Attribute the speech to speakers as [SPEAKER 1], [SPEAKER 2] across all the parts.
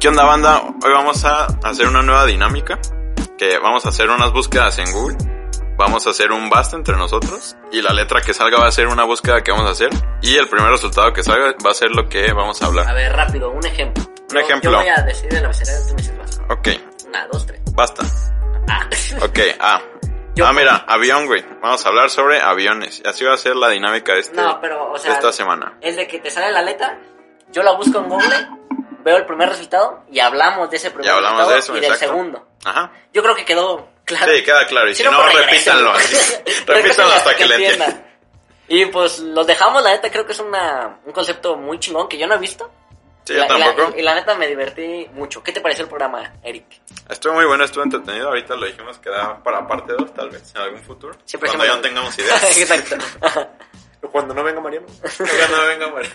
[SPEAKER 1] ¿Qué onda banda? Hoy vamos a hacer una nueva dinámica, que vamos a hacer unas búsquedas en Google, vamos a hacer un basta entre nosotros y la letra que salga va a ser una búsqueda que vamos a hacer y el primer resultado que salga va a ser lo que vamos a
[SPEAKER 2] A
[SPEAKER 1] hablar.
[SPEAKER 2] ver, rápido, un ejemplo.
[SPEAKER 1] Un
[SPEAKER 2] Yo-
[SPEAKER 1] ejemplo.
[SPEAKER 2] Yo voy a decir el abecedario, tú me dices más.
[SPEAKER 1] Ok,
[SPEAKER 2] Una, dos, tres.
[SPEAKER 1] basta.
[SPEAKER 2] Ah.
[SPEAKER 1] Ok, ah.
[SPEAKER 2] Yo-
[SPEAKER 1] Ah, mira, avión, güey. Vamos a hablar sobre aviones. Y así va a ser la dinámica de, este-
[SPEAKER 2] No, pero, o
[SPEAKER 1] de
[SPEAKER 2] sea,
[SPEAKER 1] esta semana.
[SPEAKER 2] es de que te sale la letra, yo la busco en Google, veo el primer resultado y hablamos de ese primer
[SPEAKER 1] Ya hablamos
[SPEAKER 2] resultado
[SPEAKER 1] de eso,
[SPEAKER 2] y
[SPEAKER 1] exacto.
[SPEAKER 2] del segundo.
[SPEAKER 1] Ajá.
[SPEAKER 2] Yo creo que quedó claro.
[SPEAKER 1] Sí, queda claro. Y si,
[SPEAKER 2] Si no,
[SPEAKER 1] no,
[SPEAKER 2] pues, regresen.
[SPEAKER 1] repítanlo. repítanlo hasta que le entiendan.
[SPEAKER 2] Y pues los dejamos, la neta creo que es una, un concepto muy chingón que yo no he visto.
[SPEAKER 1] Sí,
[SPEAKER 2] Y
[SPEAKER 1] yo
[SPEAKER 2] la- y la-
[SPEAKER 1] tampoco.
[SPEAKER 2] Y la neta me divertí mucho. ¿Qué te pareció el programa, Eric?
[SPEAKER 1] Estuvo muy bueno, estuvo entretenido. Ahorita lo dijimos que da para parte 2, tal vez, en algún futuro.
[SPEAKER 2] Siempre
[SPEAKER 1] cuando
[SPEAKER 2] se me-
[SPEAKER 1] ya no tengamos ideas.
[SPEAKER 2] Exacto.
[SPEAKER 3] Cuando no venga Mariano.
[SPEAKER 1] Cuando venga, María.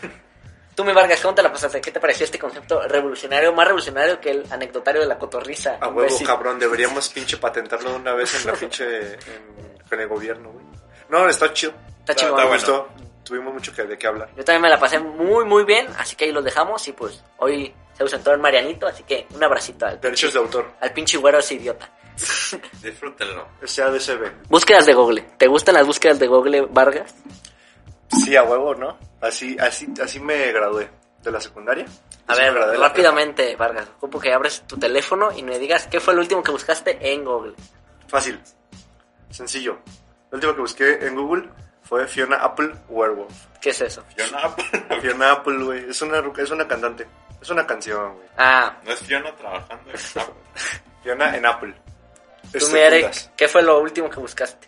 [SPEAKER 2] Tú, mi Vargas, ¿cómo te la pasaste? ¿Qué te pareció este concepto revolucionario? Más revolucionario que el anecdotario de la cotorriza.
[SPEAKER 3] A huevo,
[SPEAKER 2] imbécil.
[SPEAKER 3] cabrón. Deberíamos pinche patentarlo de una vez en la pinche. en- con el gobierno, güey. No, está chido.
[SPEAKER 2] Está chingón.
[SPEAKER 1] está
[SPEAKER 3] Me
[SPEAKER 1] bueno.
[SPEAKER 3] gustó. Tuvimos mucho que, de qué hablar.
[SPEAKER 2] Yo también me la pasé muy, muy bien, así que ahí los dejamos. Y pues hoy se usó todo el Marianito, así que un abracito al,
[SPEAKER 3] Derechos de autor.
[SPEAKER 2] al pinche güero ese idiota.
[SPEAKER 1] Disfrútenlo.
[SPEAKER 3] SADCB.
[SPEAKER 2] Búsquedas de Google. ¿Te gustan las búsquedas de Google, Vargas?
[SPEAKER 3] Sí, a huevo, ¿no? Así, así, así me gradué de la secundaria.
[SPEAKER 2] A
[SPEAKER 3] Así
[SPEAKER 2] ver,
[SPEAKER 3] me gradué de la
[SPEAKER 2] rápidamente, Vargas. Ocupo que abres tu teléfono y me digas qué fue el último que buscaste en Google.
[SPEAKER 3] prepa. Fácil. Sencillo. Lo último que busqué en Google fue Fiona Apple Werewolf.
[SPEAKER 2] ¿Qué es eso?
[SPEAKER 1] Fiona,
[SPEAKER 3] Fiona Apple, güey. Es una, ruca- es una cantante. Es una canción, güey.
[SPEAKER 2] Ah,
[SPEAKER 1] no es Fiona trabajando en Apple.
[SPEAKER 3] Fiona en Apple.
[SPEAKER 2] tú,
[SPEAKER 3] Es
[SPEAKER 2] mi Eric,
[SPEAKER 3] secundas.
[SPEAKER 2] ¿qué fue lo último que buscaste?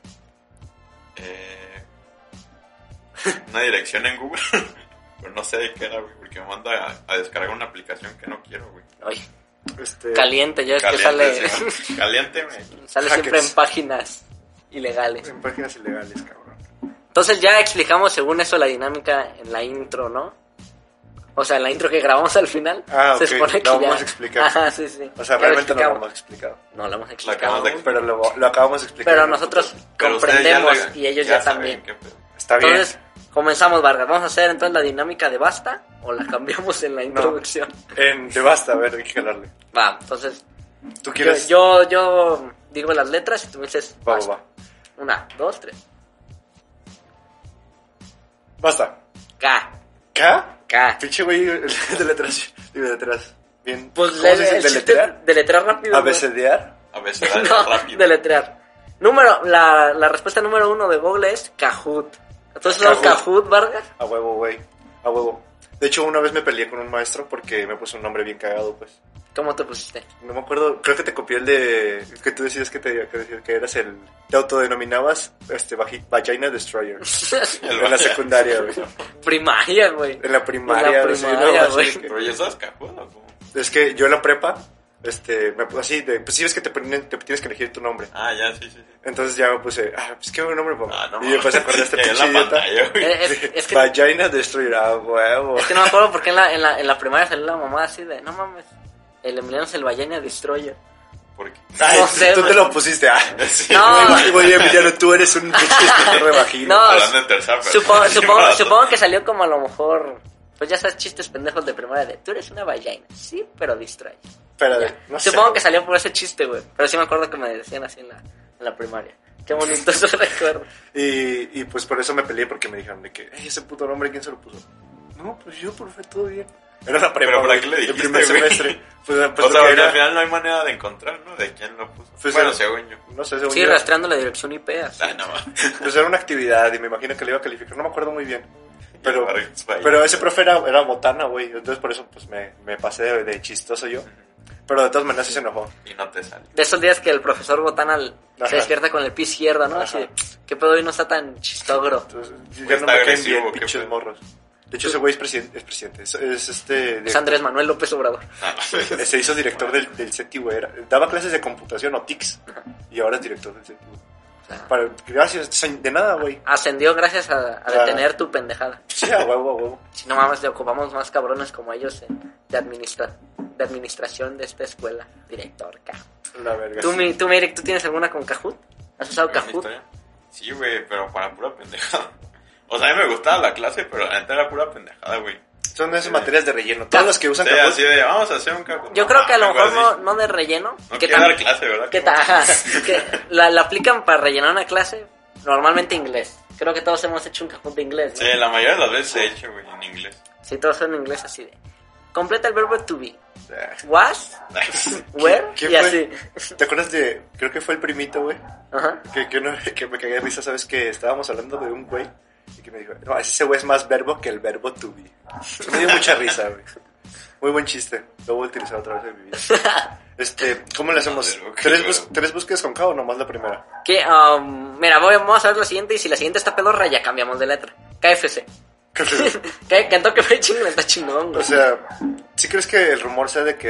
[SPEAKER 1] Eh, una dirección en Google. Pero no sé de qué era, güey, porque me manda a, a descargar una aplicación que no quiero, güey.
[SPEAKER 2] Oye,
[SPEAKER 3] Este,
[SPEAKER 2] caliente, ya es que
[SPEAKER 1] Caliente,
[SPEAKER 2] sale...
[SPEAKER 1] sí, caliente, güey.
[SPEAKER 2] Sale siempre
[SPEAKER 3] Hackers.
[SPEAKER 2] en páginas ilegales.
[SPEAKER 3] En páginas ilegales, cabrón.
[SPEAKER 2] Entonces ya explicamos según eso la dinámica en la intro, ¿no? O sea, en la intro que grabamos al final.
[SPEAKER 3] Ah, ok,
[SPEAKER 2] Se supone que
[SPEAKER 3] la
[SPEAKER 2] ya...
[SPEAKER 3] vamos a explicar.
[SPEAKER 2] Ajá, sí, sí.
[SPEAKER 3] O
[SPEAKER 2] Ya
[SPEAKER 3] sea,
[SPEAKER 2] lo
[SPEAKER 3] realmente no lo
[SPEAKER 2] explicamos.
[SPEAKER 3] hemos explicado.
[SPEAKER 2] No lo hemos
[SPEAKER 1] acabamos
[SPEAKER 2] explicado.
[SPEAKER 1] de
[SPEAKER 2] aún,
[SPEAKER 3] Pero lo, lo acabamos de explicar.
[SPEAKER 2] Pero
[SPEAKER 3] en un
[SPEAKER 2] nosotros
[SPEAKER 3] futuro.
[SPEAKER 1] Pero ustedes ya
[SPEAKER 2] comprendemos
[SPEAKER 1] la-
[SPEAKER 2] y ellos ya,
[SPEAKER 1] saben
[SPEAKER 2] también.
[SPEAKER 1] qué pedo.
[SPEAKER 3] Está bien.
[SPEAKER 2] Entonces, comenzamos, Vargas. Vamos a hacer entonces la dinámica de basta o la cambiamos en la introducción.
[SPEAKER 3] En, te basta, a ver, hay que jalarle.
[SPEAKER 2] Va, entonces.
[SPEAKER 3] ¿Tú
[SPEAKER 2] Yo,
[SPEAKER 3] quieres?
[SPEAKER 2] yo, yo digo las letras y tú me dices.
[SPEAKER 3] Va, va,
[SPEAKER 2] basta.
[SPEAKER 3] va.
[SPEAKER 2] Una, dos, tres.
[SPEAKER 3] Basta.
[SPEAKER 2] K.
[SPEAKER 3] ¿K?
[SPEAKER 2] K.
[SPEAKER 3] Pinche güey, el de letras. Digo, de letras. Bien.
[SPEAKER 2] Pues
[SPEAKER 3] ¿Cómo
[SPEAKER 2] le-
[SPEAKER 3] se dice?
[SPEAKER 2] el chiste
[SPEAKER 3] ¿Deletrear?
[SPEAKER 2] es deletrear rápido. güey.
[SPEAKER 3] ¿Abecedear?
[SPEAKER 1] A veces dale
[SPEAKER 2] No,
[SPEAKER 1] rápido.
[SPEAKER 2] deletrear. Número, la, la respuesta número uno de Google es Kahoot. Entonces, ¿no?
[SPEAKER 3] Kahoot.
[SPEAKER 2] Kahoot, Vargas?
[SPEAKER 3] A huevo, güey. A huevo. De hecho, una vez me peleé con un maestro porque me puso un nombre bien cagado, pues.
[SPEAKER 2] ¿Cómo te pusiste?
[SPEAKER 3] No me acuerdo, creo que te copié el de. que tú decías que, te, que, decías que eras el. te autodenominabas este, vaji- Vagina Destroyer. en la secundaria, güey.
[SPEAKER 2] Primaria, güey.
[SPEAKER 3] En la primaria,
[SPEAKER 2] En la
[SPEAKER 3] no sé,
[SPEAKER 2] primaria,
[SPEAKER 3] no, así
[SPEAKER 2] güey.
[SPEAKER 3] de que-
[SPEAKER 1] Pero ya sabes cajuda, güey.
[SPEAKER 3] Es que yo en la prepa, este, me puse así de, pues sí ves que te, ponen- te tienes que elegir tu nombre.
[SPEAKER 1] Ah, ya, sí, sí. sí.
[SPEAKER 3] Entonces ya me puse, ah, pues qué buen nombre, papá.
[SPEAKER 1] Ah, no,
[SPEAKER 3] y yo empecé a acordar de este
[SPEAKER 1] Llegué a
[SPEAKER 3] pinche
[SPEAKER 1] la
[SPEAKER 3] idiota.
[SPEAKER 1] pantalla, güey.
[SPEAKER 2] Eh, Es, es que,
[SPEAKER 3] Vagina Destroyer, ah, huevo.
[SPEAKER 2] es que no me acuerdo porque en la, en, la, en la primaria salió la mamá así de, no mames, el Emiliano Selvallenia Destroyer.
[SPEAKER 1] Porque...
[SPEAKER 3] Ay,
[SPEAKER 2] no sé,
[SPEAKER 3] tú
[SPEAKER 2] güey.
[SPEAKER 3] te lo pusiste, ah.
[SPEAKER 1] Sí,
[SPEAKER 2] No.
[SPEAKER 1] güey.
[SPEAKER 3] Güey, Güey, Emiliano, tú eres un pinche rebajino.
[SPEAKER 2] No,
[SPEAKER 1] Hablando en tercera persona.
[SPEAKER 2] Supongo,
[SPEAKER 1] Sí,
[SPEAKER 2] supongo,
[SPEAKER 1] barato.
[SPEAKER 2] supongo que salió como a lo mejor, pues ya sabes, chistes pendejos de primaria de, tú eres una ballena, sí, pero destroyer.
[SPEAKER 3] Espera,
[SPEAKER 2] Ya.
[SPEAKER 3] Eh, no sé.
[SPEAKER 2] Supongo que salió por ese chiste, güey. Pero sí me acuerdo que me decían así en la, en la primaria. Qué bonito eso recuerdo.
[SPEAKER 3] Y, y pues por eso me peleé porque me dijeron de que, "Ey, ese puto nombre, ¿quién se lo puso? No, pues yo, profe, todo bien. Era la prepa,
[SPEAKER 1] Pero ¿para
[SPEAKER 3] güey,
[SPEAKER 1] qué le
[SPEAKER 3] el
[SPEAKER 1] dijiste,
[SPEAKER 3] primer
[SPEAKER 1] güey?
[SPEAKER 3] semestre. Pues, pues,
[SPEAKER 1] o sea,
[SPEAKER 3] porque
[SPEAKER 1] porque
[SPEAKER 3] era-
[SPEAKER 1] al final no hay manera de encontrar, ¿no? De quién lo puso.
[SPEAKER 3] Pues
[SPEAKER 1] bueno,
[SPEAKER 3] era-
[SPEAKER 1] según yo.
[SPEAKER 3] no sé, según
[SPEAKER 2] Sí,
[SPEAKER 3] yo-
[SPEAKER 2] rastreando la dirección IP. así.
[SPEAKER 1] Ah, no, va.
[SPEAKER 3] Pues era una actividad y me imagino que le iba a calificar, no me acuerdo muy bien. Pero,
[SPEAKER 1] Barrio, güey.
[SPEAKER 3] pero ese profe era, era botana, güey. Entonces por eso pues me, me pasé de, de chistoso yo. Pero de todas maneras sí se enojó.
[SPEAKER 1] Y no te salió.
[SPEAKER 2] De esos días que el profesor Botana l- se
[SPEAKER 3] Ajá.
[SPEAKER 2] despierta con el pie izquierdo, ¿no? Así de,
[SPEAKER 3] Ajá.
[SPEAKER 2] ¿qué pedo hoy no está tan chistogro?
[SPEAKER 3] Entonces
[SPEAKER 1] Güey,
[SPEAKER 3] yo ya no
[SPEAKER 1] está
[SPEAKER 3] me caen
[SPEAKER 1] agresivo,
[SPEAKER 3] bien,
[SPEAKER 1] qué
[SPEAKER 3] pinches
[SPEAKER 1] pedo.
[SPEAKER 3] morros. De hecho ese güey es, presidente es presidente. Es, es este...
[SPEAKER 2] Es
[SPEAKER 3] director-
[SPEAKER 2] Andrés Manuel López Obrador.
[SPEAKER 1] Ah, no.
[SPEAKER 3] se hizo director del, del CETI, güey. Era- Daba clases de computación o TICS. Y ahora es director del CETI, güey.
[SPEAKER 2] O sea,
[SPEAKER 3] Para- Gracias, se- de nada, güey.
[SPEAKER 2] ascendió gracias a, a
[SPEAKER 3] Claro.
[SPEAKER 2] detener tu pendejada.
[SPEAKER 3] Sí, a huevo, a huevo.
[SPEAKER 2] Si no mames, le ocupamos más cabrones como ellos en- de, administra de administración de esta escuela. Director, ca.
[SPEAKER 3] La verga.
[SPEAKER 2] ¿Tú,
[SPEAKER 3] sí.
[SPEAKER 2] mi, tú, Merrick, ¿tú tienes alguna con Kahoot? ¿Has
[SPEAKER 3] Eh,
[SPEAKER 2] usado
[SPEAKER 1] Gran
[SPEAKER 2] Kahoot?
[SPEAKER 1] historia. Sí, güey, pero para pura pendejada. O sea, a mí me gustaba la clase, pero la neta era pura pendejada, güey.
[SPEAKER 3] Son esas materias de relleno. Todas las que
[SPEAKER 1] O
[SPEAKER 3] usan
[SPEAKER 1] sea,
[SPEAKER 3] Kahoot.
[SPEAKER 1] así de, vamos a hacer un Kahoot.
[SPEAKER 2] Yo
[SPEAKER 1] No,
[SPEAKER 2] creo que a lo
[SPEAKER 1] algo
[SPEAKER 2] mejor no,
[SPEAKER 1] así.
[SPEAKER 2] no de relleno.
[SPEAKER 1] No
[SPEAKER 2] que
[SPEAKER 1] quiero
[SPEAKER 2] tam-
[SPEAKER 1] dar clase, ¿verdad?
[SPEAKER 2] que ta- ajá, que la, la aplican para rellenar una clase, normalmente inglés. Creo que todos hemos hecho un cajón de inglés. ¿no?
[SPEAKER 1] Sí, la mayoría de las veces he hecho, güey, en inglés.
[SPEAKER 2] Sí, todos son en inglés así de. Completa el verbo to be.
[SPEAKER 3] Ah,
[SPEAKER 2] Was, where
[SPEAKER 3] qué
[SPEAKER 2] y
[SPEAKER 3] fue?
[SPEAKER 2] así.
[SPEAKER 3] ¿Te acuerdas de.? Creo que fue el primito, güey.
[SPEAKER 2] Ajá.
[SPEAKER 3] Que, que, no- que me cagué de risa, ¿sabes? Que estábamos hablando de un güey. Y que me dijo, no, ese güey es más verbo que el verbo to be. Me dio mucha risa, güey. Muy buen chiste. Lo voy a utilizar otra vez en mi vida. Este, ¿cómo le hacemos?
[SPEAKER 1] Verbo que
[SPEAKER 3] ¿Tres,
[SPEAKER 1] verbo.
[SPEAKER 3] bus- ¿Tres búsquedas con K o nomás la primera?
[SPEAKER 2] Que, um, mira, voy- vamos a ver la siguiente y si la siguiente está pedorra, ya cambiamos de letra. KFC. K- Kentucky Fried Chicken está chingón,
[SPEAKER 3] O
[SPEAKER 2] güey.
[SPEAKER 3] sea, ¿sí crees que el rumor sea de que,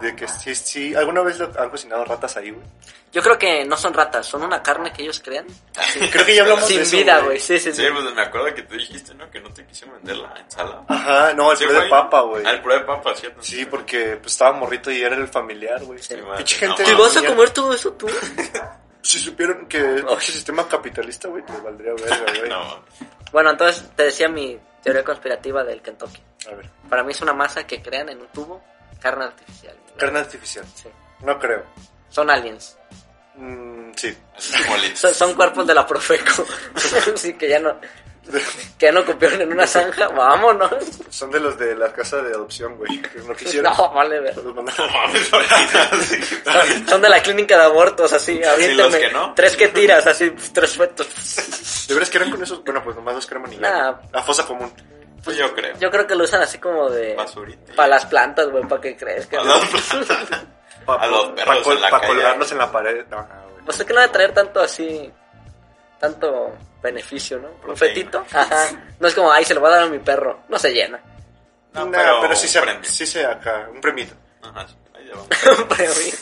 [SPEAKER 3] de que sí, sí, alguna vez lo han cocinado ratas ahí, güey?
[SPEAKER 2] Yo creo que no son ratas, son una carne que ellos crean.
[SPEAKER 3] Creo que ya hablamos de
[SPEAKER 2] Sin
[SPEAKER 3] eso,
[SPEAKER 2] vida, güey. Sí, sí, sí.
[SPEAKER 1] Sí, pues me acuerdo que tú dijiste, ¿no? Que no te quisieron vender la ensalada.
[SPEAKER 3] Ajá, Ah, no, el
[SPEAKER 1] Sí,
[SPEAKER 3] puré de
[SPEAKER 1] güey.
[SPEAKER 3] papa, güey.
[SPEAKER 1] Ah, el puré de papa, ¿cierto?
[SPEAKER 3] Sí, porque pues, estaba morrito y era el familiar, güey.
[SPEAKER 2] Sí,
[SPEAKER 1] madre.
[SPEAKER 3] Pinche gente
[SPEAKER 1] No,
[SPEAKER 3] de
[SPEAKER 2] ¿Te Pues vas a
[SPEAKER 3] mierda.
[SPEAKER 2] comer todo eso tú?
[SPEAKER 3] Si supieron que el pinche sistema capitalista, güey, les valdría verga, güey.
[SPEAKER 1] No, mames.
[SPEAKER 2] Bueno, entonces te decía mi teoría conspirativa del Kentucky.
[SPEAKER 3] A ver,
[SPEAKER 2] Para mí es una masa que crean en un tubo, carne artificial.
[SPEAKER 3] carne artificial.
[SPEAKER 2] Sí.
[SPEAKER 3] No creo.
[SPEAKER 2] Son aliens.
[SPEAKER 3] Mm, sí.
[SPEAKER 1] Así como le-
[SPEAKER 2] Son, son cuerpos de la Profeco. sí, que ya no. Que ya no copiaron en una zanja. Vámonos.
[SPEAKER 3] Son de los de la casa de adopción, güey. Que no quisieron.
[SPEAKER 2] No, vale, ver.
[SPEAKER 3] Los
[SPEAKER 1] No
[SPEAKER 3] mandaron.
[SPEAKER 1] mames, así.
[SPEAKER 2] Son- Son de la clínica de abortos, así. aviéntame.
[SPEAKER 1] que no.
[SPEAKER 2] Tres que tiras, así. Tres fetos.
[SPEAKER 3] ¿De veras que eran con esos? Bueno, pues nomás los creman y ya.
[SPEAKER 2] Nah.
[SPEAKER 3] güey. La fosa común.
[SPEAKER 1] Pues yo creo.
[SPEAKER 2] Yo creo que lo usan así como de.
[SPEAKER 1] Basurita.
[SPEAKER 2] Para las plantas, güey, para que crezcan.
[SPEAKER 1] A los-
[SPEAKER 3] Pa-
[SPEAKER 1] A los
[SPEAKER 3] pa-
[SPEAKER 1] perros
[SPEAKER 3] pa-
[SPEAKER 1] en la
[SPEAKER 3] pa-
[SPEAKER 1] calle.
[SPEAKER 3] colgarlos en la pared. No, no, güey.
[SPEAKER 2] Pues sé que no va a traer tanto así. Tanto beneficio, ¿no? Un
[SPEAKER 1] Proteína.
[SPEAKER 2] fetito. Ajá. No es como, ay, se lo voy a dar a mi perro. No se llena.
[SPEAKER 1] No,
[SPEAKER 3] No, pero, sí, se,
[SPEAKER 1] prende.
[SPEAKER 3] sí se acá. Un premito.
[SPEAKER 1] Ajá, sí, ahí ya vamos.
[SPEAKER 2] Para mí.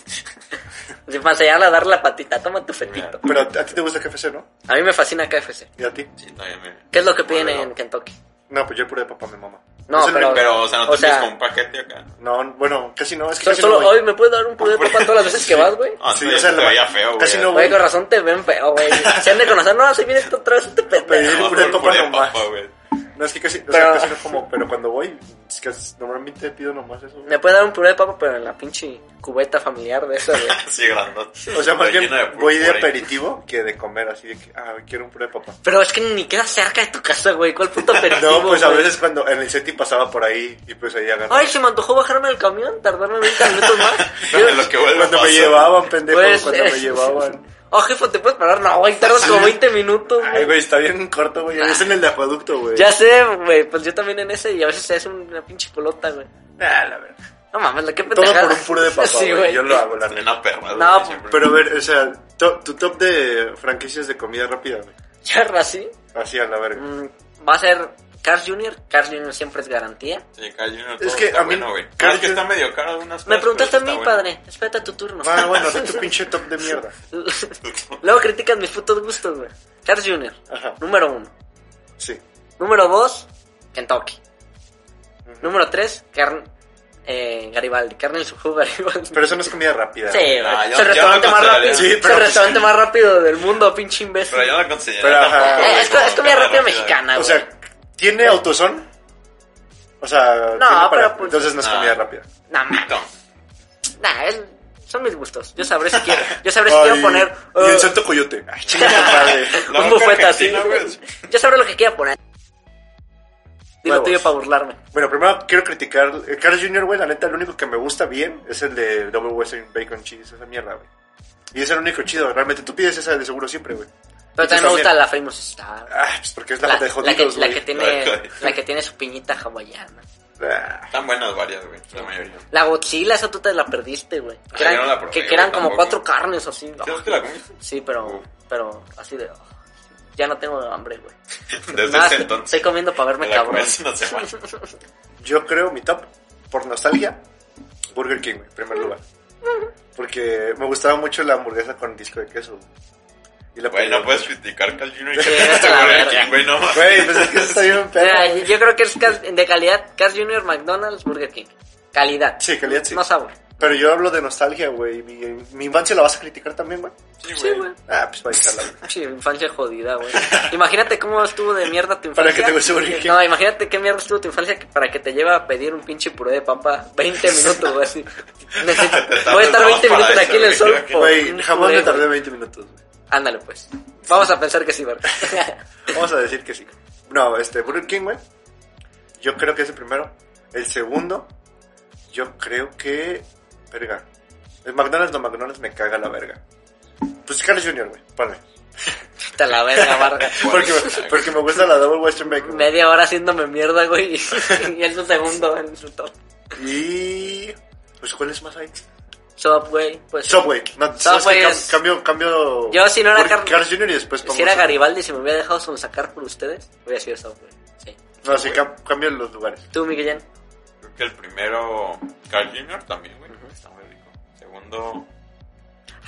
[SPEAKER 2] Sí, para enseñarle a darle la patita, toma tu fetito.
[SPEAKER 3] Pero a ti te gusta KFC, ¿no?
[SPEAKER 2] A mí me fascina KFC.
[SPEAKER 3] ¿Y a ti?
[SPEAKER 1] Sí, también me-
[SPEAKER 2] ¿Qué es lo que piden
[SPEAKER 1] Bueno,
[SPEAKER 2] en Kentucky?
[SPEAKER 3] No, pues yo el puré de papá me mama.
[SPEAKER 2] No,
[SPEAKER 3] Es el
[SPEAKER 2] pero-
[SPEAKER 3] único-
[SPEAKER 1] Pero, o sea, no
[SPEAKER 2] O
[SPEAKER 1] te
[SPEAKER 2] sea-
[SPEAKER 1] pides con un paquete acá.
[SPEAKER 3] No, bueno, casi no. Es que
[SPEAKER 2] Solo,
[SPEAKER 3] casi no, voy.
[SPEAKER 2] hoy me puedes dar un puré de papa todas las veces que vas, güey.
[SPEAKER 1] Ah,
[SPEAKER 3] Sí,
[SPEAKER 1] sí,
[SPEAKER 3] o sea,
[SPEAKER 1] te
[SPEAKER 3] la-
[SPEAKER 1] veía feo, güey.
[SPEAKER 3] casi no-
[SPEAKER 2] Güey, con razón te ven feo, güey. Se han de conocer, no, si vienes tú otra vez este
[SPEAKER 1] Ah,
[SPEAKER 2] pendejo.
[SPEAKER 3] Pedí puré de
[SPEAKER 1] por
[SPEAKER 3] papa
[SPEAKER 1] puré de
[SPEAKER 3] nomás.
[SPEAKER 1] papa, güey.
[SPEAKER 3] No, es que casi, o sea,
[SPEAKER 2] Pero-
[SPEAKER 3] casi no como, pero cuando voy, es que normalmente pido nomás eso. güey.
[SPEAKER 2] Me puedes dar un puré de papa, pero en la pinche cubeta familiar de esa, güey.
[SPEAKER 1] Así grandote.
[SPEAKER 3] O sea, más bien
[SPEAKER 1] Llena de puro
[SPEAKER 3] voy de
[SPEAKER 1] puré.
[SPEAKER 3] aperitivo que de comer, así de que, ah, quiero un puré de papá.
[SPEAKER 2] Pero es que ni queda cerca de tu casa, güey. ¿Cuál puto aperitivo,
[SPEAKER 3] No, pues a
[SPEAKER 2] güey?
[SPEAKER 3] veces cuando en el SETI pasaba por ahí y pues ahí agarraba.
[SPEAKER 2] Ay, se me antojó bajarme del camión, tardarme 20 minutos más.
[SPEAKER 1] No,
[SPEAKER 2] Yo-
[SPEAKER 1] en lo que vuelve a
[SPEAKER 3] cuando me
[SPEAKER 1] pasar.
[SPEAKER 3] llevaban, pendejo,
[SPEAKER 2] Pues,
[SPEAKER 3] cuando
[SPEAKER 2] eh.
[SPEAKER 3] me llevaban.
[SPEAKER 2] Oh, jefe, ¿te puedes parar? No, güey, tardas como 20 minutos,
[SPEAKER 3] Ay,
[SPEAKER 2] güey.
[SPEAKER 3] güey, está bien corto, güey. Es en el de acueducto, güey.
[SPEAKER 2] Ya sé, güey, pues yo también en ese y a veces se hace una pinche pelota, güey.
[SPEAKER 3] Ah, la verdad.
[SPEAKER 2] No mames, la que
[SPEAKER 3] Todo
[SPEAKER 2] pendejada.
[SPEAKER 3] por un puré de papá,
[SPEAKER 2] Sí,
[SPEAKER 3] güey.
[SPEAKER 2] güey.
[SPEAKER 3] Yo lo hago, la
[SPEAKER 1] La
[SPEAKER 3] neta.
[SPEAKER 1] nena perra.
[SPEAKER 2] No,
[SPEAKER 1] güey, siempre.
[SPEAKER 3] Pero a ver, o sea, to- tu top de franquicias de comida rápida, güey.
[SPEAKER 2] Charra, así.
[SPEAKER 3] Así a la
[SPEAKER 2] Mm.
[SPEAKER 3] verga.
[SPEAKER 2] va a ser Cars Jr. Cars Jr. siempre es garantía.
[SPEAKER 1] Sí, Cars Jr.
[SPEAKER 3] Es
[SPEAKER 1] Es
[SPEAKER 3] que
[SPEAKER 1] que
[SPEAKER 3] a mí-
[SPEAKER 1] Bueno, güey. Ah,
[SPEAKER 3] Cars
[SPEAKER 1] es que
[SPEAKER 3] Jr.
[SPEAKER 1] está medio caro algunas
[SPEAKER 2] Me
[SPEAKER 1] cosas,
[SPEAKER 2] preguntaste a
[SPEAKER 1] pero
[SPEAKER 2] mí,
[SPEAKER 1] está bueno.
[SPEAKER 2] padre. Espérate tu turno.
[SPEAKER 3] Ah, bueno, de tu pinche top de mierda.
[SPEAKER 2] Luego critican mis putos gustos, güey. Cars Jr.
[SPEAKER 3] Ajá.
[SPEAKER 2] Número uno.
[SPEAKER 3] Sí.
[SPEAKER 2] Número 2, Kentucky. Número 3, carne, eh, Garibaldi. Carne en su jugo Garibaldi.
[SPEAKER 3] Pero ah, eso no es comida rápida.
[SPEAKER 2] sí, güey.
[SPEAKER 1] No, yo-
[SPEAKER 2] es
[SPEAKER 1] yo
[SPEAKER 2] el restaurante
[SPEAKER 1] no
[SPEAKER 2] más
[SPEAKER 1] consideraría-
[SPEAKER 2] rápido.
[SPEAKER 1] Sí,
[SPEAKER 2] es
[SPEAKER 3] pero-
[SPEAKER 2] el restaurante más rápido del mundo, pinche imbécil.
[SPEAKER 1] Pero yo no la considero.
[SPEAKER 3] Pero, ajá.
[SPEAKER 1] tampoco,
[SPEAKER 2] Eh,
[SPEAKER 1] güey,
[SPEAKER 2] es, co- es
[SPEAKER 1] como
[SPEAKER 2] comida rápida
[SPEAKER 1] güey.
[SPEAKER 2] mexicana,
[SPEAKER 3] O
[SPEAKER 2] güey.
[SPEAKER 3] sea, ¿tiene autosón? O sea,
[SPEAKER 2] No,
[SPEAKER 3] tiene
[SPEAKER 2] pero pues-
[SPEAKER 3] entonces no es
[SPEAKER 1] Ah.
[SPEAKER 3] comida rápida.
[SPEAKER 2] Nah, ma-
[SPEAKER 1] No.
[SPEAKER 2] nah, es- son mis gustos. Yo sabré si quiero, yo sabré si
[SPEAKER 3] Ay,
[SPEAKER 2] quiero poner
[SPEAKER 3] Y
[SPEAKER 2] eh,
[SPEAKER 3] el santo coyote. Ay, chinga tu madre.
[SPEAKER 1] La
[SPEAKER 2] un
[SPEAKER 1] boca
[SPEAKER 2] bufete así.
[SPEAKER 1] argentina, güey.
[SPEAKER 2] Yo sabré lo que quiero poner. Digo
[SPEAKER 3] Huevos.
[SPEAKER 2] tuyo para burlarme.
[SPEAKER 3] Bueno, primero quiero criticar. eh, Carl Jr., güey, la neta, el único que me gusta bien es el de Double Western Bacon Cheese, esa mierda, güey. Y es el único chido, realmente tú pides esa de seguro siempre, güey.
[SPEAKER 2] Pero
[SPEAKER 3] Y
[SPEAKER 2] también me
[SPEAKER 3] tú
[SPEAKER 2] gusta la Famous Star.
[SPEAKER 3] Ah, pues porque es la,
[SPEAKER 2] La,
[SPEAKER 3] de
[SPEAKER 2] la que,
[SPEAKER 3] jodidos,
[SPEAKER 2] la
[SPEAKER 3] güey.
[SPEAKER 2] que tiene,
[SPEAKER 1] La de jodidos.
[SPEAKER 2] la que tiene su piñita hawaiana.
[SPEAKER 3] Ah,
[SPEAKER 1] Están buenas varias, güey. La mayoría.
[SPEAKER 2] La Godzilla, esa tú te la perdiste, güey. Que
[SPEAKER 1] Ah,
[SPEAKER 2] eran,
[SPEAKER 1] yo no la probé,
[SPEAKER 2] que, que
[SPEAKER 1] güey,
[SPEAKER 2] eran como
[SPEAKER 1] tampoco. Uh.
[SPEAKER 2] cuatro carnes así. Ah,
[SPEAKER 1] ¿Sabes que la comiste?
[SPEAKER 2] Sí, pero, pero así de. oh, ya no tengo hambre, güey.
[SPEAKER 1] Desde
[SPEAKER 2] Nada,
[SPEAKER 1] ese
[SPEAKER 2] estoy-
[SPEAKER 1] entonces.
[SPEAKER 2] Estoy comiendo para verme
[SPEAKER 1] Te la
[SPEAKER 2] cabrón.
[SPEAKER 1] comes una semana.
[SPEAKER 3] Yo creo mi top, por nostalgia, Burger King, güey, en primer lugar. Porque me gustaba mucho la hamburguesa con disco de queso. güey. Y la
[SPEAKER 1] Güey,
[SPEAKER 3] pedía,
[SPEAKER 1] no puedes criticar Carl Jr. y que
[SPEAKER 2] Sí, vete a
[SPEAKER 1] te
[SPEAKER 2] la
[SPEAKER 1] Burger
[SPEAKER 2] verga.
[SPEAKER 1] King, güey, no mames.
[SPEAKER 3] Güey, pues es que eso está bien
[SPEAKER 2] O sea,
[SPEAKER 3] perro.
[SPEAKER 2] yo creo que es cas- de calidad Cars Jr., McDonald's, Burger King. Calidad.
[SPEAKER 3] Sí, calidad sí.
[SPEAKER 2] No sabor.
[SPEAKER 3] Pero yo hablo de nostalgia, güey. Mi, mi infancia la vas a criticar también, güey.
[SPEAKER 1] Sí,
[SPEAKER 2] Sí, güey.
[SPEAKER 3] Ah, pues para echarla, güey.
[SPEAKER 2] Pinche infancia jodida, güey. Imagínate cómo estuvo de mierda tu
[SPEAKER 3] Para
[SPEAKER 2] infancia.
[SPEAKER 3] que te guste Burger King.
[SPEAKER 2] No, imagínate qué mierda estuvo tu infancia que- para que te lleve a pedir un pinche puré de pampa 20 minutos, güey. así. Necesito- Voy a estar
[SPEAKER 1] Estamos
[SPEAKER 2] 20
[SPEAKER 1] para
[SPEAKER 2] minutos
[SPEAKER 1] eso,
[SPEAKER 2] aquí en el
[SPEAKER 1] güey,
[SPEAKER 2] sol
[SPEAKER 1] creo que-
[SPEAKER 2] por
[SPEAKER 3] Güey,
[SPEAKER 2] un
[SPEAKER 3] jamás
[SPEAKER 2] puré,
[SPEAKER 3] me
[SPEAKER 2] güey.
[SPEAKER 3] tardé 20 minutos, güey.
[SPEAKER 2] Ándale, pues. Vamos a pensar que sí, verga.
[SPEAKER 3] Vamos a decir que sí. No, este, Burger King, güey. Yo creo que es el primero. El segundo, yo creo que. Verga. El McDonald's, no, McDonald's me caga la verga. Pues Carlos Jr., güey, ponme.
[SPEAKER 2] Te la verga, verga.
[SPEAKER 3] Porque, porque me gusta la Double Western Bacon. güey.
[SPEAKER 2] Media hora haciéndome mierda, güey. Y es un segundo en su top.
[SPEAKER 3] Y. Pues, ¿cuál es más ahí?
[SPEAKER 2] Subway, pues.
[SPEAKER 3] Subway. No, ¿sabes
[SPEAKER 2] Subway
[SPEAKER 3] qué? Cam-
[SPEAKER 2] es-
[SPEAKER 3] Cambio, cambio.
[SPEAKER 2] Yo, si no era
[SPEAKER 3] Burger-
[SPEAKER 2] Car-
[SPEAKER 3] Carl's Jr. y después
[SPEAKER 2] Si era Garibaldi, si me hubiera dejado son sacar por ustedes, hubiera sido Subway. Sí.
[SPEAKER 3] No, sí, cam- cambio los lugares.
[SPEAKER 2] Tú, Miguelán.
[SPEAKER 1] Creo que el primero, Carl Jr. también, güey. Está muy rico. Segundo,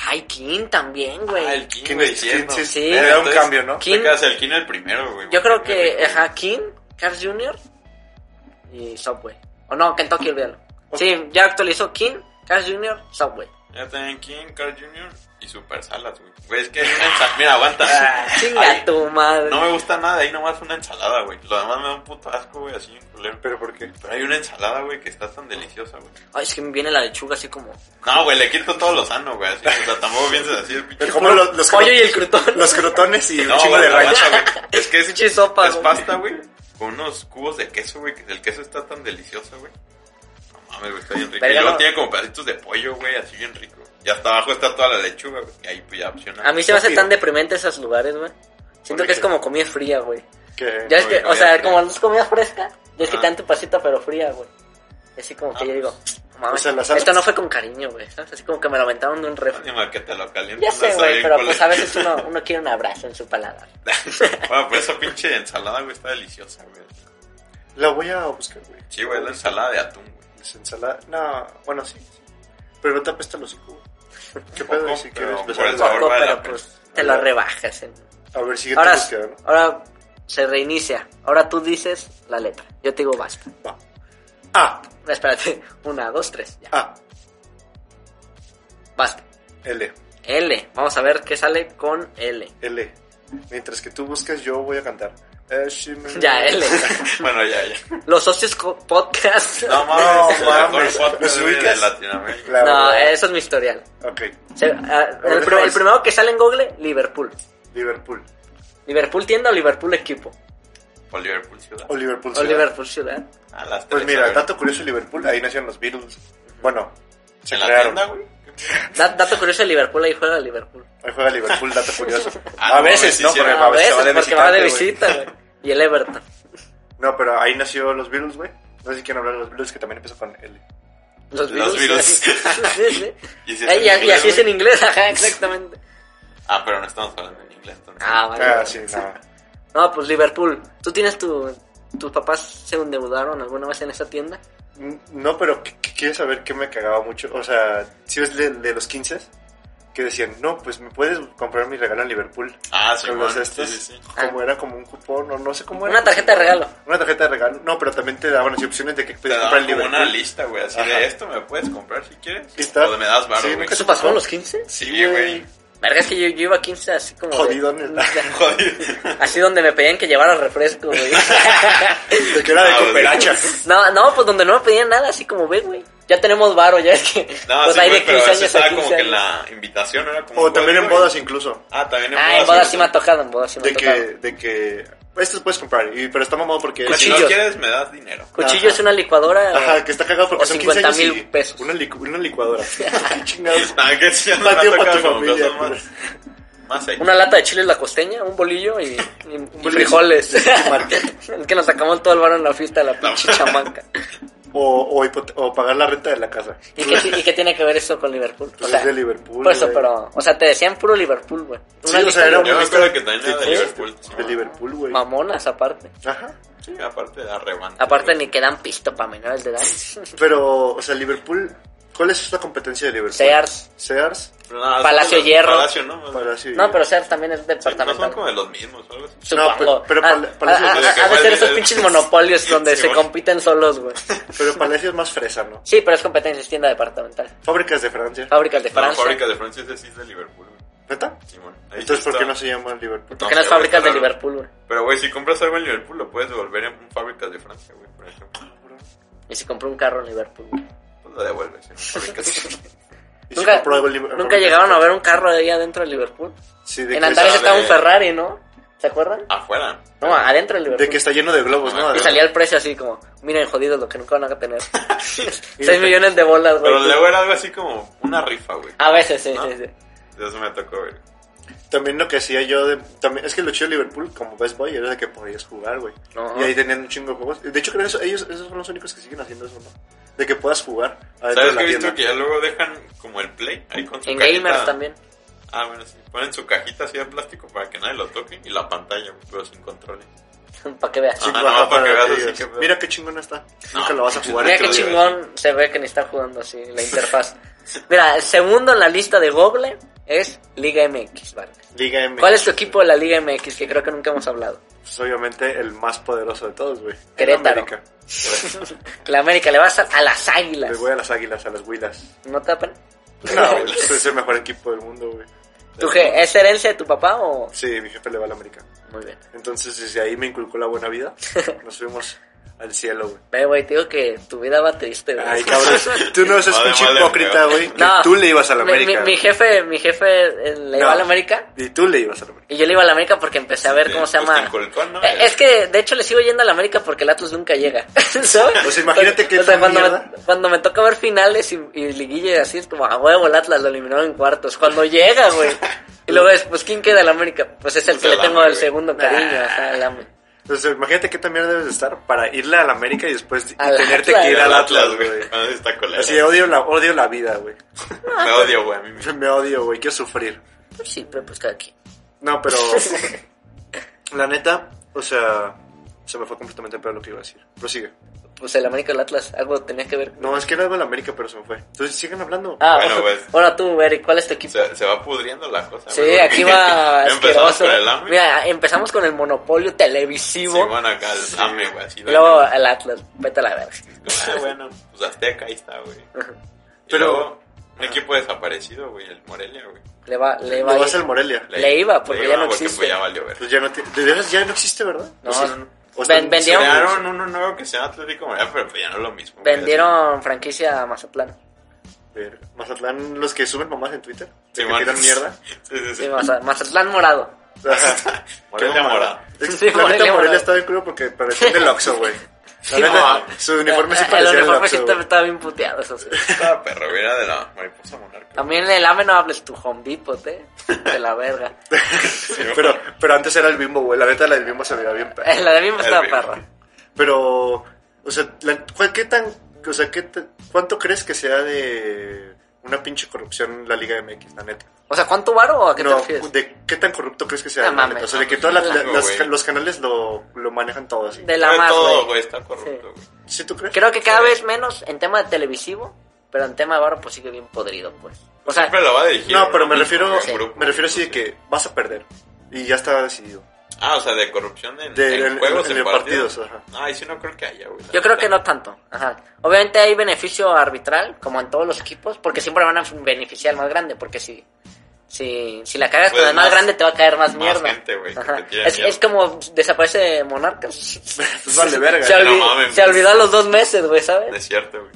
[SPEAKER 2] Ay, King también, güey.
[SPEAKER 1] ah, el King,
[SPEAKER 3] ¿Quién
[SPEAKER 1] güey,
[SPEAKER 3] es-
[SPEAKER 1] cierto.
[SPEAKER 3] quién-
[SPEAKER 2] sí,
[SPEAKER 1] Pero
[SPEAKER 3] era un
[SPEAKER 1] entonces,
[SPEAKER 3] cambio, ¿no?
[SPEAKER 1] te
[SPEAKER 2] King-
[SPEAKER 1] quedas el King el primero, güey.
[SPEAKER 2] Yo creo que,
[SPEAKER 1] Porque-
[SPEAKER 2] ajá, King, Cars Jr. y Subway. O no, Kentucky, olvídalo.
[SPEAKER 3] Ok.
[SPEAKER 2] Sí, ya actualizó King, Cars Jr., Subway.
[SPEAKER 1] Ya también King, Carl Jr. y Super Salas, güey. Güey, es que hay una ensalada. Mira,
[SPEAKER 3] Ah,
[SPEAKER 1] aguanta.
[SPEAKER 2] Ah, Chinga
[SPEAKER 1] Ahí-
[SPEAKER 2] tu madre.
[SPEAKER 1] No me gusta nada, ahí nomás una ensalada, güey. Lo demás me da un puto asco, güey, así un culero.
[SPEAKER 3] ¿Pero por qué?
[SPEAKER 1] Pero hay una ensalada, güey, que está tan deliciosa, güey.
[SPEAKER 2] Ay, es que me viene la lechuga así como.
[SPEAKER 1] No, güey, le quito todo lo sano, güey. Así, o sea, tampoco pienses así, el pinche.
[SPEAKER 3] Pero como los, los
[SPEAKER 2] pollo
[SPEAKER 3] crot-
[SPEAKER 2] y el crutón.
[SPEAKER 3] Los crotones y
[SPEAKER 1] No,
[SPEAKER 3] un chingo
[SPEAKER 1] güey,
[SPEAKER 3] de
[SPEAKER 1] la
[SPEAKER 3] rancho.
[SPEAKER 1] neta, güey. Es que
[SPEAKER 2] Pinche
[SPEAKER 1] es,
[SPEAKER 2] sopa,
[SPEAKER 1] es
[SPEAKER 2] güey.
[SPEAKER 1] pasta, güey. Con unos cubos de queso, güey. Que el queso está tan delicioso, güey. No mames, güey, está bien rico.
[SPEAKER 2] Pero
[SPEAKER 1] y
[SPEAKER 2] ya
[SPEAKER 1] luego
[SPEAKER 2] no-
[SPEAKER 1] tiene como pedacitos de pollo, güey, así bien rico. Y hasta abajo está toda la lechuga, güey. Y ahí pues ya opcional.
[SPEAKER 2] A mí se me hace
[SPEAKER 3] Rápido.
[SPEAKER 2] tan deprimente esos lugares, güey. Siento que es
[SPEAKER 3] Correcto.
[SPEAKER 2] como comida fría, güey.
[SPEAKER 3] Que-
[SPEAKER 2] Ya es que,
[SPEAKER 1] Comida
[SPEAKER 2] o sea,
[SPEAKER 1] fría.
[SPEAKER 2] como no es comida fresca, ya es que
[SPEAKER 1] Ah.
[SPEAKER 2] te dan tu pasita, pero fría, güey. Así como que
[SPEAKER 1] Ah,
[SPEAKER 2] yo digo, mames,
[SPEAKER 3] O sea, pues, las
[SPEAKER 2] esto
[SPEAKER 3] salsas-
[SPEAKER 2] no fue con cariño, güey. ¿sabes? Así como que me lo aventaron de un refri.
[SPEAKER 1] Lástima que te lo calientan.
[SPEAKER 2] Ya sé,
[SPEAKER 1] está
[SPEAKER 2] güey,
[SPEAKER 1] bien
[SPEAKER 2] pero
[SPEAKER 1] culero.
[SPEAKER 2] pues a veces uno, uno quiere un abrazo en su paladar.
[SPEAKER 1] Bueno, pues esa pinche ensalada, güey, está deliciosa, güey.
[SPEAKER 3] La voy a buscar, güey.
[SPEAKER 1] Sí, güey, es la ensalada de atún, güey.
[SPEAKER 3] Es ensalada. No, bueno, sí. sí. Pero no te apesta los hocico, güey. ¿Qué pedo
[SPEAKER 1] Poco,
[SPEAKER 3] si
[SPEAKER 1] pero
[SPEAKER 3] quieres
[SPEAKER 1] por
[SPEAKER 3] besar
[SPEAKER 1] el
[SPEAKER 3] el-
[SPEAKER 1] sabor.
[SPEAKER 2] Poco,
[SPEAKER 1] vale la
[SPEAKER 2] pero
[SPEAKER 1] pena.
[SPEAKER 2] pues te lo rebajas. en-
[SPEAKER 3] A ver, siguiente
[SPEAKER 2] Ahora,
[SPEAKER 3] búsqueda, ¿no?
[SPEAKER 2] ahora se reinicia. Ahora tú dices la letra. Yo te digo basta.
[SPEAKER 3] Va. A,
[SPEAKER 2] Espérate. Una, dos, tres. Ya.
[SPEAKER 3] A,
[SPEAKER 2] Basta.
[SPEAKER 3] L,
[SPEAKER 2] L. Vamos a ver qué sale con L.
[SPEAKER 3] L. Mientras que tú buscas, yo voy a cantar. Eh, sí, me-
[SPEAKER 2] Ya, L.
[SPEAKER 1] Bueno, ya, ya.
[SPEAKER 2] Los socios co- podcast.
[SPEAKER 1] No
[SPEAKER 2] No,
[SPEAKER 1] mames,
[SPEAKER 3] No
[SPEAKER 1] el
[SPEAKER 3] mames,
[SPEAKER 1] mejor podcast
[SPEAKER 3] ¿los
[SPEAKER 1] güey, de
[SPEAKER 3] ubicas?
[SPEAKER 1] Latinoamérica.
[SPEAKER 3] La verdad.
[SPEAKER 2] eso es mi historial.
[SPEAKER 3] Ok,
[SPEAKER 2] Se- ah,
[SPEAKER 3] ver,
[SPEAKER 2] el, prim- el
[SPEAKER 3] es-
[SPEAKER 2] primero que sale en Google, Liverpool.
[SPEAKER 3] Liverpool.
[SPEAKER 2] Liverpool tienda o Liverpool equipo.
[SPEAKER 1] O Liverpool Ciudad.
[SPEAKER 3] O Liverpool.
[SPEAKER 2] O
[SPEAKER 3] ciudad.
[SPEAKER 2] Liverpool ciudad.
[SPEAKER 1] A las
[SPEAKER 3] Pues
[SPEAKER 1] tres,
[SPEAKER 3] mira,
[SPEAKER 1] a ver.
[SPEAKER 3] dato curioso de Liverpool, ahí nacieron los Beatles. Bueno, se
[SPEAKER 1] ¿En la
[SPEAKER 3] crearon.
[SPEAKER 1] tienda, güey?
[SPEAKER 2] Da- dato curioso de Liverpool, ahí juega Liverpool.
[SPEAKER 3] Ahí juega Liverpool, dato curioso.
[SPEAKER 1] Ah, no,
[SPEAKER 3] a veces,
[SPEAKER 1] sí,
[SPEAKER 3] ¿no?
[SPEAKER 1] sí,
[SPEAKER 3] Porque
[SPEAKER 1] sí.
[SPEAKER 2] a veces, porque va de
[SPEAKER 3] visitante, güey.
[SPEAKER 2] visita, güey. Y el Everton.
[SPEAKER 3] No, pero ahí nació los Beatles, güey. No sé si quieren hablar de los Beatles, que también empieza con L.
[SPEAKER 2] Los virus.
[SPEAKER 1] Los virus.
[SPEAKER 2] sí, sí.
[SPEAKER 1] Y si es
[SPEAKER 2] Eh,
[SPEAKER 1] en
[SPEAKER 2] y, y
[SPEAKER 1] inglés,
[SPEAKER 2] así es en
[SPEAKER 1] güey.
[SPEAKER 2] inglés, ajá, exactamente.
[SPEAKER 1] Ah, pero no estamos hablando en inglés. entonces.
[SPEAKER 2] Ah, vale.
[SPEAKER 3] Ah, sí, nada.
[SPEAKER 2] No, pues Liverpool. ¿Tú tienes tu... ¿Tus papás se endeudaron alguna vez en esa tienda?
[SPEAKER 3] Mm, No, pero qu- qu- ¿quieres saber qué me cagaba mucho? O sea, si ves de, de los 15 que decían, no, pues me puedes comprar mi regalo en Liverpool.
[SPEAKER 1] Ah, sí,
[SPEAKER 3] Con
[SPEAKER 1] güey.
[SPEAKER 3] los estos,
[SPEAKER 1] Sí, sí, sí.
[SPEAKER 3] como era como un cupón, o no sé cómo era.
[SPEAKER 2] Ah. Una tarjeta de regalo.
[SPEAKER 3] Una tarjeta de regalo. No, pero también te daban así opciones de que
[SPEAKER 1] Te
[SPEAKER 3] podías comprar
[SPEAKER 1] daban
[SPEAKER 3] en
[SPEAKER 1] como una
[SPEAKER 3] Liverpool.
[SPEAKER 1] lista, güey, así
[SPEAKER 3] Ajá.
[SPEAKER 1] de esto me puedes comprar si quieres.
[SPEAKER 3] Y está-
[SPEAKER 1] O me das varo,
[SPEAKER 3] Sí,
[SPEAKER 1] güey.
[SPEAKER 3] nunca
[SPEAKER 2] ¿Eso pasó en los 15?
[SPEAKER 1] Sí, güey.
[SPEAKER 2] Verga, es que yo, yo iba a 15 así como... de-
[SPEAKER 3] Jodido, neta.
[SPEAKER 1] Jodido.
[SPEAKER 2] así donde me pedían que llevara refresco, güey.
[SPEAKER 3] De que era de
[SPEAKER 1] Ah, güey.
[SPEAKER 3] cooperacha.
[SPEAKER 2] no, no, pues donde no me pedían nada, así como, ve, güey. Ya tenemos varo, ya es que...
[SPEAKER 1] No,
[SPEAKER 2] pues
[SPEAKER 1] sí,
[SPEAKER 2] hay
[SPEAKER 1] güey,
[SPEAKER 2] de
[SPEAKER 1] pero eso
[SPEAKER 2] 15 años a
[SPEAKER 1] estaba como
[SPEAKER 2] 15
[SPEAKER 1] que en
[SPEAKER 2] años.
[SPEAKER 1] la invitación era como...
[SPEAKER 3] O
[SPEAKER 1] un
[SPEAKER 3] también en
[SPEAKER 1] código,
[SPEAKER 3] bodas
[SPEAKER 1] güey.
[SPEAKER 3] incluso.
[SPEAKER 1] Ah, también en bodas.
[SPEAKER 2] Ah, en bodas
[SPEAKER 1] sí,
[SPEAKER 2] sí me ha tocado, en bodas sí me
[SPEAKER 3] De
[SPEAKER 2] ha tocado.
[SPEAKER 3] que, de que, estos puedes comprar, y, pero está mamado porque...
[SPEAKER 1] Y si no
[SPEAKER 2] cuchillos.
[SPEAKER 1] quieres, me das dinero.
[SPEAKER 2] Cuchillo
[SPEAKER 3] Ajá.
[SPEAKER 2] es una licuadora.
[SPEAKER 3] Ajá, que está cagado porque
[SPEAKER 2] O
[SPEAKER 3] son 15 años
[SPEAKER 2] 50,000
[SPEAKER 3] y-
[SPEAKER 2] pesos.
[SPEAKER 3] Una, licu- una licuadora. Qué chingados.
[SPEAKER 1] Ah, que sí, me ha
[SPEAKER 3] Patio para tu
[SPEAKER 1] tocado como
[SPEAKER 3] familia, pues.
[SPEAKER 1] cosas más... Más ahí.
[SPEAKER 2] Una lata de chile en la costeña, un bolillo y, y- y
[SPEAKER 3] bolillo.
[SPEAKER 2] frijoles. Es que nos sacamos todo el barro en la fiesta de la pinche chamanca.
[SPEAKER 3] O, o, hipote- o pagar la renta de la casa.
[SPEAKER 2] ¿Y qué, y qué tiene que ver eso con Liverpool?
[SPEAKER 3] Pues es de Liverpool,
[SPEAKER 2] Por eso,
[SPEAKER 3] güey.
[SPEAKER 2] pero. O sea, te decían puro Liverpool, güey.
[SPEAKER 3] Sí, o sea, era
[SPEAKER 1] Yo
[SPEAKER 3] una
[SPEAKER 1] me
[SPEAKER 3] lista
[SPEAKER 1] acuerdo que también era de
[SPEAKER 3] sí,
[SPEAKER 1] Liverpool.
[SPEAKER 3] De Liverpool, güey.
[SPEAKER 2] Mamonas, aparte.
[SPEAKER 3] Ajá.
[SPEAKER 1] Sí, aparte de arrebante.
[SPEAKER 2] Aparte,
[SPEAKER 1] güey.
[SPEAKER 2] ni quedan pisto para menores de edad.
[SPEAKER 3] Pero, o sea, Liverpool ¿Cuál es la competencia de Liverpool?
[SPEAKER 2] Sears.
[SPEAKER 3] Sears.
[SPEAKER 1] Pero nada, son
[SPEAKER 2] Palacio
[SPEAKER 1] de los-
[SPEAKER 2] Hierro.
[SPEAKER 1] Palacio, ¿no?
[SPEAKER 3] Palacio y-
[SPEAKER 2] No, pero Sears también es
[SPEAKER 1] Sí, no son
[SPEAKER 2] departamental.
[SPEAKER 1] como de los mismos o algo así.
[SPEAKER 2] Supongo.
[SPEAKER 3] No, pero- pero
[SPEAKER 2] Ah,
[SPEAKER 3] pal- palacio
[SPEAKER 2] ah,
[SPEAKER 1] de-
[SPEAKER 2] ah, ha de ser esos pinches monopolios donde
[SPEAKER 1] Sí,
[SPEAKER 2] se
[SPEAKER 1] bueno.
[SPEAKER 2] compiten solos, güey.
[SPEAKER 3] Pero Palacio es más fresa, ¿no?
[SPEAKER 2] Sí, pero es competencia, es tienda departamental.
[SPEAKER 3] Fábricas de Francia.
[SPEAKER 2] Fábricas de
[SPEAKER 1] La
[SPEAKER 2] Francia.
[SPEAKER 1] fábrica de Francia es sí es de Liverpool, güey.
[SPEAKER 3] ¿Neta?
[SPEAKER 1] Sí, bueno. Ahí
[SPEAKER 3] Entonces,
[SPEAKER 1] sí
[SPEAKER 3] ¿por qué
[SPEAKER 1] está.
[SPEAKER 3] no se llama Liverpool?
[SPEAKER 2] ¿Por qué no es
[SPEAKER 1] sé, güey,
[SPEAKER 2] fábricas
[SPEAKER 1] está raro.
[SPEAKER 2] de Liverpool, güey?
[SPEAKER 1] Pero, güey, si compras algo en Liverpool, lo puedes devolver en fábricas de Francia, güey, por ejemplo.
[SPEAKER 2] Y si compró un carro en Liverpool, güey.
[SPEAKER 1] Pues lo devuelves en fábricas.
[SPEAKER 3] ¿Y si
[SPEAKER 2] Nunca,
[SPEAKER 3] compro algo en Liverpool?
[SPEAKER 2] nunca llegaron a ver un carro ahí adentro de Liverpool.
[SPEAKER 3] Sí, de,
[SPEAKER 2] En
[SPEAKER 3] que
[SPEAKER 2] Andares
[SPEAKER 1] sale-
[SPEAKER 2] estaba un Ferrari, ¿no? ¿Se acuerdan?
[SPEAKER 1] Afuera.
[SPEAKER 2] No, adentro de
[SPEAKER 3] está,
[SPEAKER 2] Liverpool.
[SPEAKER 3] de que está lleno de globos,
[SPEAKER 1] Ah,
[SPEAKER 3] ¿no?
[SPEAKER 2] Y
[SPEAKER 3] Además.
[SPEAKER 2] salía el precio así como, miren, jodidos, lo que nunca van a tener. 6 millones de bolas, güey.
[SPEAKER 1] Pero luego era algo así como una rifa, güey.
[SPEAKER 2] A veces, sí,
[SPEAKER 1] ¿No?
[SPEAKER 2] sí, sí.
[SPEAKER 1] Eso me tocó, güey.
[SPEAKER 3] También lo que hacía yo de, también, es que lo chido de Liverpool como Best Boy era de que podías jugar, güey.
[SPEAKER 2] Ajá.
[SPEAKER 3] Y ahí tenían un chingo de juegos. De hecho, creo que eso- ellos esos son los únicos que siguen haciendo eso, ¿no? De que puedas jugar adentro de
[SPEAKER 1] ¿Sabes
[SPEAKER 3] la
[SPEAKER 1] qué he
[SPEAKER 3] tienda.
[SPEAKER 1] visto? Que ya luego dejan como el play ahí con su
[SPEAKER 2] En
[SPEAKER 1] cajita.
[SPEAKER 2] gamers también.
[SPEAKER 1] Ah, bueno, sí. Ponen su cajita así de plástico para que nadie lo toque y la pantalla, güey, pero sin controles.
[SPEAKER 2] Para que veas.
[SPEAKER 1] Ah,
[SPEAKER 3] Ajá,
[SPEAKER 1] no,
[SPEAKER 3] ajá,
[SPEAKER 1] para que veas
[SPEAKER 3] que
[SPEAKER 1] así
[SPEAKER 3] digas,
[SPEAKER 1] que-
[SPEAKER 3] Mira qué chingón está.
[SPEAKER 1] No,
[SPEAKER 3] Nunca lo vas a jugar.
[SPEAKER 2] Mira
[SPEAKER 3] y te
[SPEAKER 2] qué
[SPEAKER 3] lo digas.
[SPEAKER 2] chingón se ve que ni está jugando así la interfaz. Mira, el segundo en la lista de Google es Liga MX, ¿vale?
[SPEAKER 3] Liga M.
[SPEAKER 2] ¿Cuál es tu equipo de la Liga MX? Que creo que nunca hemos hablado.
[SPEAKER 3] Pues obviamente el más poderoso de todos, güey.
[SPEAKER 2] Querétaro.
[SPEAKER 3] América.
[SPEAKER 2] La América le va a, a las águilas.
[SPEAKER 3] Le voy a las águilas, a las huilas.
[SPEAKER 2] ¿No te da pena?
[SPEAKER 3] No, güey, es el mejor equipo del mundo, güey.
[SPEAKER 2] ¿Tu je- ¿Es herencia de tu papá o.?
[SPEAKER 3] Sí, mi jefe le va a la América.
[SPEAKER 2] Muy bien.
[SPEAKER 3] Entonces desde ahí me inculcó la buena vida. Nos fuimos al cielo, güey.
[SPEAKER 2] Ve, güey, te digo que tu vida va triste, güey.
[SPEAKER 3] Ay, cabrón. Tú no eres
[SPEAKER 1] Vale,
[SPEAKER 3] pinche
[SPEAKER 1] vale,
[SPEAKER 3] hipócrita,
[SPEAKER 1] feo.
[SPEAKER 3] güey. que
[SPEAKER 2] No.
[SPEAKER 3] Tú le ibas a la
[SPEAKER 2] Mi- mi-
[SPEAKER 3] América.
[SPEAKER 2] Mi, jefe, mi jefe eh, le iba
[SPEAKER 3] No.
[SPEAKER 2] a la América.
[SPEAKER 3] Y tú le ibas a la América.
[SPEAKER 2] Y yo le iba a la América porque empecé a ver
[SPEAKER 1] Sí,
[SPEAKER 2] cómo se
[SPEAKER 1] pues te
[SPEAKER 2] llama.
[SPEAKER 1] inculcó, ¿no?
[SPEAKER 2] Eh, Es que de hecho le sigo yendo a la América porque el Atlas nunca llega. ¿Sabes?
[SPEAKER 3] O sea, Pues imagínate que tan
[SPEAKER 2] cuando
[SPEAKER 3] mierda.
[SPEAKER 2] me, cuando me toca ver finales y, y liguilla y así es como a huevo el Atlas lo eliminaron en cuartos. Cuando llega, güey. Y lo ves, pues ¿quién queda en la América? Pues es el
[SPEAKER 1] Pues
[SPEAKER 2] que
[SPEAKER 1] el
[SPEAKER 2] le tengo
[SPEAKER 1] AME,
[SPEAKER 2] el
[SPEAKER 1] güey.
[SPEAKER 2] segundo cariño, ajá, el AME.
[SPEAKER 3] Entonces imagínate qué también debes de estar para irle a la América y después y
[SPEAKER 2] Al
[SPEAKER 3] tenerte
[SPEAKER 2] Atlas.
[SPEAKER 3] que ir
[SPEAKER 1] Era
[SPEAKER 3] al
[SPEAKER 1] el
[SPEAKER 3] Atlas, güey.
[SPEAKER 1] Ah, está colera.
[SPEAKER 3] Así odio la, odio la vida, güey.
[SPEAKER 1] Me odio, güey, a mí me...
[SPEAKER 3] Me odio, güey. Quiero sufrir.
[SPEAKER 2] Pues sí, pero pues cada quien.
[SPEAKER 3] No, pero la neta, o sea, se me fue completamente peor lo que iba a decir. Prosigue.
[SPEAKER 2] Pues el América y el Atlas, algo tenía que ver.
[SPEAKER 3] No, es que era algo de la América, pero se me fue. Entonces siguen hablando.
[SPEAKER 2] Ah,
[SPEAKER 1] Bueno,
[SPEAKER 2] bueno,
[SPEAKER 1] pues.
[SPEAKER 2] bueno tú, Eric, ¿cuál es tu equipo?
[SPEAKER 1] Se, se va pudriendo la cosa.
[SPEAKER 2] Sí,
[SPEAKER 1] güey.
[SPEAKER 2] aquí va
[SPEAKER 1] Empezamos
[SPEAKER 2] asqueroso.
[SPEAKER 1] con el AME.
[SPEAKER 2] Mira, empezamos con el monopolio televisivo.
[SPEAKER 1] Simón acá, el AME, güey. así,
[SPEAKER 2] y luego el Atlas, vete a la verga.
[SPEAKER 1] Ah, bueno, pues Azteca, ahí está, güey.
[SPEAKER 3] Pero-
[SPEAKER 1] Pero luego, un equipo desaparecido, güey, el Morelia, güey.
[SPEAKER 2] Le va, le
[SPEAKER 3] No
[SPEAKER 2] va.
[SPEAKER 3] vas
[SPEAKER 2] ir.
[SPEAKER 3] al Morelia.
[SPEAKER 2] Le iba, porque ya no
[SPEAKER 1] porque,
[SPEAKER 2] existe.
[SPEAKER 1] pues, ya valió, ver.
[SPEAKER 3] Pues ya no, te- de veras ya no existe, ¿verdad?
[SPEAKER 2] No,
[SPEAKER 3] O sea,
[SPEAKER 2] no, no.
[SPEAKER 3] o sea,
[SPEAKER 2] Ven- vendieron-
[SPEAKER 1] Crearon uno nuevo que se llama Atlético Morelia, pero pues ya no es lo mismo. güey.
[SPEAKER 2] Vendieron franquicia a Mazatlán.
[SPEAKER 3] Verga. Mazatlán, los que suben mamás en Twitter, de que
[SPEAKER 1] Simón.
[SPEAKER 3] tiran mierda.
[SPEAKER 1] Sí, sí, sí.
[SPEAKER 2] Sí, Maza- Mazatlán Morado.
[SPEAKER 3] Ajá.
[SPEAKER 1] Morelia Morada.
[SPEAKER 3] Es-
[SPEAKER 2] Sí,
[SPEAKER 3] la
[SPEAKER 2] Morelia
[SPEAKER 3] neta,
[SPEAKER 2] Morada.
[SPEAKER 3] Morelia está bien culo porque parecía del Oxxo, güey. La
[SPEAKER 1] Sí,
[SPEAKER 3] neta,
[SPEAKER 1] no.
[SPEAKER 3] su uniforme sí
[SPEAKER 2] Eh,
[SPEAKER 3] parecía
[SPEAKER 2] El
[SPEAKER 3] del
[SPEAKER 2] uniforme sí
[SPEAKER 3] Oxxo.
[SPEAKER 2] estaba
[SPEAKER 3] güey.
[SPEAKER 2] estaba bien puteado, eso sí.
[SPEAKER 1] Esta Ah, perro, güey, era de la mariposa monarca.
[SPEAKER 2] También en el AME no hables tu Home Depot, eh. De la verga.
[SPEAKER 3] Pero, pero antes era el bimbo, güey. La neta, la del bimbo se veía bien perra.
[SPEAKER 2] La de mí me
[SPEAKER 1] El
[SPEAKER 2] estaba
[SPEAKER 1] Bimbo.
[SPEAKER 2] perra.
[SPEAKER 3] Pero, o sea, la- ¿cuál- ¿qué tan, o sea, qué te- cuánto crees que sea de una pinche corrupción en la Liga MX, la neta?
[SPEAKER 2] O sea, ¿cuánto varo o a qué te
[SPEAKER 3] No,
[SPEAKER 2] refieres?
[SPEAKER 3] ¿de qué tan corrupto crees que sea?
[SPEAKER 2] No
[SPEAKER 3] la
[SPEAKER 2] mames.
[SPEAKER 3] neta? O sea, de que
[SPEAKER 1] Ah,
[SPEAKER 3] todos
[SPEAKER 1] pues, claro, güey.
[SPEAKER 3] los canales lo, lo manejan todo así.
[SPEAKER 2] De la
[SPEAKER 1] Pero
[SPEAKER 2] más,
[SPEAKER 1] todo,
[SPEAKER 2] güey.
[SPEAKER 1] güey, está corrupto, güey.
[SPEAKER 3] ¿Sí tú crees?
[SPEAKER 2] Creo que cada
[SPEAKER 1] Sí.
[SPEAKER 2] vez menos en tema de televisivo, pero en tema de varo pues sigue bien podrido, pues. O sea,
[SPEAKER 1] Siempre lo va a dirigir.
[SPEAKER 3] No, pero
[SPEAKER 1] uno mismo,
[SPEAKER 3] me refiero,
[SPEAKER 1] güey,
[SPEAKER 2] sí.
[SPEAKER 1] un grupo,
[SPEAKER 3] me refiero
[SPEAKER 1] no
[SPEAKER 3] así de
[SPEAKER 1] sé.
[SPEAKER 3] que vas a perder. Y ya está decidido.
[SPEAKER 1] Ah, o sea, de corrupción en,
[SPEAKER 3] De-
[SPEAKER 1] en
[SPEAKER 3] en-
[SPEAKER 1] juegos,
[SPEAKER 3] en
[SPEAKER 1] en,
[SPEAKER 3] los partidos,
[SPEAKER 1] partidos.
[SPEAKER 3] ajá.
[SPEAKER 1] Ay, sí, no creo que haya, güey.
[SPEAKER 2] Yo creo que no tanto. Ajá. Obviamente hay beneficio arbitral, como en todos los equipos, porque siempre van a beneficiar al más grande, porque si, si, si la cagas
[SPEAKER 1] Pues
[SPEAKER 2] con el más,
[SPEAKER 1] más-
[SPEAKER 2] grande te va a caer más,
[SPEAKER 1] más
[SPEAKER 2] mierda.
[SPEAKER 1] gente, güey, que
[SPEAKER 2] Ajá.
[SPEAKER 1] te tira
[SPEAKER 2] es,
[SPEAKER 1] mierda.
[SPEAKER 2] es como desaparece Monarcas.
[SPEAKER 3] Pues vale verga.
[SPEAKER 2] se,
[SPEAKER 1] no
[SPEAKER 2] olvi-
[SPEAKER 1] mames.
[SPEAKER 2] se olvidó a los dos meses, güey,
[SPEAKER 1] Es
[SPEAKER 2] ¿sabes?
[SPEAKER 1] cierto, güey.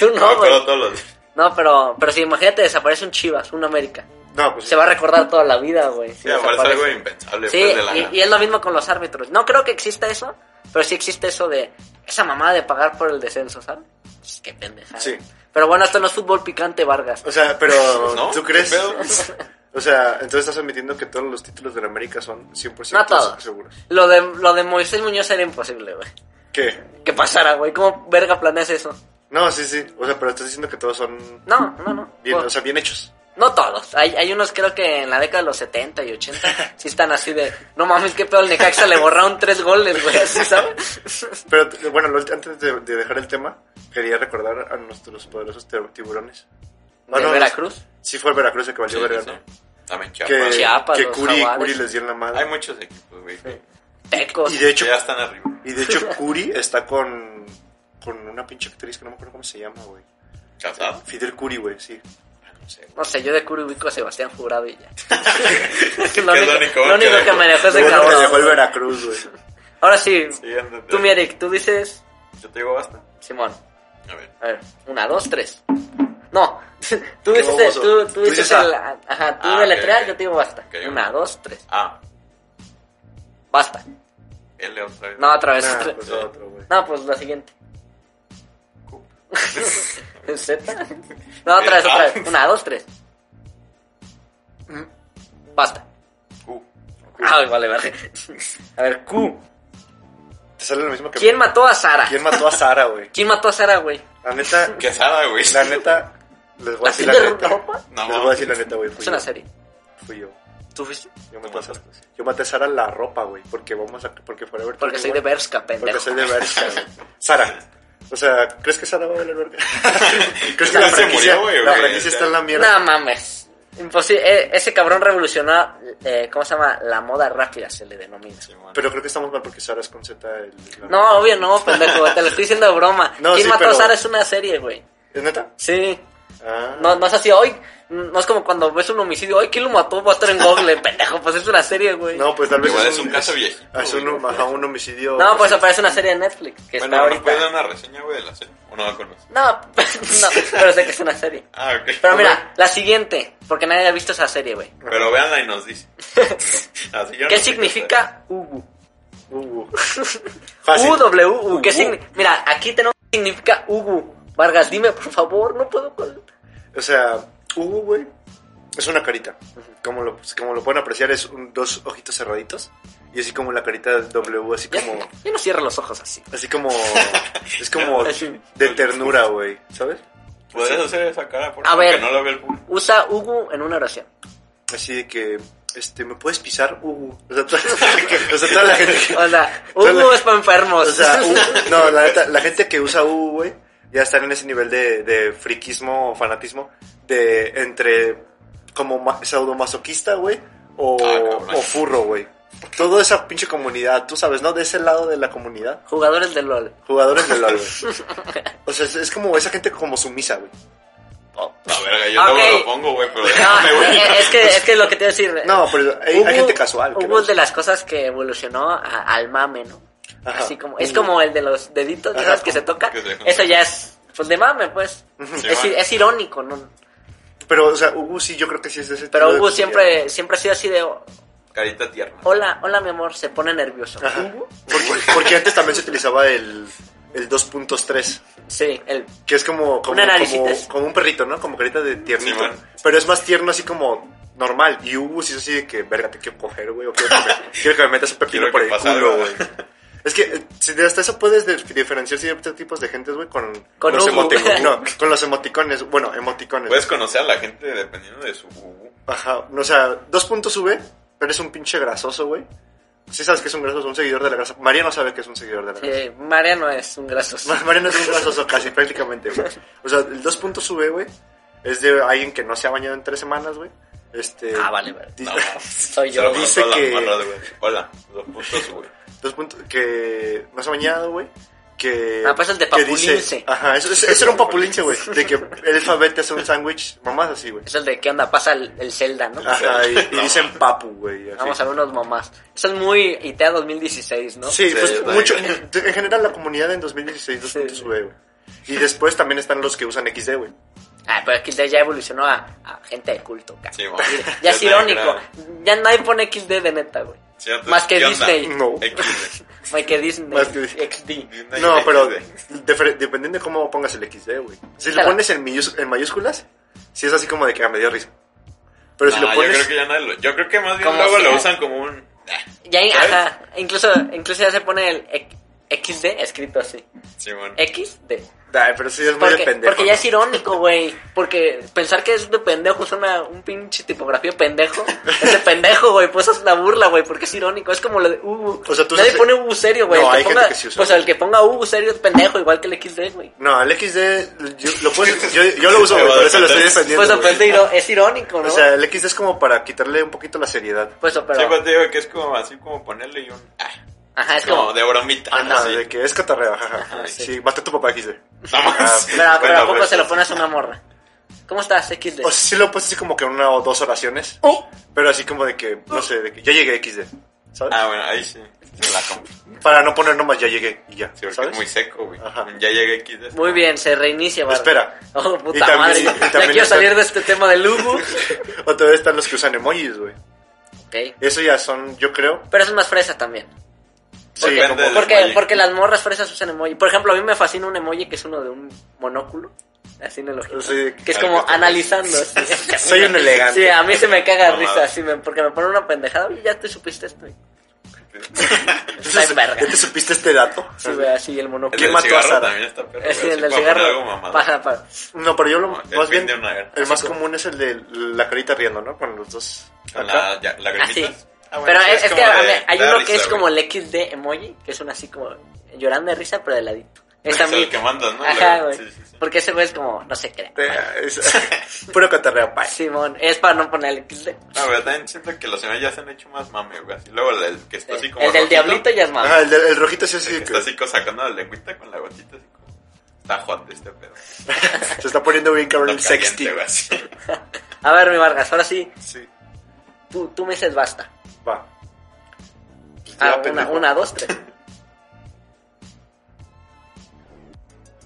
[SPEAKER 2] Tú
[SPEAKER 1] me
[SPEAKER 2] no,
[SPEAKER 1] acuerdo
[SPEAKER 2] güey.
[SPEAKER 1] todos los días.
[SPEAKER 2] No, pero, pero si imagínate desaparece un Chivas, un América.
[SPEAKER 3] No, pues
[SPEAKER 2] Se va a recordar toda la vida, güey. si
[SPEAKER 1] Sí, me parece
[SPEAKER 2] desaparece.
[SPEAKER 1] algo impensable.
[SPEAKER 2] Sí,
[SPEAKER 1] pues, de la
[SPEAKER 2] y, y es lo mismo con los árbitros. No creo que exista eso, pero sí existe eso de esa mamada de pagar por el descenso, ¿sabes? Pues, qué pendejada.
[SPEAKER 3] Sí.
[SPEAKER 2] Pero bueno, esto no es fútbol picante, Vargas.
[SPEAKER 3] O sea, pero
[SPEAKER 1] Pues, ¿No?
[SPEAKER 3] ¿tú crees?
[SPEAKER 1] ¿Qué pedo?
[SPEAKER 3] O sea, entonces estás admitiendo que todos los títulos de la América son 100%
[SPEAKER 2] No todo.
[SPEAKER 3] seguros.
[SPEAKER 2] Lo de, lo de Moisés Muñoz era imposible, güey.
[SPEAKER 3] ¿Qué?
[SPEAKER 2] ¿Qué pasara, güey? ¿Cómo verga planeas eso?
[SPEAKER 3] No, sí, sí. O sea, pero estás diciendo que todos son
[SPEAKER 2] No, pues. no, no.
[SPEAKER 3] bien,
[SPEAKER 2] Bueno,
[SPEAKER 3] o sea, bien hechos.
[SPEAKER 2] No todos. Hay, hay unos creo que en la década de los 70 y 80 sí están así de... No mames, qué pedo, el Necaxa le borraron tres goles, güey. ¿sí ¿Sabes?
[SPEAKER 3] Pero t- bueno, lo- antes de, de dejar el tema, Quería recordar a nuestros poderosos te- tiburones. No,
[SPEAKER 2] ¿De
[SPEAKER 3] no,
[SPEAKER 2] Veracruz?
[SPEAKER 3] Sí fue el Veracruz el que valió
[SPEAKER 1] Sí,
[SPEAKER 3] verga,
[SPEAKER 1] sí,
[SPEAKER 3] ¿no?
[SPEAKER 1] sí. También
[SPEAKER 3] Que,
[SPEAKER 1] Chiapas.
[SPEAKER 2] Chiapas,
[SPEAKER 3] que
[SPEAKER 2] ah, pues, los
[SPEAKER 3] Curi,
[SPEAKER 2] jaguares.
[SPEAKER 3] Curi les dio en la madre.
[SPEAKER 1] Hay muchos equipos, güey. que-
[SPEAKER 2] Tecos.
[SPEAKER 3] y de hecho,
[SPEAKER 1] que ya están arriba.
[SPEAKER 3] y de hecho Curi está con, con una pinche actriz que no me acuerdo cómo se llama, güey.
[SPEAKER 1] ¿Casado?
[SPEAKER 3] Fidel Curi, güey, sí.
[SPEAKER 1] No sé.
[SPEAKER 2] No sé, yo de Curi ubico a Sebastián Jurado y ya.
[SPEAKER 1] Es
[SPEAKER 2] lo único, lo único que me dejó ese
[SPEAKER 3] Luego nos dejó el
[SPEAKER 2] cabrón.
[SPEAKER 3] Veracruz, güey.
[SPEAKER 2] Ahora sí,
[SPEAKER 1] Sí, ándate.
[SPEAKER 2] tú, mi Eric, tú dices.
[SPEAKER 1] Yo te digo basta.
[SPEAKER 2] Simón,
[SPEAKER 1] A ver.
[SPEAKER 2] a ver, una, dos, tres. No, tú
[SPEAKER 3] Qué
[SPEAKER 2] dices,
[SPEAKER 3] baboso.
[SPEAKER 2] tú, tú
[SPEAKER 3] Tú
[SPEAKER 2] dices
[SPEAKER 3] dices,
[SPEAKER 2] el. Ajá, tú
[SPEAKER 1] Ah,
[SPEAKER 2] deletreas,
[SPEAKER 1] ok, ok.
[SPEAKER 2] yo te digo basta.
[SPEAKER 1] Ok, ok.
[SPEAKER 2] Una, dos, tres.
[SPEAKER 1] Ah,
[SPEAKER 2] Basta.
[SPEAKER 1] L otra vez.
[SPEAKER 2] No, otra vez.
[SPEAKER 3] Nah,
[SPEAKER 2] otra-
[SPEAKER 3] pues otro, güey.
[SPEAKER 2] No, pues la siguiente.
[SPEAKER 1] Cu.
[SPEAKER 2] ¿Z? No, otra vez, otra vez. Una, dos, tres. Basta.
[SPEAKER 1] Cu.
[SPEAKER 2] Ay, vale, vale. A ver, Q.
[SPEAKER 3] Te sale lo mismo que
[SPEAKER 2] ¿Quién mató a Sara?
[SPEAKER 3] ¿Quién mató a Sara, güey?
[SPEAKER 2] ¿Quién mató a Sara, güey?
[SPEAKER 3] La neta,
[SPEAKER 1] Quesada, güey.
[SPEAKER 3] la neta, les voy a
[SPEAKER 2] ¿Así
[SPEAKER 3] decir la
[SPEAKER 2] de
[SPEAKER 3] neta.
[SPEAKER 2] ropa?
[SPEAKER 1] No.
[SPEAKER 3] Les voy a decir la neta, güey.
[SPEAKER 2] Es
[SPEAKER 3] Fui Pues yo.
[SPEAKER 2] una serie.
[SPEAKER 3] Fui yo.
[SPEAKER 2] ¿Tú fuiste?
[SPEAKER 3] Yo
[SPEAKER 1] No,
[SPEAKER 3] maté, a
[SPEAKER 1] no,
[SPEAKER 3] Sara. yo maté a Sara la ropa, güey. Porque vamos a. Porque Forever
[SPEAKER 2] Porque
[SPEAKER 3] 21,
[SPEAKER 2] soy de Berska,
[SPEAKER 3] Porque
[SPEAKER 2] pendejo.
[SPEAKER 3] soy de Bershka, güey. Sara. O sea, ¿crees que Sara va a valer verga? ¿Crees
[SPEAKER 1] Ya se murió, güey,
[SPEAKER 3] La
[SPEAKER 1] güey, ya.
[SPEAKER 3] franquicia está en la
[SPEAKER 2] No
[SPEAKER 3] mierda.
[SPEAKER 2] mames. Imposible. Eh, ese cabrón revolucionó, eh, ¿cómo se llama? La moda rápida se le denomina.
[SPEAKER 3] Pero creo que estamos mal porque Sara es con Z. el- la-
[SPEAKER 2] No, obvio no, pendejo. Te lo estoy diciendo de broma.
[SPEAKER 3] No,
[SPEAKER 2] ¿Quién
[SPEAKER 3] sí,
[SPEAKER 2] mató a
[SPEAKER 3] pero-
[SPEAKER 2] Sara? Es una serie, güey.
[SPEAKER 3] ¿Es neta?
[SPEAKER 2] Sí.
[SPEAKER 3] Ah.
[SPEAKER 2] No, no es así, hoy. No es como cuando ves un homicidio. Ay, ¿quién lo mató? Va a estar en Google, pendejo. Pues es una serie, güey. No,
[SPEAKER 3] No, pues tal vez.
[SPEAKER 1] Igual es un caso viejito,
[SPEAKER 3] Es un,
[SPEAKER 1] güey.
[SPEAKER 3] ajá, un homicidio.
[SPEAKER 2] pues aparece una serie de Netflix. Que
[SPEAKER 1] Bueno,
[SPEAKER 2] está
[SPEAKER 1] ¿nos puedes
[SPEAKER 2] ahorita.
[SPEAKER 1] dar una reseña, güey, de la serie? ¿O no la conoces?
[SPEAKER 2] No, no, pero sé que es una serie.
[SPEAKER 1] Ah, ok.
[SPEAKER 2] Pero mira, la siguiente, porque nadie ha visto esa serie, güey.
[SPEAKER 1] Pero véanla y nos dice. Así yo no
[SPEAKER 2] ¿Qué
[SPEAKER 1] sé
[SPEAKER 2] significa UWU?
[SPEAKER 3] Uh, fácil.
[SPEAKER 2] UWU, ¿qué
[SPEAKER 3] Ugu.
[SPEAKER 2] significa? Mira, aquí tenemos qué significa UWU. Vargas, dime por favor, no puedo con...
[SPEAKER 3] O sea, Hugo, güey, es una carita. Como lo, pues, como lo pueden apreciar, es un- dos ojitos cerraditos. Y así como la carita del W, así
[SPEAKER 2] Ya,
[SPEAKER 3] como.
[SPEAKER 2] ya no cierro los ojos así.
[SPEAKER 3] Así como. Es como
[SPEAKER 2] Así.
[SPEAKER 3] de ternura, güey. ¿Sabes?
[SPEAKER 1] ¿Podrías hacer esa cara? Por
[SPEAKER 2] A
[SPEAKER 1] favor,
[SPEAKER 2] ver.
[SPEAKER 1] Que no la ve el público.
[SPEAKER 2] Usa UWU en una oración.
[SPEAKER 3] Así de que. Este, ¿me puedes pisar? Hugo. O sea, toda, o sea, toda la gente que.
[SPEAKER 2] O sea,
[SPEAKER 3] Toda
[SPEAKER 2] UWU
[SPEAKER 3] la-
[SPEAKER 2] es para enfermos.
[SPEAKER 3] O sea, Hugo- no, la, neta, la gente que usa U, güey, ya están en ese nivel de, de friquismo o fanatismo de entre como ma- pseudomasoquista, güey, o,
[SPEAKER 1] Ah, cabrón.
[SPEAKER 3] o furro, güey. Toda esa pinche comunidad, tú sabes, ¿no? De ese lado de la comunidad,
[SPEAKER 2] Jugadores de LOL.
[SPEAKER 3] jugadores de LOL, güey. O sea, es, es como esa gente como sumisa, güey.
[SPEAKER 1] La verga, yo
[SPEAKER 2] Oh. Ok. Ah.
[SPEAKER 1] luego lo pongo, güey, pero
[SPEAKER 2] No,
[SPEAKER 1] déjame, güey.
[SPEAKER 2] eh, es, que, es que lo que te iba a decir...
[SPEAKER 3] No, pero hay, hay
[SPEAKER 2] Hugo-
[SPEAKER 3] gente casual. que
[SPEAKER 2] Hugo
[SPEAKER 3] no-
[SPEAKER 2] es de las cosas que evolucionó a- al mame, ¿no?
[SPEAKER 3] Ajá.
[SPEAKER 2] Así como, es
[SPEAKER 3] Hugo.
[SPEAKER 2] como el de los deditos,
[SPEAKER 3] Ajá,
[SPEAKER 2] ¿sabes? Que
[SPEAKER 3] como
[SPEAKER 2] se toca.
[SPEAKER 1] que se-
[SPEAKER 2] Eso ya es, pues de mame, pues.
[SPEAKER 1] Sí,
[SPEAKER 2] es,
[SPEAKER 1] man.
[SPEAKER 2] es irónico, ¿no?
[SPEAKER 3] Pero, o sea, Hugo sí, yo creo que sí es de ese
[SPEAKER 2] Pero
[SPEAKER 3] tipo de
[SPEAKER 2] Hugo
[SPEAKER 3] comunidad.
[SPEAKER 2] siempre, siempre ha sido así de,
[SPEAKER 1] Carita tierna.
[SPEAKER 2] hola, hola mi amor, se pone nervioso.
[SPEAKER 3] Ajá. Porque, porque antes también se utilizaba el, el 2.3.
[SPEAKER 2] Sí, el,
[SPEAKER 3] Que es como, como,
[SPEAKER 2] Una naricita.
[SPEAKER 3] como, como un perrito, ¿no? Como carita de tiernito.
[SPEAKER 1] Sí, man.
[SPEAKER 3] pero es más tierno así como normal. Y Hugo sí es así de que, verga, te quiero coger, güey. o Quiero, que me- quiero que me metas un pepino
[SPEAKER 1] Quiero
[SPEAKER 3] por
[SPEAKER 1] que
[SPEAKER 3] el
[SPEAKER 1] pase
[SPEAKER 3] culo,
[SPEAKER 1] algo.
[SPEAKER 3] güey. Es que eh, si de- hasta eso puedes de- diferenciar ciertos tipos de gentes, güey, con,
[SPEAKER 2] Con
[SPEAKER 3] los
[SPEAKER 2] Hugo.
[SPEAKER 3] emoticones. No, con los emoticones. Bueno, emoticones.
[SPEAKER 1] Puedes conocer a la gente dependiendo de su...
[SPEAKER 3] Ajá. No, o sea, dos puntos V, pero es un pinche grasoso, güey. Sí sabes que es un grasoso, un seguidor de la grasa. María no sabe que es un seguidor de la grasa.
[SPEAKER 2] eh, Mariano es un grasoso.
[SPEAKER 3] Mar- Mariano es un grasoso casi, prácticamente, güey. O sea, el 2.V, güey, es de alguien que no se ha bañado en tres semanas, güey. Este.
[SPEAKER 2] Ah, vale, vale.
[SPEAKER 3] di-
[SPEAKER 1] No,
[SPEAKER 2] Soy yo.
[SPEAKER 1] Solo
[SPEAKER 3] dice
[SPEAKER 1] conozco a
[SPEAKER 3] que-
[SPEAKER 1] las morras, güey. Hola, dos puntos, güey.
[SPEAKER 3] dos punto- que no se ha bañado, güey. Que.
[SPEAKER 2] Ah, pues el de
[SPEAKER 3] que dice-
[SPEAKER 2] papulince.
[SPEAKER 3] Ajá, eso, eso- eso era un papulince, güey. De que el vete hace un sándwich, mamás así, güey.
[SPEAKER 2] Es el de qué onda, pasa el, el Zelda, ¿no?
[SPEAKER 3] Ajá, y, y
[SPEAKER 1] No.
[SPEAKER 3] dicen papu, güey. así.
[SPEAKER 2] Vamos a ver unos mamás. Eso es muy ITEA 2016, ¿no?
[SPEAKER 3] Sí,
[SPEAKER 1] Sí,
[SPEAKER 3] pues
[SPEAKER 1] está
[SPEAKER 3] mucho.
[SPEAKER 1] bien.
[SPEAKER 3] En general, la comunidad en 2016
[SPEAKER 2] Sí.
[SPEAKER 3] 2.V, güey. Y después también están los que usan XD, güey.
[SPEAKER 2] Ah, pero XD ya evolucionó a, a gente de culto, cara.
[SPEAKER 1] Sí, mo.
[SPEAKER 2] Ya es
[SPEAKER 1] Ya
[SPEAKER 2] irónico.
[SPEAKER 1] nadie
[SPEAKER 2] Ya nadie pone XD de neta, güey.
[SPEAKER 1] ¿Cierto?
[SPEAKER 2] Más que
[SPEAKER 1] Pues, ¿Qué onda?
[SPEAKER 2] Disney.
[SPEAKER 3] No.
[SPEAKER 1] X, güey.
[SPEAKER 2] Más que Disney.
[SPEAKER 3] Más que-
[SPEAKER 2] XD.
[SPEAKER 3] No, pero
[SPEAKER 1] Disney.
[SPEAKER 3] defer- dependiendo de cómo pongas el XD, güey. Si lo
[SPEAKER 2] Claro.
[SPEAKER 3] pones en, mayús- en mayúsculas, si es así como de que ah, me dio risa. Pero si
[SPEAKER 1] No,
[SPEAKER 3] lo
[SPEAKER 1] Ah,
[SPEAKER 3] pones.
[SPEAKER 1] Yo creo que ya nadie lo- Yo creo que más bien
[SPEAKER 2] Como
[SPEAKER 1] luego lo
[SPEAKER 2] sea.
[SPEAKER 1] usan como un. Ah,
[SPEAKER 2] Ya,
[SPEAKER 1] ¿Sabes?
[SPEAKER 2] ajá. Incluso, incluso ya se pone el X- XD escrito así.
[SPEAKER 1] Simón.
[SPEAKER 2] XD.
[SPEAKER 3] Ay, Ah, pero sí es muy de
[SPEAKER 2] Porque,
[SPEAKER 3] pendejo.
[SPEAKER 2] porque ya es irónico, güey. Porque pensar que es de pendejo es una, un pinche tipografía pendejo. Es de pendejo, güey. Pues es la burla, güey. Porque es irónico. Es como lo de uh.
[SPEAKER 3] O sea, tú
[SPEAKER 2] Nadie
[SPEAKER 3] usas-
[SPEAKER 2] pone uh serio, güey.
[SPEAKER 3] No,
[SPEAKER 2] El que
[SPEAKER 3] hay gente
[SPEAKER 2] ponga-
[SPEAKER 3] que sí usa.
[SPEAKER 2] Pues el que ponga uh serio es pendejo, igual que el XD, güey.
[SPEAKER 3] No, el XD, yo lo, puedo- yo, yo lo uso, güey, por eso lo estoy defendiendo.
[SPEAKER 2] Pues
[SPEAKER 3] güey.
[SPEAKER 2] depende, iro- es irónico, ¿no?
[SPEAKER 3] O sea, el XD es como para quitarle un poquito la seriedad.
[SPEAKER 2] pues pero.
[SPEAKER 1] Sí, pues te digo que es como así como ponerle y un... ah,
[SPEAKER 2] ajá, es como.
[SPEAKER 1] como Ah, de bromita.
[SPEAKER 3] Ajá,
[SPEAKER 1] así.
[SPEAKER 3] de que es catarreo, jaja.
[SPEAKER 2] Ajá, sí.
[SPEAKER 3] Sí, mata a tu papá XD.
[SPEAKER 1] Nada más.
[SPEAKER 2] Pero, pero
[SPEAKER 1] Bueno,
[SPEAKER 2] ¿a poco
[SPEAKER 1] pues,
[SPEAKER 2] se lo pones a una morra? ¿Cómo estás, XD?
[SPEAKER 3] O sea, sí lo puse así como que una o dos oraciones,
[SPEAKER 2] Uh.
[SPEAKER 3] pero así como de que, no sé, de que ya llegué XD, ¿sabes?
[SPEAKER 1] Ah, bueno, ahí sí. Se la compro.
[SPEAKER 3] Para no poner nomás ya llegué y ya,
[SPEAKER 1] Sí, porque
[SPEAKER 3] ¿sabes?
[SPEAKER 1] es muy seco, güey.
[SPEAKER 3] Ajá.
[SPEAKER 1] Ya llegué aquí. de-
[SPEAKER 2] Muy bien, se reinicia, barba.
[SPEAKER 3] Espera.
[SPEAKER 2] Oh,
[SPEAKER 3] Y
[SPEAKER 2] puta
[SPEAKER 3] también-
[SPEAKER 2] madre.
[SPEAKER 3] y
[SPEAKER 2] ya
[SPEAKER 3] también
[SPEAKER 2] quiero
[SPEAKER 3] está-
[SPEAKER 2] salir de este tema del Lugu.
[SPEAKER 3] O todavía están los que usan emojis, güey.
[SPEAKER 2] ok.
[SPEAKER 3] Eso ya son, yo creo.
[SPEAKER 2] Pero eso es más fresa también.
[SPEAKER 3] Sí,
[SPEAKER 1] Depende
[SPEAKER 3] como,
[SPEAKER 1] del
[SPEAKER 2] Porque,
[SPEAKER 1] emoji.
[SPEAKER 2] porque las morras fresas usan emoji. Por ejemplo, a mí me fascina un emoji que es uno de un monóculo. Así en el ojito.
[SPEAKER 3] Sí.
[SPEAKER 2] que es
[SPEAKER 1] Al
[SPEAKER 2] como
[SPEAKER 1] que te-
[SPEAKER 2] analizando. así.
[SPEAKER 3] Soy un elegante.
[SPEAKER 2] Sí, a mí se me caga
[SPEAKER 1] No
[SPEAKER 2] risa.
[SPEAKER 1] mames.
[SPEAKER 2] Así me- porque me pone una pendejada. Y ya te supiste esto. y- Está en
[SPEAKER 3] Entonces,
[SPEAKER 2] verga.
[SPEAKER 3] ¿Ya te supiste este dato?
[SPEAKER 2] Sí, güey, así el
[SPEAKER 1] El
[SPEAKER 2] monóculo.
[SPEAKER 3] ¿Quién
[SPEAKER 1] del
[SPEAKER 3] mató a
[SPEAKER 1] cigarro
[SPEAKER 3] Sara?
[SPEAKER 1] también está perro.
[SPEAKER 2] Es
[SPEAKER 1] güey,
[SPEAKER 2] el
[SPEAKER 1] así
[SPEAKER 2] del
[SPEAKER 1] para
[SPEAKER 2] cigarro.
[SPEAKER 1] poner algo mamado.
[SPEAKER 2] Paja, pa-
[SPEAKER 3] No, pero yo lo,
[SPEAKER 1] No, el
[SPEAKER 3] más bien,
[SPEAKER 1] fin de una era.
[SPEAKER 3] el más común es el de la carita riendo, ¿no? Con los dos
[SPEAKER 1] Con
[SPEAKER 3] acá.
[SPEAKER 1] la, ya, la
[SPEAKER 2] Así.
[SPEAKER 1] grimita. Ah, bueno,
[SPEAKER 2] pero
[SPEAKER 1] sí,
[SPEAKER 2] es, es
[SPEAKER 1] como
[SPEAKER 2] que a
[SPEAKER 1] de-
[SPEAKER 2] mí- hay
[SPEAKER 1] da
[SPEAKER 2] uno que
[SPEAKER 1] risa,
[SPEAKER 2] es como
[SPEAKER 1] güey.
[SPEAKER 2] el XD emoji, que es un así como llorando de risa, pero de ladito. Es
[SPEAKER 1] Es
[SPEAKER 2] también.
[SPEAKER 1] el que mandas, ¿no?
[SPEAKER 2] Ajá,
[SPEAKER 1] La-
[SPEAKER 2] güey.
[SPEAKER 1] sí, sí, sí.
[SPEAKER 2] Porque ese güey es como, no sé qué.
[SPEAKER 3] Te- Ah, es- puro cotorreo, pa.
[SPEAKER 2] Simón, es para no poner el XD.
[SPEAKER 1] No, pero también siento que los señores ya se han hecho más mame, güey. Así luego el que está así
[SPEAKER 2] Sí.
[SPEAKER 1] como.
[SPEAKER 2] El del
[SPEAKER 1] rojito,
[SPEAKER 2] diablito ya es más.
[SPEAKER 3] Ajá, el, de- el rojito sí es
[SPEAKER 1] que
[SPEAKER 3] así
[SPEAKER 1] Está
[SPEAKER 3] que
[SPEAKER 1] así como sacando la lengüita con la gotita. Así como. Está hot este pedo. Está
[SPEAKER 3] se está poniendo bien cabrón el
[SPEAKER 1] caliente,
[SPEAKER 3] sexting.
[SPEAKER 1] güey, así.
[SPEAKER 2] A ver, mi Vargas, ahora sí,
[SPEAKER 3] Sí,
[SPEAKER 2] tú, tú me dices basta.
[SPEAKER 3] va.
[SPEAKER 2] Ah,
[SPEAKER 3] Ya,
[SPEAKER 2] una,
[SPEAKER 3] pendejo.
[SPEAKER 2] una, dos, tres.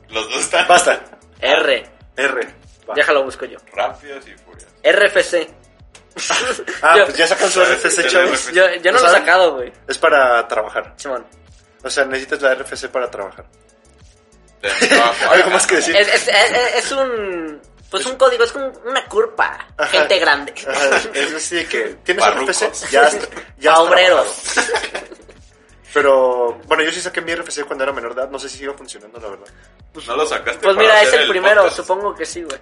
[SPEAKER 1] Los dos están
[SPEAKER 3] Basta.
[SPEAKER 2] R.
[SPEAKER 3] R. Va.
[SPEAKER 2] Déjalo, busco yo.
[SPEAKER 1] rápidos y furiosos.
[SPEAKER 2] RFC.
[SPEAKER 3] Ah,
[SPEAKER 2] yo,
[SPEAKER 3] pues ya sacan su RFC, chavos.
[SPEAKER 2] yo, yo no
[SPEAKER 3] ¿Lo
[SPEAKER 2] lo he
[SPEAKER 3] saben?
[SPEAKER 2] sacado, güey.
[SPEAKER 3] Es para trabajar.
[SPEAKER 2] Simón.
[SPEAKER 3] O sea, necesitas la RFC para trabajar.
[SPEAKER 1] De mi trabajo.
[SPEAKER 3] Algo más que decir.
[SPEAKER 2] Es, es, es- es un. Pues un código, es como una curva.
[SPEAKER 3] Ajá.
[SPEAKER 2] Gente grande.
[SPEAKER 3] Ajá, es así de que tienes
[SPEAKER 1] Barrucos.
[SPEAKER 3] RFC, ya has, ya
[SPEAKER 2] A
[SPEAKER 3] has
[SPEAKER 2] obreros.
[SPEAKER 3] trabajado. Pero bueno, yo sí saqué mi RFC cuando era menor de edad, no sé si sigue funcionando, la verdad.
[SPEAKER 1] No lo sacaste.
[SPEAKER 2] Pues
[SPEAKER 1] para
[SPEAKER 2] mira, es
[SPEAKER 1] hacer
[SPEAKER 2] el primero,
[SPEAKER 1] podcast.
[SPEAKER 2] supongo que sí, güey.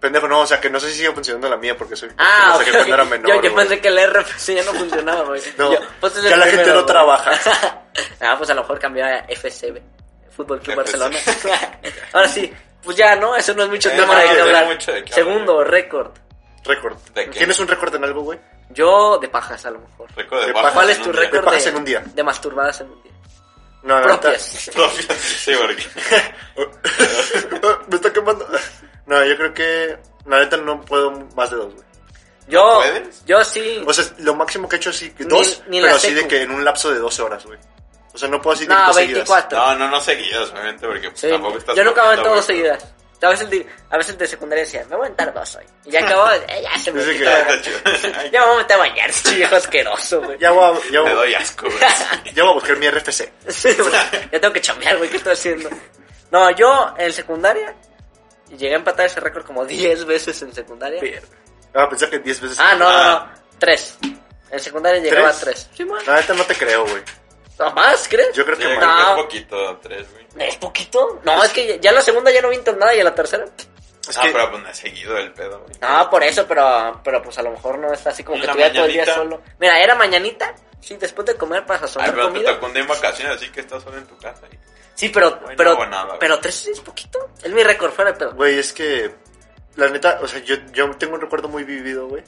[SPEAKER 3] Pendejo, no, o sea, que no sé si sigue funcionando la mía porque soy
[SPEAKER 2] Ah,
[SPEAKER 3] porque la saqué
[SPEAKER 2] ok.
[SPEAKER 3] cuando era menor.
[SPEAKER 2] yo, yo
[SPEAKER 3] güey.
[SPEAKER 2] pensé que el RFC ya no funcionaba, güey.
[SPEAKER 3] No,
[SPEAKER 2] Yo- pues es el
[SPEAKER 3] ya la gente
[SPEAKER 2] primero,
[SPEAKER 3] no
[SPEAKER 2] güey.
[SPEAKER 3] trabaja.
[SPEAKER 2] ah, pues a lo mejor cambió a FCB, Fútbol Club
[SPEAKER 1] FC.
[SPEAKER 2] Barcelona. Ahora sí, pues ya, ¿no? Eso no es mucho
[SPEAKER 1] Eh,
[SPEAKER 2] tema
[SPEAKER 1] no,
[SPEAKER 2] de qué
[SPEAKER 1] no hay
[SPEAKER 2] hablar.
[SPEAKER 1] mucho de qué
[SPEAKER 2] Segundo, récord.
[SPEAKER 3] Récord.
[SPEAKER 1] ¿De qué?
[SPEAKER 3] ¿Tienes un récord en algo, güey?
[SPEAKER 2] Yo de pajas, a lo mejor.
[SPEAKER 1] Récord de
[SPEAKER 3] ¿Cuál
[SPEAKER 1] bajas
[SPEAKER 2] ¿Cuál
[SPEAKER 1] en
[SPEAKER 2] es tu
[SPEAKER 1] un día.
[SPEAKER 2] récord
[SPEAKER 3] pajas
[SPEAKER 2] de,
[SPEAKER 3] en un día.
[SPEAKER 2] de masturbadas en un día?
[SPEAKER 3] No, la neta-
[SPEAKER 2] Propias.
[SPEAKER 1] Propias, Sí, porque.
[SPEAKER 3] Me está quemando. No, yo creo que la neta no puedo más de dos, güey.
[SPEAKER 2] Yo,
[SPEAKER 1] puedes?
[SPEAKER 2] yo sí.
[SPEAKER 3] O sea, lo máximo que he hecho sí, que
[SPEAKER 2] Ni-
[SPEAKER 3] dos,
[SPEAKER 2] ni la
[SPEAKER 3] pero así de
[SPEAKER 2] secu.
[SPEAKER 3] que en un lapso de 12 horas, güey. O sea, no puedo así de que
[SPEAKER 2] no,
[SPEAKER 3] dos seguidas.
[SPEAKER 2] 24.
[SPEAKER 1] No, no, no seguidas, obviamente, porque pues,
[SPEAKER 2] Sí.
[SPEAKER 1] tampoco estás.
[SPEAKER 2] Yo nunca me
[SPEAKER 1] comiendo,
[SPEAKER 2] aventado dos
[SPEAKER 1] güey.
[SPEAKER 2] seguidas. A veces, de, a veces de secundaria decía, me voy a aventar dos hoy. Y ya acabo, eh, ya se me
[SPEAKER 3] Dice que-
[SPEAKER 2] quitó
[SPEAKER 1] Ah,
[SPEAKER 2] la
[SPEAKER 1] está
[SPEAKER 2] gana.
[SPEAKER 1] chido. Ay,
[SPEAKER 2] Ya me voy a meter a bañar, ese viejo asqueroso, güey.
[SPEAKER 3] Ya voy, a, ya, voy,
[SPEAKER 1] Me doy asco, güey.
[SPEAKER 3] ya voy a buscar mi RFC.
[SPEAKER 2] Sí, güey. ya tengo que chambear, güey, ¿qué estoy haciendo? No, yo en secundaria llegué a empatar ese récord como 10 veces en secundaria.
[SPEAKER 3] Ah, pensé que 10 veces.
[SPEAKER 2] Ah, no, no, no,
[SPEAKER 1] Ah.
[SPEAKER 2] 3. En secundaria llegaba
[SPEAKER 3] ¿Tres?
[SPEAKER 2] a 3. Sí, man.
[SPEAKER 3] La neta no te creo, güey.
[SPEAKER 2] ¿No ¿Más, crees?
[SPEAKER 3] Yo creo
[SPEAKER 1] Yo
[SPEAKER 3] que
[SPEAKER 1] creo
[SPEAKER 3] mal.
[SPEAKER 1] que
[SPEAKER 2] No.
[SPEAKER 1] es poquito, tres, güey.
[SPEAKER 2] ¿Es poquito? No, es que ya- ya en la segunda ya no vi nada y en la tercera.
[SPEAKER 3] Es
[SPEAKER 1] ah,
[SPEAKER 3] que-
[SPEAKER 1] pero pues no he seguido el pedo, güey.
[SPEAKER 2] No, por eso, pero, pero pues a lo mejor no está así como que
[SPEAKER 1] Una
[SPEAKER 2] tuviera todo el día
[SPEAKER 1] mañanita.
[SPEAKER 2] solo. Mira, era mañanita, sí, después de comer para
[SPEAKER 1] Ay,
[SPEAKER 2] sazonar
[SPEAKER 1] pero te
[SPEAKER 2] comida.
[SPEAKER 1] tocó un día en vacaciones, así que estás solo en tu casa. y-
[SPEAKER 2] Sí, pero,
[SPEAKER 1] Bueno,
[SPEAKER 2] pero,
[SPEAKER 1] bueno, nada, güey.
[SPEAKER 2] pero tres es poquito. Es mi récord fuera, de pedo.
[SPEAKER 3] Güey, es que. La neta, o sea, yo, yo tengo un recuerdo muy vivido, güey.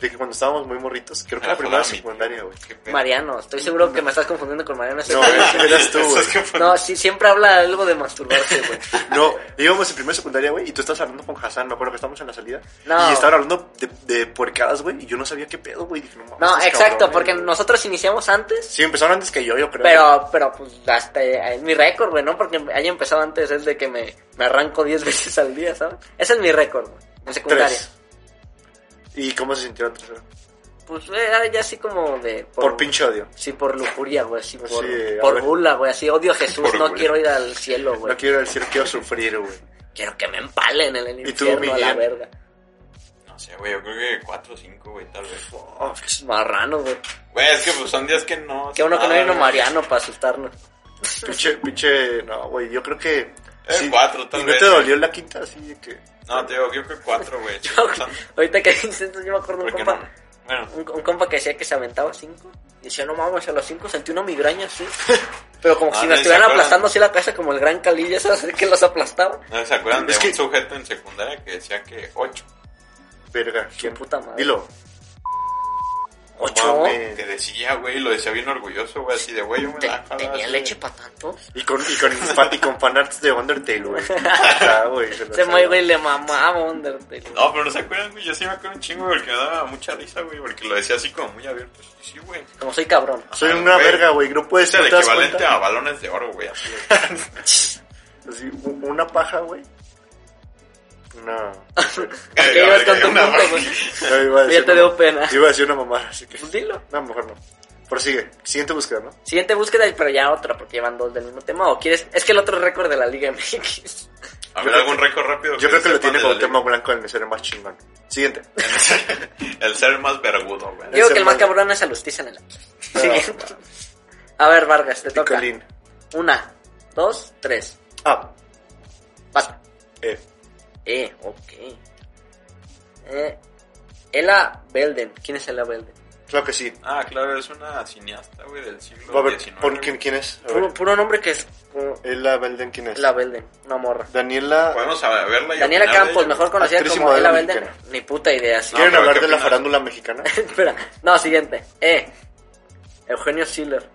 [SPEAKER 3] De que cuando estábamos muy morritos, creo
[SPEAKER 2] Ah,
[SPEAKER 3] que
[SPEAKER 1] Me
[SPEAKER 3] la primera
[SPEAKER 1] jodaba mi tío.
[SPEAKER 3] secundaria, güey.
[SPEAKER 1] Qué pedo.
[SPEAKER 2] Mariano, estoy seguro que me estás confundiendo con Mariano. ese
[SPEAKER 3] No,
[SPEAKER 2] güey.
[SPEAKER 3] güey, eras tú,
[SPEAKER 1] Eso
[SPEAKER 3] güey.
[SPEAKER 1] es que fue-
[SPEAKER 2] No, sí, siempre habla algo de masturbarse, güey.
[SPEAKER 3] No, íbamos en primera secundaria, güey, y tú estabas hablando con Hassan, me acuerdo que estábamos en la salida.
[SPEAKER 2] No.
[SPEAKER 3] Y estaban hablando de, de puercadas, güey, y yo no sabía qué pedo, güey. Dije, no mames,
[SPEAKER 2] No,
[SPEAKER 3] estos
[SPEAKER 2] exacto,
[SPEAKER 3] cabrones,
[SPEAKER 2] porque
[SPEAKER 3] güey.
[SPEAKER 2] nosotros iniciamos antes,
[SPEAKER 3] Sí, empezaron antes que yo, yo creo.
[SPEAKER 2] pero, pero pues hasta es mi récord, güey, ¿no? Porque haya empezado antes es de que me, me arranco 10 veces al día, ¿sabes? Ese es mi récord, güey, en secundaria.
[SPEAKER 3] Tres. ¿Y cómo se sintió la tercera?
[SPEAKER 2] Pues era ya así como de...
[SPEAKER 3] Por, pinche odio.
[SPEAKER 2] Sí, por lujuria, güey, así por,
[SPEAKER 3] Sí, a
[SPEAKER 2] por
[SPEAKER 3] ver.
[SPEAKER 2] bula, güey, así odio a Jesús,
[SPEAKER 1] Por
[SPEAKER 2] no
[SPEAKER 1] bula.
[SPEAKER 2] quiero ir al cielo, güey.
[SPEAKER 3] No quiero decir quiero sufrir, güey.
[SPEAKER 2] Quiero que me empalen en el
[SPEAKER 3] ¿Y tú,
[SPEAKER 2] infierno, a la
[SPEAKER 3] Miguel?
[SPEAKER 2] verga.
[SPEAKER 1] No sé, güey, yo creo que cuatro o cinco, güey, tal vez.
[SPEAKER 3] Oh,
[SPEAKER 2] Marrano, güey.
[SPEAKER 1] Güey, es que pues son días que no.
[SPEAKER 2] Que uno que no
[SPEAKER 1] nada,
[SPEAKER 2] vino
[SPEAKER 1] Ah, güey.
[SPEAKER 2] Mariano para asustarnos.
[SPEAKER 3] pinche, pinche, no, güey, yo creo que
[SPEAKER 1] Eh, cuatro, tal
[SPEAKER 3] ¿Y no
[SPEAKER 1] vez.
[SPEAKER 3] te dolió la quinta? Así de que.
[SPEAKER 1] No, te digo, yo creo que cuatro, güey.
[SPEAKER 2] Ahorita que dices eso, yo me acuerdo de un
[SPEAKER 1] ¿Por qué
[SPEAKER 2] compa,
[SPEAKER 1] no? Bueno,
[SPEAKER 2] un, un compa que decía que se aventaba cinco. Y decía, no mames, a los cinco sentí una migraña así. Pero como
[SPEAKER 1] Ah,
[SPEAKER 2] si me
[SPEAKER 1] ¿se
[SPEAKER 2] estuvieran
[SPEAKER 1] acuerdan?
[SPEAKER 2] aplastando así la cabeza, como el gran calilla, ¿sabes? Así Que los aplastaba.
[SPEAKER 1] ¿no se acuerdan
[SPEAKER 3] Es
[SPEAKER 1] de
[SPEAKER 3] que-
[SPEAKER 1] un sujeto en secundaria que decía que ocho?
[SPEAKER 3] Verga.
[SPEAKER 2] Qué puta madre.
[SPEAKER 3] Dilo.
[SPEAKER 1] No
[SPEAKER 2] Ocho.
[SPEAKER 1] mames, Que decía, güey, lo decía bien orgulloso, güey, así de, güey, yo me
[SPEAKER 2] Te-
[SPEAKER 1] la jalaba
[SPEAKER 2] tenía
[SPEAKER 1] así
[SPEAKER 2] leche
[SPEAKER 1] de-
[SPEAKER 2] para tanto.
[SPEAKER 3] Y con, y con, fan- y con fanarts de Undertale, güey. Ah, güey. se lo
[SPEAKER 2] Ese
[SPEAKER 3] sabe.
[SPEAKER 2] muy güey le mamaba Undertale.
[SPEAKER 1] No, pero no se acuerdan, güey, yo sí me acuerdo un chingo, güey, porque me daba mucha risa, güey, porque lo decía así como muy abierto. Sí, sí, güey.
[SPEAKER 2] Como soy cabrón.
[SPEAKER 3] Soy una
[SPEAKER 1] Güey.
[SPEAKER 3] verga, güey. No puedes
[SPEAKER 1] Es el
[SPEAKER 3] no te das
[SPEAKER 1] equivalente
[SPEAKER 3] cuenta.
[SPEAKER 1] a balones de oro, güey, así de-
[SPEAKER 3] Así, u- una paja, güey. No.
[SPEAKER 2] ¿Por qué
[SPEAKER 1] Ay,
[SPEAKER 2] ibas
[SPEAKER 1] ay,
[SPEAKER 2] con tu
[SPEAKER 1] una
[SPEAKER 2] punto,
[SPEAKER 1] marca.
[SPEAKER 2] güey?
[SPEAKER 3] no iba a decir
[SPEAKER 2] Ya te
[SPEAKER 3] una-
[SPEAKER 2] dio pena.
[SPEAKER 3] Iba a decir una mamá, así que.
[SPEAKER 2] Pues dilo.
[SPEAKER 3] No, mejor no. Prosigue. Siguiente búsqueda, ¿no?
[SPEAKER 2] Siguiente búsqueda, pero ya otra, porque llevan dos del mismo tema. ¿O quieres? Es que el otro récord de la Liga
[SPEAKER 1] A
[SPEAKER 2] MX.
[SPEAKER 3] Yo
[SPEAKER 1] ver,
[SPEAKER 3] creo
[SPEAKER 1] algún
[SPEAKER 3] que-
[SPEAKER 1] récord rápido.
[SPEAKER 3] Yo creo que lo
[SPEAKER 1] sepan
[SPEAKER 3] tiene
[SPEAKER 1] de la
[SPEAKER 3] como tema blanco el mesero más chingón. Siguiente.
[SPEAKER 1] liga. El ser más vergudo, güey.
[SPEAKER 2] Digo que el más
[SPEAKER 3] hermano.
[SPEAKER 2] cabrón es Alustiza en el Atlas.
[SPEAKER 3] No,
[SPEAKER 2] Siguiente. A ver, Vargas, te toca.
[SPEAKER 3] Picolín.
[SPEAKER 2] Una, dos, tres.
[SPEAKER 3] Ah,
[SPEAKER 2] Basta.
[SPEAKER 3] eh.
[SPEAKER 2] Eh, ok. Eh, Ela Belden. ¿Quién es Ela Belden?
[SPEAKER 3] Claro que sí.
[SPEAKER 1] Ah, claro, es una cineasta, güey, del siglo
[SPEAKER 3] A ver,
[SPEAKER 1] XIX.
[SPEAKER 3] pon quién, quién es. A
[SPEAKER 2] Puro,
[SPEAKER 3] ver.
[SPEAKER 2] puro nombre que es como
[SPEAKER 3] Ella Belden, ¿quién es?
[SPEAKER 2] Ela Belden, una morra.
[SPEAKER 3] Daniela.
[SPEAKER 1] Podemos saberla y
[SPEAKER 2] Daniela
[SPEAKER 1] opinar de
[SPEAKER 2] Campos,
[SPEAKER 1] ella.
[SPEAKER 2] mejor conocida
[SPEAKER 3] Actriz y
[SPEAKER 2] como
[SPEAKER 3] modelo
[SPEAKER 2] Ela Belden.
[SPEAKER 3] mexicana.
[SPEAKER 2] Ni puta idea, sí.
[SPEAKER 1] No.
[SPEAKER 3] ¿Quieren
[SPEAKER 1] pero
[SPEAKER 3] hablar
[SPEAKER 1] ¿qué
[SPEAKER 3] de la
[SPEAKER 1] opinas?
[SPEAKER 3] farándula mexicana?
[SPEAKER 2] Espera. No, siguiente. Eh, Eugenio Siller.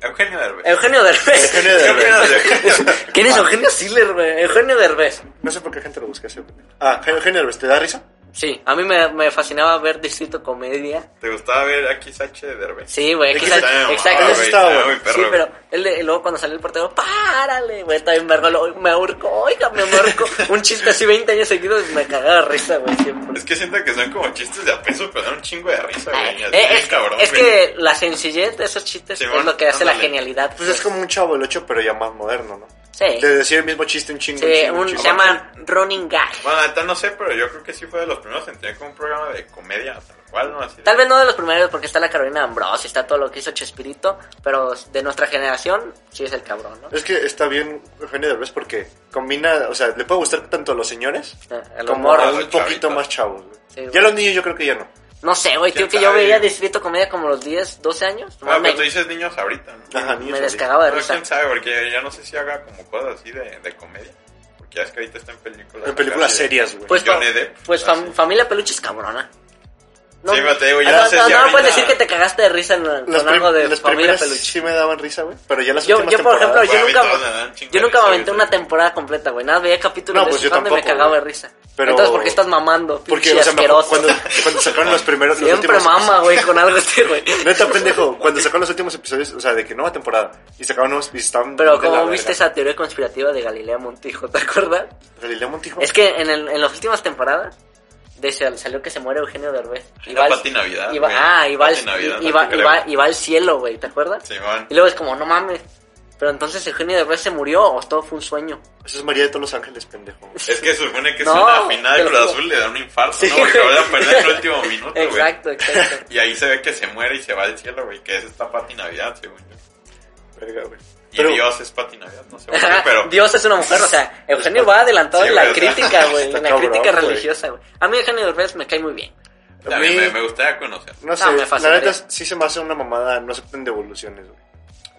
[SPEAKER 1] Eugenio Derbez.
[SPEAKER 2] Eugenio Derbez.
[SPEAKER 3] Eugenio
[SPEAKER 1] ¿Qué opinas de Eugenio?
[SPEAKER 2] ¿Quién es Eugenio Siller, güey? Eugenio Derbez.
[SPEAKER 3] No sé por qué gente lo busca ese. Ah, Eugenio Derbez, ¿te da risa?
[SPEAKER 2] Sí, a mí me, me fascinaba ver Distrito Comedia.
[SPEAKER 1] ¿Te gustaba ver a XH de Derbez?
[SPEAKER 2] Sí, güey.
[SPEAKER 1] X
[SPEAKER 2] quizás-
[SPEAKER 1] está de
[SPEAKER 2] Exacto.
[SPEAKER 1] mamada,
[SPEAKER 3] Eso
[SPEAKER 1] güey,
[SPEAKER 3] estaba
[SPEAKER 1] estaba
[SPEAKER 3] bueno.
[SPEAKER 1] muy perro,
[SPEAKER 2] sí,
[SPEAKER 1] güey.
[SPEAKER 2] pero él, le- luego cuando salió el portero, párale, güey, también me lo- me ahorcó, oiga, me ahorcó. Un chiste así 20 años seguidos me cagaba de risa, güey, siempre.
[SPEAKER 1] Es que siento que son como chistes de a peso, pero dan un chingo de risa, güey. y así,
[SPEAKER 2] Eh, es,
[SPEAKER 1] cabrón,
[SPEAKER 2] es
[SPEAKER 1] güey.
[SPEAKER 2] que la sencillez de esos chistes
[SPEAKER 1] Simón,
[SPEAKER 2] es lo que hace la
[SPEAKER 1] ándale.
[SPEAKER 2] genialidad.
[SPEAKER 3] Pues es como un chavo del 8, pero ya más moderno, ¿no?
[SPEAKER 2] Sí,
[SPEAKER 3] Te decía el mismo chiste un chingo.
[SPEAKER 2] sí,
[SPEAKER 3] chingo,
[SPEAKER 2] un,
[SPEAKER 3] chingo.
[SPEAKER 2] se llama Running Gag.
[SPEAKER 1] Bueno, la neta no sé, pero yo creo que sí fue de los primeros en tener como un programa de comedia, tal cual, ¿no? Así de- Ah,
[SPEAKER 2] Tal vez no de los primeros porque está la Carolina Ambrose, está todo lo que hizo Chespirito, pero de nuestra generación sí es el cabrón, ¿no?
[SPEAKER 3] Es que está bien Eugenio Derbez porque combina, o sea, le puede gustar tanto a los señores
[SPEAKER 2] A- a los
[SPEAKER 3] como
[SPEAKER 2] morros.
[SPEAKER 3] a un
[SPEAKER 1] Los
[SPEAKER 3] poquito
[SPEAKER 1] chavitos.
[SPEAKER 3] más chavos. güey.
[SPEAKER 2] Sí, güey.
[SPEAKER 3] ya los niños yo creo que ya no.
[SPEAKER 2] No sé, güey, creo
[SPEAKER 1] ¿Quién
[SPEAKER 2] que yo
[SPEAKER 1] sabe?
[SPEAKER 2] veía Distrito Comedia como a los 10, 12 años.
[SPEAKER 1] Ah,
[SPEAKER 2] me,
[SPEAKER 1] pero tú dices niños ahorita, ¿no?
[SPEAKER 3] Ajá,
[SPEAKER 2] me
[SPEAKER 3] niños ahorita.
[SPEAKER 2] descagaba de
[SPEAKER 1] Pero
[SPEAKER 2] risa.
[SPEAKER 1] Ah, quién sabe, porque ya no sé si haga como cosas así de, de comedia. Porque ya es que ahorita está en películas.
[SPEAKER 3] En películas
[SPEAKER 1] acá, así de-
[SPEAKER 3] serias, güey.
[SPEAKER 2] Pues,
[SPEAKER 1] Johnny
[SPEAKER 2] fam-
[SPEAKER 1] Depp,
[SPEAKER 2] pues
[SPEAKER 1] así.
[SPEAKER 2] fam- familia peluche es cabrona.
[SPEAKER 1] Ah, Sí, pero te digo, ya
[SPEAKER 2] Ah, no,
[SPEAKER 1] no sé
[SPEAKER 2] no,
[SPEAKER 1] si
[SPEAKER 2] no
[SPEAKER 1] ahorita-
[SPEAKER 2] puedes decir que te cagaste de risa en-
[SPEAKER 3] las
[SPEAKER 2] con algo
[SPEAKER 3] prim-
[SPEAKER 2] de
[SPEAKER 3] las
[SPEAKER 2] familia
[SPEAKER 3] primeras
[SPEAKER 2] peluche.
[SPEAKER 3] sí me daban risa, güey, pero ya las
[SPEAKER 2] Yo,
[SPEAKER 3] últimas
[SPEAKER 2] yo, por ejemplo,
[SPEAKER 3] temporadas-
[SPEAKER 2] yo
[SPEAKER 1] Bueno,
[SPEAKER 2] nunca,
[SPEAKER 1] a mí todas me dan chingo
[SPEAKER 2] yo
[SPEAKER 1] de
[SPEAKER 2] nunca
[SPEAKER 1] risa,
[SPEAKER 2] me aventé
[SPEAKER 1] yo
[SPEAKER 2] una
[SPEAKER 1] también.
[SPEAKER 2] temporada completa, güey. Nada, veía capítulos
[SPEAKER 3] No,
[SPEAKER 2] de
[SPEAKER 3] pues
[SPEAKER 2] esos
[SPEAKER 3] yo
[SPEAKER 2] donde
[SPEAKER 3] tampoco,
[SPEAKER 2] me cagaba
[SPEAKER 3] güey.
[SPEAKER 2] de risa.
[SPEAKER 3] Pero-
[SPEAKER 2] Entonces, ¿por qué estás mamando?
[SPEAKER 3] porque,
[SPEAKER 2] pinche
[SPEAKER 3] o sea, me acuerdo
[SPEAKER 2] asqueroso?
[SPEAKER 3] cuando, cuando sacaron los primeros... los
[SPEAKER 2] Siempre
[SPEAKER 3] últimos
[SPEAKER 2] mama, güey, con algo este, güey.
[SPEAKER 3] Neta, pendejo, cuando sacaron los últimos episodios, o sea, de que nueva temporada, y sacaron unos y estaban...
[SPEAKER 2] Pero,
[SPEAKER 3] de la
[SPEAKER 2] ¿cómo
[SPEAKER 3] verga.
[SPEAKER 2] viste esa teoría conspirativa de Galilea Montijo? ¿Te acuerdas?
[SPEAKER 3] Galilea Montijo.
[SPEAKER 2] Es que en, el- en las últimas temporadas de ese- salió que se muere Eugenio Derbez. Y
[SPEAKER 1] Era
[SPEAKER 2] va al-
[SPEAKER 1] Pati Navidad,
[SPEAKER 2] y va-
[SPEAKER 1] güey.
[SPEAKER 2] ah, y va, al-
[SPEAKER 1] Pati Navidad,
[SPEAKER 2] y, y va-
[SPEAKER 1] no te
[SPEAKER 2] y va-
[SPEAKER 1] creo.
[SPEAKER 2] y va al cielo, güey, ¿te acuerdas?
[SPEAKER 1] Simón.
[SPEAKER 2] Y luego es como, no mames. Pero entonces Eugenio Derbez se murió o todo fue un sueño.
[SPEAKER 3] Eso es María de todos los ángeles, pendejo.
[SPEAKER 1] Es que se supone que
[SPEAKER 2] No,
[SPEAKER 1] es una final
[SPEAKER 2] te
[SPEAKER 1] de
[SPEAKER 2] lo
[SPEAKER 1] Cruz
[SPEAKER 2] juro.
[SPEAKER 1] Azul le da un infarto,
[SPEAKER 2] Sí,
[SPEAKER 1] ¿no? Porque
[SPEAKER 2] güey.
[SPEAKER 1] van a perder el último minuto, güey.
[SPEAKER 2] exacto, exacto.
[SPEAKER 1] Y ahí se ve que se muere y se va al cielo, güey. Que es esta Pati Navidad, según yo.
[SPEAKER 3] Verga, güey.
[SPEAKER 1] Y
[SPEAKER 3] Pero-
[SPEAKER 1] Dios es Pati Navidad, no sé por qué, pero...
[SPEAKER 2] Dios es una mujer, o sea, Eugenio va adelantado
[SPEAKER 1] Sí,
[SPEAKER 2] en la
[SPEAKER 1] güey, o sea,
[SPEAKER 2] crítica, güey, en
[SPEAKER 3] está
[SPEAKER 2] la
[SPEAKER 3] cabrón,
[SPEAKER 2] crítica
[SPEAKER 3] güey.
[SPEAKER 2] religiosa, güey. A mí Eugenio Derbez me cae muy bien.
[SPEAKER 1] A mí me, me gustaría conocer.
[SPEAKER 3] No sé,
[SPEAKER 2] me
[SPEAKER 3] la
[SPEAKER 2] fascinaría.
[SPEAKER 3] neta sí se me hace una mamada, no acepten devoluciones, güey.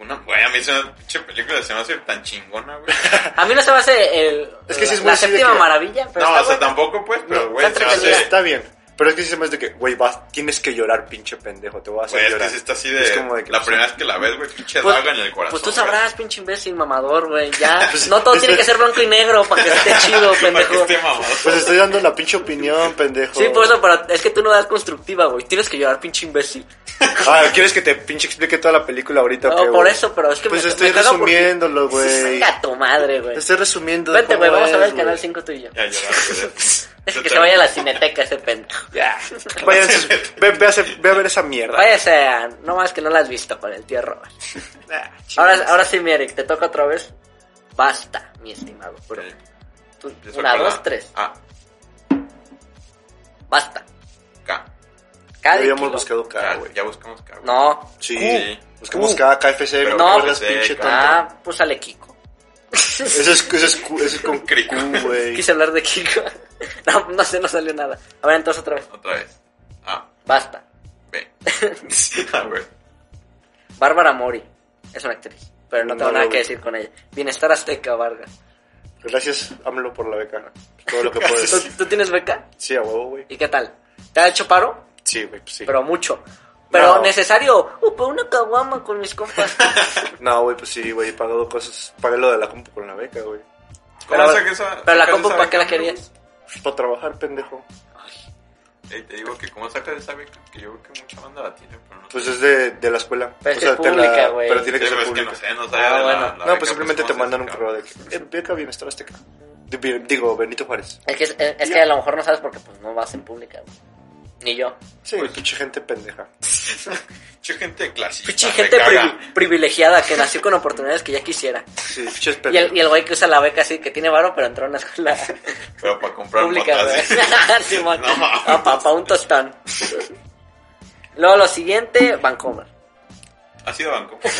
[SPEAKER 1] Una, güey, a mí esa pinche película se me hace tan chingona, güey.
[SPEAKER 2] A mí no se me hace el,
[SPEAKER 3] Es que sí es
[SPEAKER 2] la
[SPEAKER 3] muy así de
[SPEAKER 2] séptima
[SPEAKER 3] que-
[SPEAKER 2] maravilla, pero
[SPEAKER 1] No, o
[SPEAKER 2] está
[SPEAKER 1] sea,
[SPEAKER 2] buena.
[SPEAKER 1] tampoco, pues, pero,
[SPEAKER 3] No,
[SPEAKER 1] güey, se me
[SPEAKER 2] entretenida.
[SPEAKER 1] hace...
[SPEAKER 3] Está bien, pero es que sí se me hace de que, güey, vas, tienes que llorar, pinche pendejo, te voy a hacer
[SPEAKER 1] Güey, es
[SPEAKER 3] llorar.
[SPEAKER 1] que sí está así de...
[SPEAKER 3] Es como de que,
[SPEAKER 1] la
[SPEAKER 3] pues,
[SPEAKER 1] primera vez que la ves, güey, pinche
[SPEAKER 2] Pues-
[SPEAKER 1] daga en el corazón.
[SPEAKER 2] Pues tú
[SPEAKER 1] güey.
[SPEAKER 2] sabrás, pinche imbécil mamador, güey. Ya, pues, no todo tiene que ser blanco y negro para que esté chido,
[SPEAKER 1] Para que
[SPEAKER 2] pendejo.
[SPEAKER 1] esté mamado.
[SPEAKER 3] Pues estoy dando la pinche opinión, pendejo.
[SPEAKER 2] Sí, por eso, pero es que tú no das constructiva, güey. Tienes que llorar, pinche imbécil.
[SPEAKER 3] Ah, ¿quieres que te pinche explique toda la película ahorita? o
[SPEAKER 2] No,
[SPEAKER 3] qué,
[SPEAKER 2] por
[SPEAKER 3] güey?
[SPEAKER 2] eso, pero es que
[SPEAKER 3] Pues
[SPEAKER 2] me,
[SPEAKER 3] estoy
[SPEAKER 2] me caga porque-
[SPEAKER 3] resumiéndolo, güey.
[SPEAKER 2] Saca tu madre, güey.
[SPEAKER 3] Estoy resumiendo.
[SPEAKER 2] Vente,
[SPEAKER 3] cómo
[SPEAKER 2] güey, vamos a ver
[SPEAKER 3] es,
[SPEAKER 2] el
[SPEAKER 3] güey.
[SPEAKER 2] canal 5 tú y yo.
[SPEAKER 1] Ya lloraste.
[SPEAKER 2] Deja que se vaya a la cineteca ese pendejo.
[SPEAKER 3] Vayan sus- ve, ve a hacer- ve a ver esa mierda.
[SPEAKER 2] Váyase a... No más que no la has visto con el tío Robert.
[SPEAKER 3] Ah,
[SPEAKER 2] Ahora,
[SPEAKER 3] chingas.
[SPEAKER 2] ahora sí, mi Eric, te toca otra vez. Basta, mi estimado. bro.
[SPEAKER 1] Ok.
[SPEAKER 2] Tú-
[SPEAKER 1] Empiezo
[SPEAKER 2] una,
[SPEAKER 1] con la
[SPEAKER 2] dos, tres.
[SPEAKER 1] A,
[SPEAKER 2] Basta.
[SPEAKER 1] K.
[SPEAKER 2] Cada
[SPEAKER 3] Ya habíamos
[SPEAKER 2] kilo.
[SPEAKER 3] buscado K,
[SPEAKER 1] Ya,
[SPEAKER 3] güey.
[SPEAKER 1] ya buscamos K, güey.
[SPEAKER 2] No.
[SPEAKER 3] Sí.
[SPEAKER 1] Sí.
[SPEAKER 3] Buscamos
[SPEAKER 2] Uh.
[SPEAKER 3] K, KFC,
[SPEAKER 1] Pero
[SPEAKER 3] no
[SPEAKER 2] no,
[SPEAKER 3] te vuelvas
[SPEAKER 1] KFC,
[SPEAKER 3] pinche tonto.
[SPEAKER 1] K.
[SPEAKER 2] Ah, pues sale Kiko.
[SPEAKER 3] Eso es, eso es, cu- eso es con Crico, güey.
[SPEAKER 2] Quise hablar de Kiko. No, no sé, no salió nada. A ver, entonces otra vez.
[SPEAKER 1] Otra vez. Ah,
[SPEAKER 2] Basta.
[SPEAKER 1] ve. A ver.
[SPEAKER 2] Bárbara Mori. Es una actriz. Pero no tengo
[SPEAKER 3] No,
[SPEAKER 2] nada
[SPEAKER 3] güey.
[SPEAKER 2] que decir con ella. Bienestar Azteca, Vargas.
[SPEAKER 3] Gracias, AMLO, por la beca. Todo lo que puedes.
[SPEAKER 2] ¿Tú, tú tienes beca?
[SPEAKER 3] Sí, a huevo, güey.
[SPEAKER 2] ¿Y qué tal? ¿Te ha hecho paro?
[SPEAKER 3] Sí, güey, pues sí.
[SPEAKER 2] Pero mucho. Pero
[SPEAKER 3] No.
[SPEAKER 2] necesario. Uh, pues una caguama con mis compas.
[SPEAKER 3] No, güey, pues sí, güey. He pagado cosas. Pagué lo de la compu con la beca, güey.
[SPEAKER 1] ¿Cómo
[SPEAKER 2] Pero-
[SPEAKER 1] saqué esa-
[SPEAKER 2] pero la
[SPEAKER 1] sacas
[SPEAKER 2] compu,
[SPEAKER 1] esa
[SPEAKER 2] ¿para qué la
[SPEAKER 1] beca,
[SPEAKER 2] querías?
[SPEAKER 1] Luz?
[SPEAKER 3] Pues, Para trabajar, pendejo.
[SPEAKER 1] Ey, te digo que cómo sacas esa beca, que yo creo que mucha banda la tiene, pero no
[SPEAKER 3] Pues es de, de la escuela.
[SPEAKER 2] Pero es que es
[SPEAKER 3] te la-
[SPEAKER 2] pública, güey.
[SPEAKER 3] Pero tiene
[SPEAKER 1] Sí, pero
[SPEAKER 3] que ser
[SPEAKER 1] es que no
[SPEAKER 3] pública.
[SPEAKER 1] sé, no
[SPEAKER 2] Ah,
[SPEAKER 1] sabía de la-
[SPEAKER 2] bueno.
[SPEAKER 1] la
[SPEAKER 3] No,
[SPEAKER 1] beca,
[SPEAKER 3] pues simplemente
[SPEAKER 1] ¿cómo
[SPEAKER 3] te
[SPEAKER 1] se
[SPEAKER 3] mandan un
[SPEAKER 1] saca?
[SPEAKER 3] correo de que, eh, beca bienestar azteca. De- bi- Digo, Benito Juárez.
[SPEAKER 2] es, que, es, es que a lo mejor no sabes porque pues no vas en pública. güey. Ni yo.
[SPEAKER 3] Sí,
[SPEAKER 1] Pues-
[SPEAKER 3] pinche gente pendeja.
[SPEAKER 1] Che, gente clásica.
[SPEAKER 2] Pinche gente privi- privilegiada que nació con oportunidades que ya quisiera.
[SPEAKER 3] Sí, pinches
[SPEAKER 2] Y el, y
[SPEAKER 3] pendejos.
[SPEAKER 2] el güey que usa la beca así, que tiene varo, pero entró a una escuela
[SPEAKER 1] Pero para comprar
[SPEAKER 2] pública, güey.
[SPEAKER 1] botas.
[SPEAKER 2] Simón.
[SPEAKER 1] No mames.
[SPEAKER 2] Ah, pa- pa' un tostón. Luego lo siguiente, Vancouver.
[SPEAKER 1] Ha sido banco.
[SPEAKER 3] Pues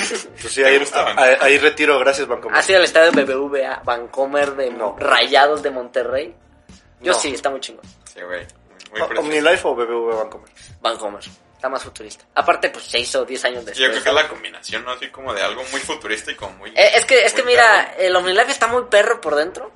[SPEAKER 3] sí, ahí,
[SPEAKER 1] ¿Te gusta,
[SPEAKER 3] ahí- ahí retiro, gracias, Banco.
[SPEAKER 2] ¿Has ido al estadio BBVA Vancomer de
[SPEAKER 3] No.
[SPEAKER 2] Rayados de Monterrey? Yo
[SPEAKER 3] No.
[SPEAKER 2] sí, está muy chingón.
[SPEAKER 1] Sí, güey. Muy
[SPEAKER 3] O-
[SPEAKER 1] precioso.
[SPEAKER 3] ¿OmniLife o BBV Banco?
[SPEAKER 2] Vancomer. Está más futurista. Aparte, pues se hizo 10 años
[SPEAKER 1] Yo creo
[SPEAKER 2] después.
[SPEAKER 1] que es la combinación, ¿no? Así como de algo muy futurista y como muy...
[SPEAKER 2] Eh, es que, es que
[SPEAKER 1] muy
[SPEAKER 2] mira,
[SPEAKER 1] cabrón.
[SPEAKER 2] el OmniLife está muy perro por dentro,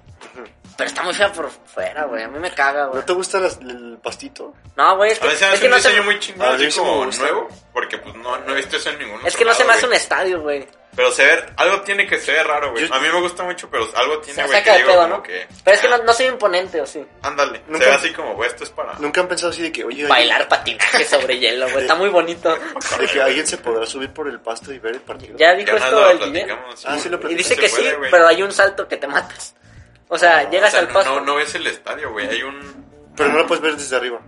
[SPEAKER 2] pero está muy fea por fuera, güey. A mí me caga, güey.
[SPEAKER 3] ¿No te gusta las- el pastito?
[SPEAKER 2] No, güey, es
[SPEAKER 1] A
[SPEAKER 2] que,
[SPEAKER 1] veces
[SPEAKER 2] es
[SPEAKER 1] hace
[SPEAKER 2] que
[SPEAKER 1] un
[SPEAKER 2] no se,
[SPEAKER 1] diseño muy
[SPEAKER 3] Ah,
[SPEAKER 1] chingón,
[SPEAKER 3] yo
[SPEAKER 1] así
[SPEAKER 3] sí me
[SPEAKER 1] como
[SPEAKER 3] gusta.
[SPEAKER 1] nuevo, porque pues no, no he visto eso en ningún
[SPEAKER 2] es que no se me hace un
[SPEAKER 1] un...
[SPEAKER 2] estadio, güey.
[SPEAKER 1] Pero se ve, algo tiene que ser raro, güey.
[SPEAKER 3] Yo-
[SPEAKER 1] A mí me gusta mucho, pero algo tiene,
[SPEAKER 2] Se
[SPEAKER 1] güey,
[SPEAKER 2] saca
[SPEAKER 1] que
[SPEAKER 2] de
[SPEAKER 1] digo
[SPEAKER 2] pedo,
[SPEAKER 1] como
[SPEAKER 2] ¿no?
[SPEAKER 1] que...
[SPEAKER 2] Pero es que
[SPEAKER 1] ah,
[SPEAKER 2] no, no soy imponente, ¿o sí?
[SPEAKER 1] Ándale, se
[SPEAKER 3] Nunca-
[SPEAKER 1] ve así como, güey, esto es para...
[SPEAKER 3] ¿Nunca han pensado así de que, oye,
[SPEAKER 2] Bailar patinaje sobre hielo, güey. Está muy bonito.
[SPEAKER 3] alguien- de que alguien se podrá subir por el pasto y ver el partido?
[SPEAKER 2] Ya
[SPEAKER 1] Que
[SPEAKER 2] dijo
[SPEAKER 1] una vez lo
[SPEAKER 2] esto el DJ.
[SPEAKER 1] platicamos.
[SPEAKER 3] Ah, sí lo
[SPEAKER 2] Y
[SPEAKER 3] platicamos.
[SPEAKER 2] dice
[SPEAKER 1] Se
[SPEAKER 2] que
[SPEAKER 1] puede,
[SPEAKER 2] sí,
[SPEAKER 1] güey.
[SPEAKER 2] pero hay un salto que te matas. O sea,
[SPEAKER 1] O
[SPEAKER 2] llegas
[SPEAKER 1] sea,
[SPEAKER 2] al pasto.
[SPEAKER 1] no, no ves el estadio, güey. Hay un...
[SPEAKER 3] Pero no lo puedes ver desde arriba.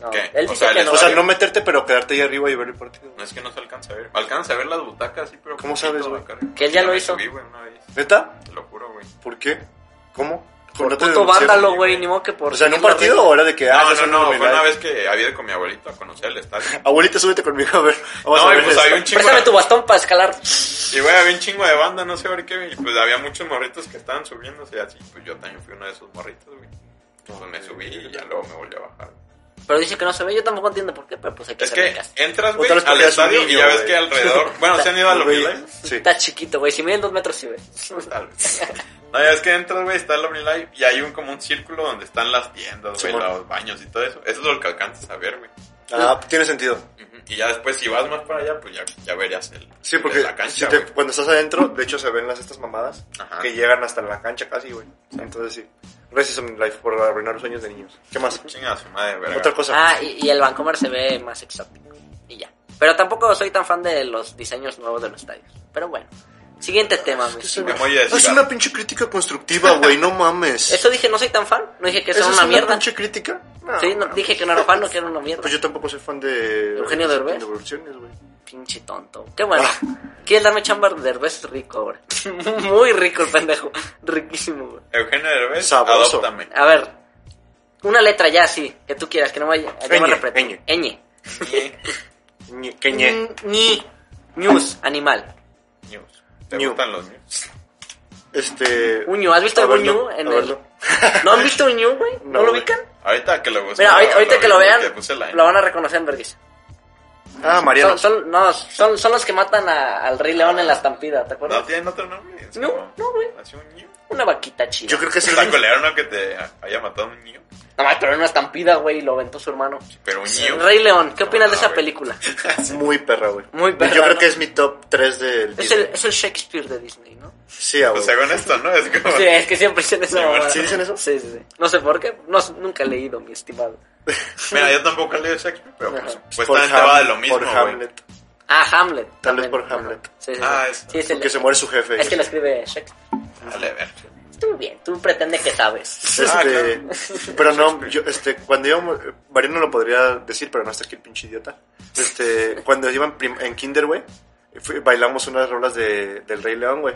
[SPEAKER 2] No,
[SPEAKER 1] ¿Qué?
[SPEAKER 2] Él
[SPEAKER 1] O
[SPEAKER 2] dice
[SPEAKER 1] sea,
[SPEAKER 2] que
[SPEAKER 1] el
[SPEAKER 2] no.
[SPEAKER 3] O sea,
[SPEAKER 1] Vale.
[SPEAKER 3] no meterte, pero quedarte ahí arriba y ver el partido.
[SPEAKER 1] No es que no se alcanza a ver. Alcanza a ver las butacas, sí, pero...
[SPEAKER 3] ¿Cómo
[SPEAKER 1] poquito
[SPEAKER 3] sabes, güey?
[SPEAKER 1] la carga.
[SPEAKER 2] Que él ya lo
[SPEAKER 1] me
[SPEAKER 2] hizo.
[SPEAKER 1] subí, güey, una vez.
[SPEAKER 3] ¿Neta?
[SPEAKER 1] Te lo juro, güey.
[SPEAKER 3] ¿Por qué? ¿Cómo?
[SPEAKER 2] Por
[SPEAKER 3] ¿No te
[SPEAKER 2] puto
[SPEAKER 3] denunciaron?
[SPEAKER 2] vándalo, güey, ni modo que por...
[SPEAKER 3] O sea, ¿en un
[SPEAKER 2] seguir la
[SPEAKER 3] partido o
[SPEAKER 2] regla.
[SPEAKER 3] era de que... ah,
[SPEAKER 1] No,
[SPEAKER 3] estás
[SPEAKER 1] no,
[SPEAKER 3] en un
[SPEAKER 1] no, fue
[SPEAKER 3] OmniLife?
[SPEAKER 1] una vez que había ido con mi abuelito a conocer el estadio.
[SPEAKER 3] Abuelita, súbete conmigo a ver. Vamos
[SPEAKER 1] No,
[SPEAKER 3] a
[SPEAKER 1] y
[SPEAKER 3] ver
[SPEAKER 1] pues
[SPEAKER 3] esto.
[SPEAKER 1] había un chingo.
[SPEAKER 2] Préstame tu bastón para escalar.
[SPEAKER 1] Y güey, había un chingo de banda, no sé por qué, güey. Y pues había muchos morritos que estaban subiéndose y así. Pues yo también fui uno de esos morritos, güey. Pues me subí y ya luego me volví a bajar.
[SPEAKER 2] Pero dice que no se ve, yo tampoco entiendo por qué, pero pues hay que
[SPEAKER 1] Es
[SPEAKER 2] hacerle
[SPEAKER 1] que
[SPEAKER 2] caso.
[SPEAKER 1] entras, güey,
[SPEAKER 3] O tal
[SPEAKER 1] al
[SPEAKER 3] vez porque eras un
[SPEAKER 1] estadio y
[SPEAKER 3] niño,
[SPEAKER 1] ya ves
[SPEAKER 3] güey.
[SPEAKER 1] que alrededor. Bueno, se han ido a lo
[SPEAKER 3] Güey,
[SPEAKER 1] Live.
[SPEAKER 3] Sí.
[SPEAKER 2] Está chiquito, güey. Si miden dos metros, sí, güey.
[SPEAKER 1] Tal vez. No, ya ves que entras, güey, está el OmniLive y hay un como un círculo donde están las tiendas, güey,
[SPEAKER 3] Simón.
[SPEAKER 1] los baños y todo eso. Eso es lo que alcanzas a ver, güey.
[SPEAKER 3] Ah, tiene sentido.
[SPEAKER 1] Ujú. Y ya después, si vas más para allá, pues ya, ya verías el,
[SPEAKER 3] Sí, porque
[SPEAKER 1] Pues la cancha,
[SPEAKER 3] si te-
[SPEAKER 1] güey. Ah.
[SPEAKER 3] cuando estás adentro, de hecho se ven las estas mamadas
[SPEAKER 1] Ajá.
[SPEAKER 3] que llegan hasta la cancha casi, güey. Entonces sí. Gracias a mi life por arruinar los sueños de niños. ¿Qué más?
[SPEAKER 1] Chinga su madre, verga.
[SPEAKER 3] Otra cosa.
[SPEAKER 2] Ah, y, y el Vancomer se ve más exótico. Y ya. Pero tampoco soy tan fan de los diseños nuevos de los estadios. Pero bueno. Siguiente tema, güey.
[SPEAKER 3] es, una,
[SPEAKER 1] me voy a
[SPEAKER 3] es
[SPEAKER 1] desligar.
[SPEAKER 3] una pinche crítica constructiva, güey, no mames.
[SPEAKER 2] Eso dije, no soy tan fan. No dije que
[SPEAKER 3] ¿Eso
[SPEAKER 2] son
[SPEAKER 3] es
[SPEAKER 2] una mierda.
[SPEAKER 3] pinche crítica? No,
[SPEAKER 2] Sí, no,
[SPEAKER 3] mames.
[SPEAKER 2] dije que no era fan, no que era una mierda.
[SPEAKER 3] Pues yo tampoco soy fan de...
[SPEAKER 2] Eugenio Derbez.
[SPEAKER 3] de versiones, güey.
[SPEAKER 2] Pinche tonto. Qué bueno.
[SPEAKER 3] Ah.
[SPEAKER 2] ¿Quieres darme chamba de Derbez rico ahora? Muy rico el pendejo. Riquísimo, güey.
[SPEAKER 1] Eugenio Derbez,
[SPEAKER 3] Sabroso.
[SPEAKER 1] adóptame.
[SPEAKER 2] A ver. Una letra ya, sí. Que tú quieras, que no vaya. que no me
[SPEAKER 3] Ñ,
[SPEAKER 2] repete.
[SPEAKER 3] Ñ.
[SPEAKER 2] Ñ.
[SPEAKER 3] Ñe- Que ñe.
[SPEAKER 2] Ñi. News, animal.
[SPEAKER 1] News. ¿Te
[SPEAKER 3] New.
[SPEAKER 1] gustan los news?
[SPEAKER 3] Este...
[SPEAKER 2] Uñu, ¿has visto
[SPEAKER 3] A
[SPEAKER 2] algún
[SPEAKER 3] verlo,
[SPEAKER 2] ñu en
[SPEAKER 3] a
[SPEAKER 2] el...
[SPEAKER 3] verlo.
[SPEAKER 2] ¿No han visto un ñu, güey?
[SPEAKER 3] No,
[SPEAKER 2] ¿No lo
[SPEAKER 3] güey. Pues
[SPEAKER 2] ubican?
[SPEAKER 1] Ahorita que lo busquen.
[SPEAKER 2] Mira, ahorita, ahorita que lo vean,
[SPEAKER 1] Le puse la
[SPEAKER 2] lo van a reconocer en vergüenza.
[SPEAKER 3] Ah, Mariano. Ah.
[SPEAKER 2] Son, son- no, son, son los que matan a- al Rey León en la estampida, ¿te acuerdas?
[SPEAKER 1] ¿No tienen otro nombre? Es
[SPEAKER 2] No,
[SPEAKER 1] como-
[SPEAKER 2] no, güey.
[SPEAKER 1] Así un niño.
[SPEAKER 2] Una vaquita chida.
[SPEAKER 3] Yo creo que es el
[SPEAKER 1] Está culero, ¿no? Que te haya matado un niño.
[SPEAKER 2] Nada más, pero en una estampida, güey, y lo aventó su hermano.
[SPEAKER 1] Pero un niño.
[SPEAKER 2] Rey León, ¿qué
[SPEAKER 1] No,
[SPEAKER 2] opinas de
[SPEAKER 1] no,
[SPEAKER 2] esa
[SPEAKER 1] güey.
[SPEAKER 2] película?
[SPEAKER 3] Muy perra, güey.
[SPEAKER 2] Muy perra,
[SPEAKER 3] Yo
[SPEAKER 2] ¿no?
[SPEAKER 3] creo que es mi top 3 del
[SPEAKER 2] Es el,
[SPEAKER 3] Disney.
[SPEAKER 2] es el Shakespeare de Disney, ¿no?
[SPEAKER 3] Sí, a
[SPEAKER 1] Pues
[SPEAKER 3] huevo.
[SPEAKER 1] según esto, ¿no? Es como.
[SPEAKER 2] Sí, es que siempre dicen eso.
[SPEAKER 1] Sí, bueno,
[SPEAKER 2] mamada.
[SPEAKER 3] ¿sí dicen eso?
[SPEAKER 2] Sí, sí, sí. No sé por qué, no, nunca he leído, mi estimado.
[SPEAKER 1] Mira, yo tampoco he leído Shakespeare, pero pues,
[SPEAKER 2] Ajá.
[SPEAKER 1] pues
[SPEAKER 3] Por
[SPEAKER 1] también te va de
[SPEAKER 3] Ham-
[SPEAKER 1] lo mismo,
[SPEAKER 3] Por
[SPEAKER 1] güey.
[SPEAKER 3] Hamlet.
[SPEAKER 2] Ah, Hamlet.
[SPEAKER 3] Tal vez
[SPEAKER 2] también.
[SPEAKER 3] por Hamlet.
[SPEAKER 2] Ajá. Sí, sí, sí.
[SPEAKER 1] Ah, es-
[SPEAKER 2] Sí, es el-
[SPEAKER 3] Porque se muere su jefe. y
[SPEAKER 2] Es que lo
[SPEAKER 3] así.
[SPEAKER 2] escribe Shakespeare.
[SPEAKER 1] Dale, a ver.
[SPEAKER 2] Tú bien, tú pretendes que sabes.
[SPEAKER 3] Este,
[SPEAKER 1] Ah, claro.
[SPEAKER 3] Pero no, yo, este, cuando íbamos, eh, Mario no lo podría decir, pero no está aquí el pinche idiota. Este, cuando iban prim- en Kinder, güey, fui- bailamos unas rolas de, del Rey León, güey.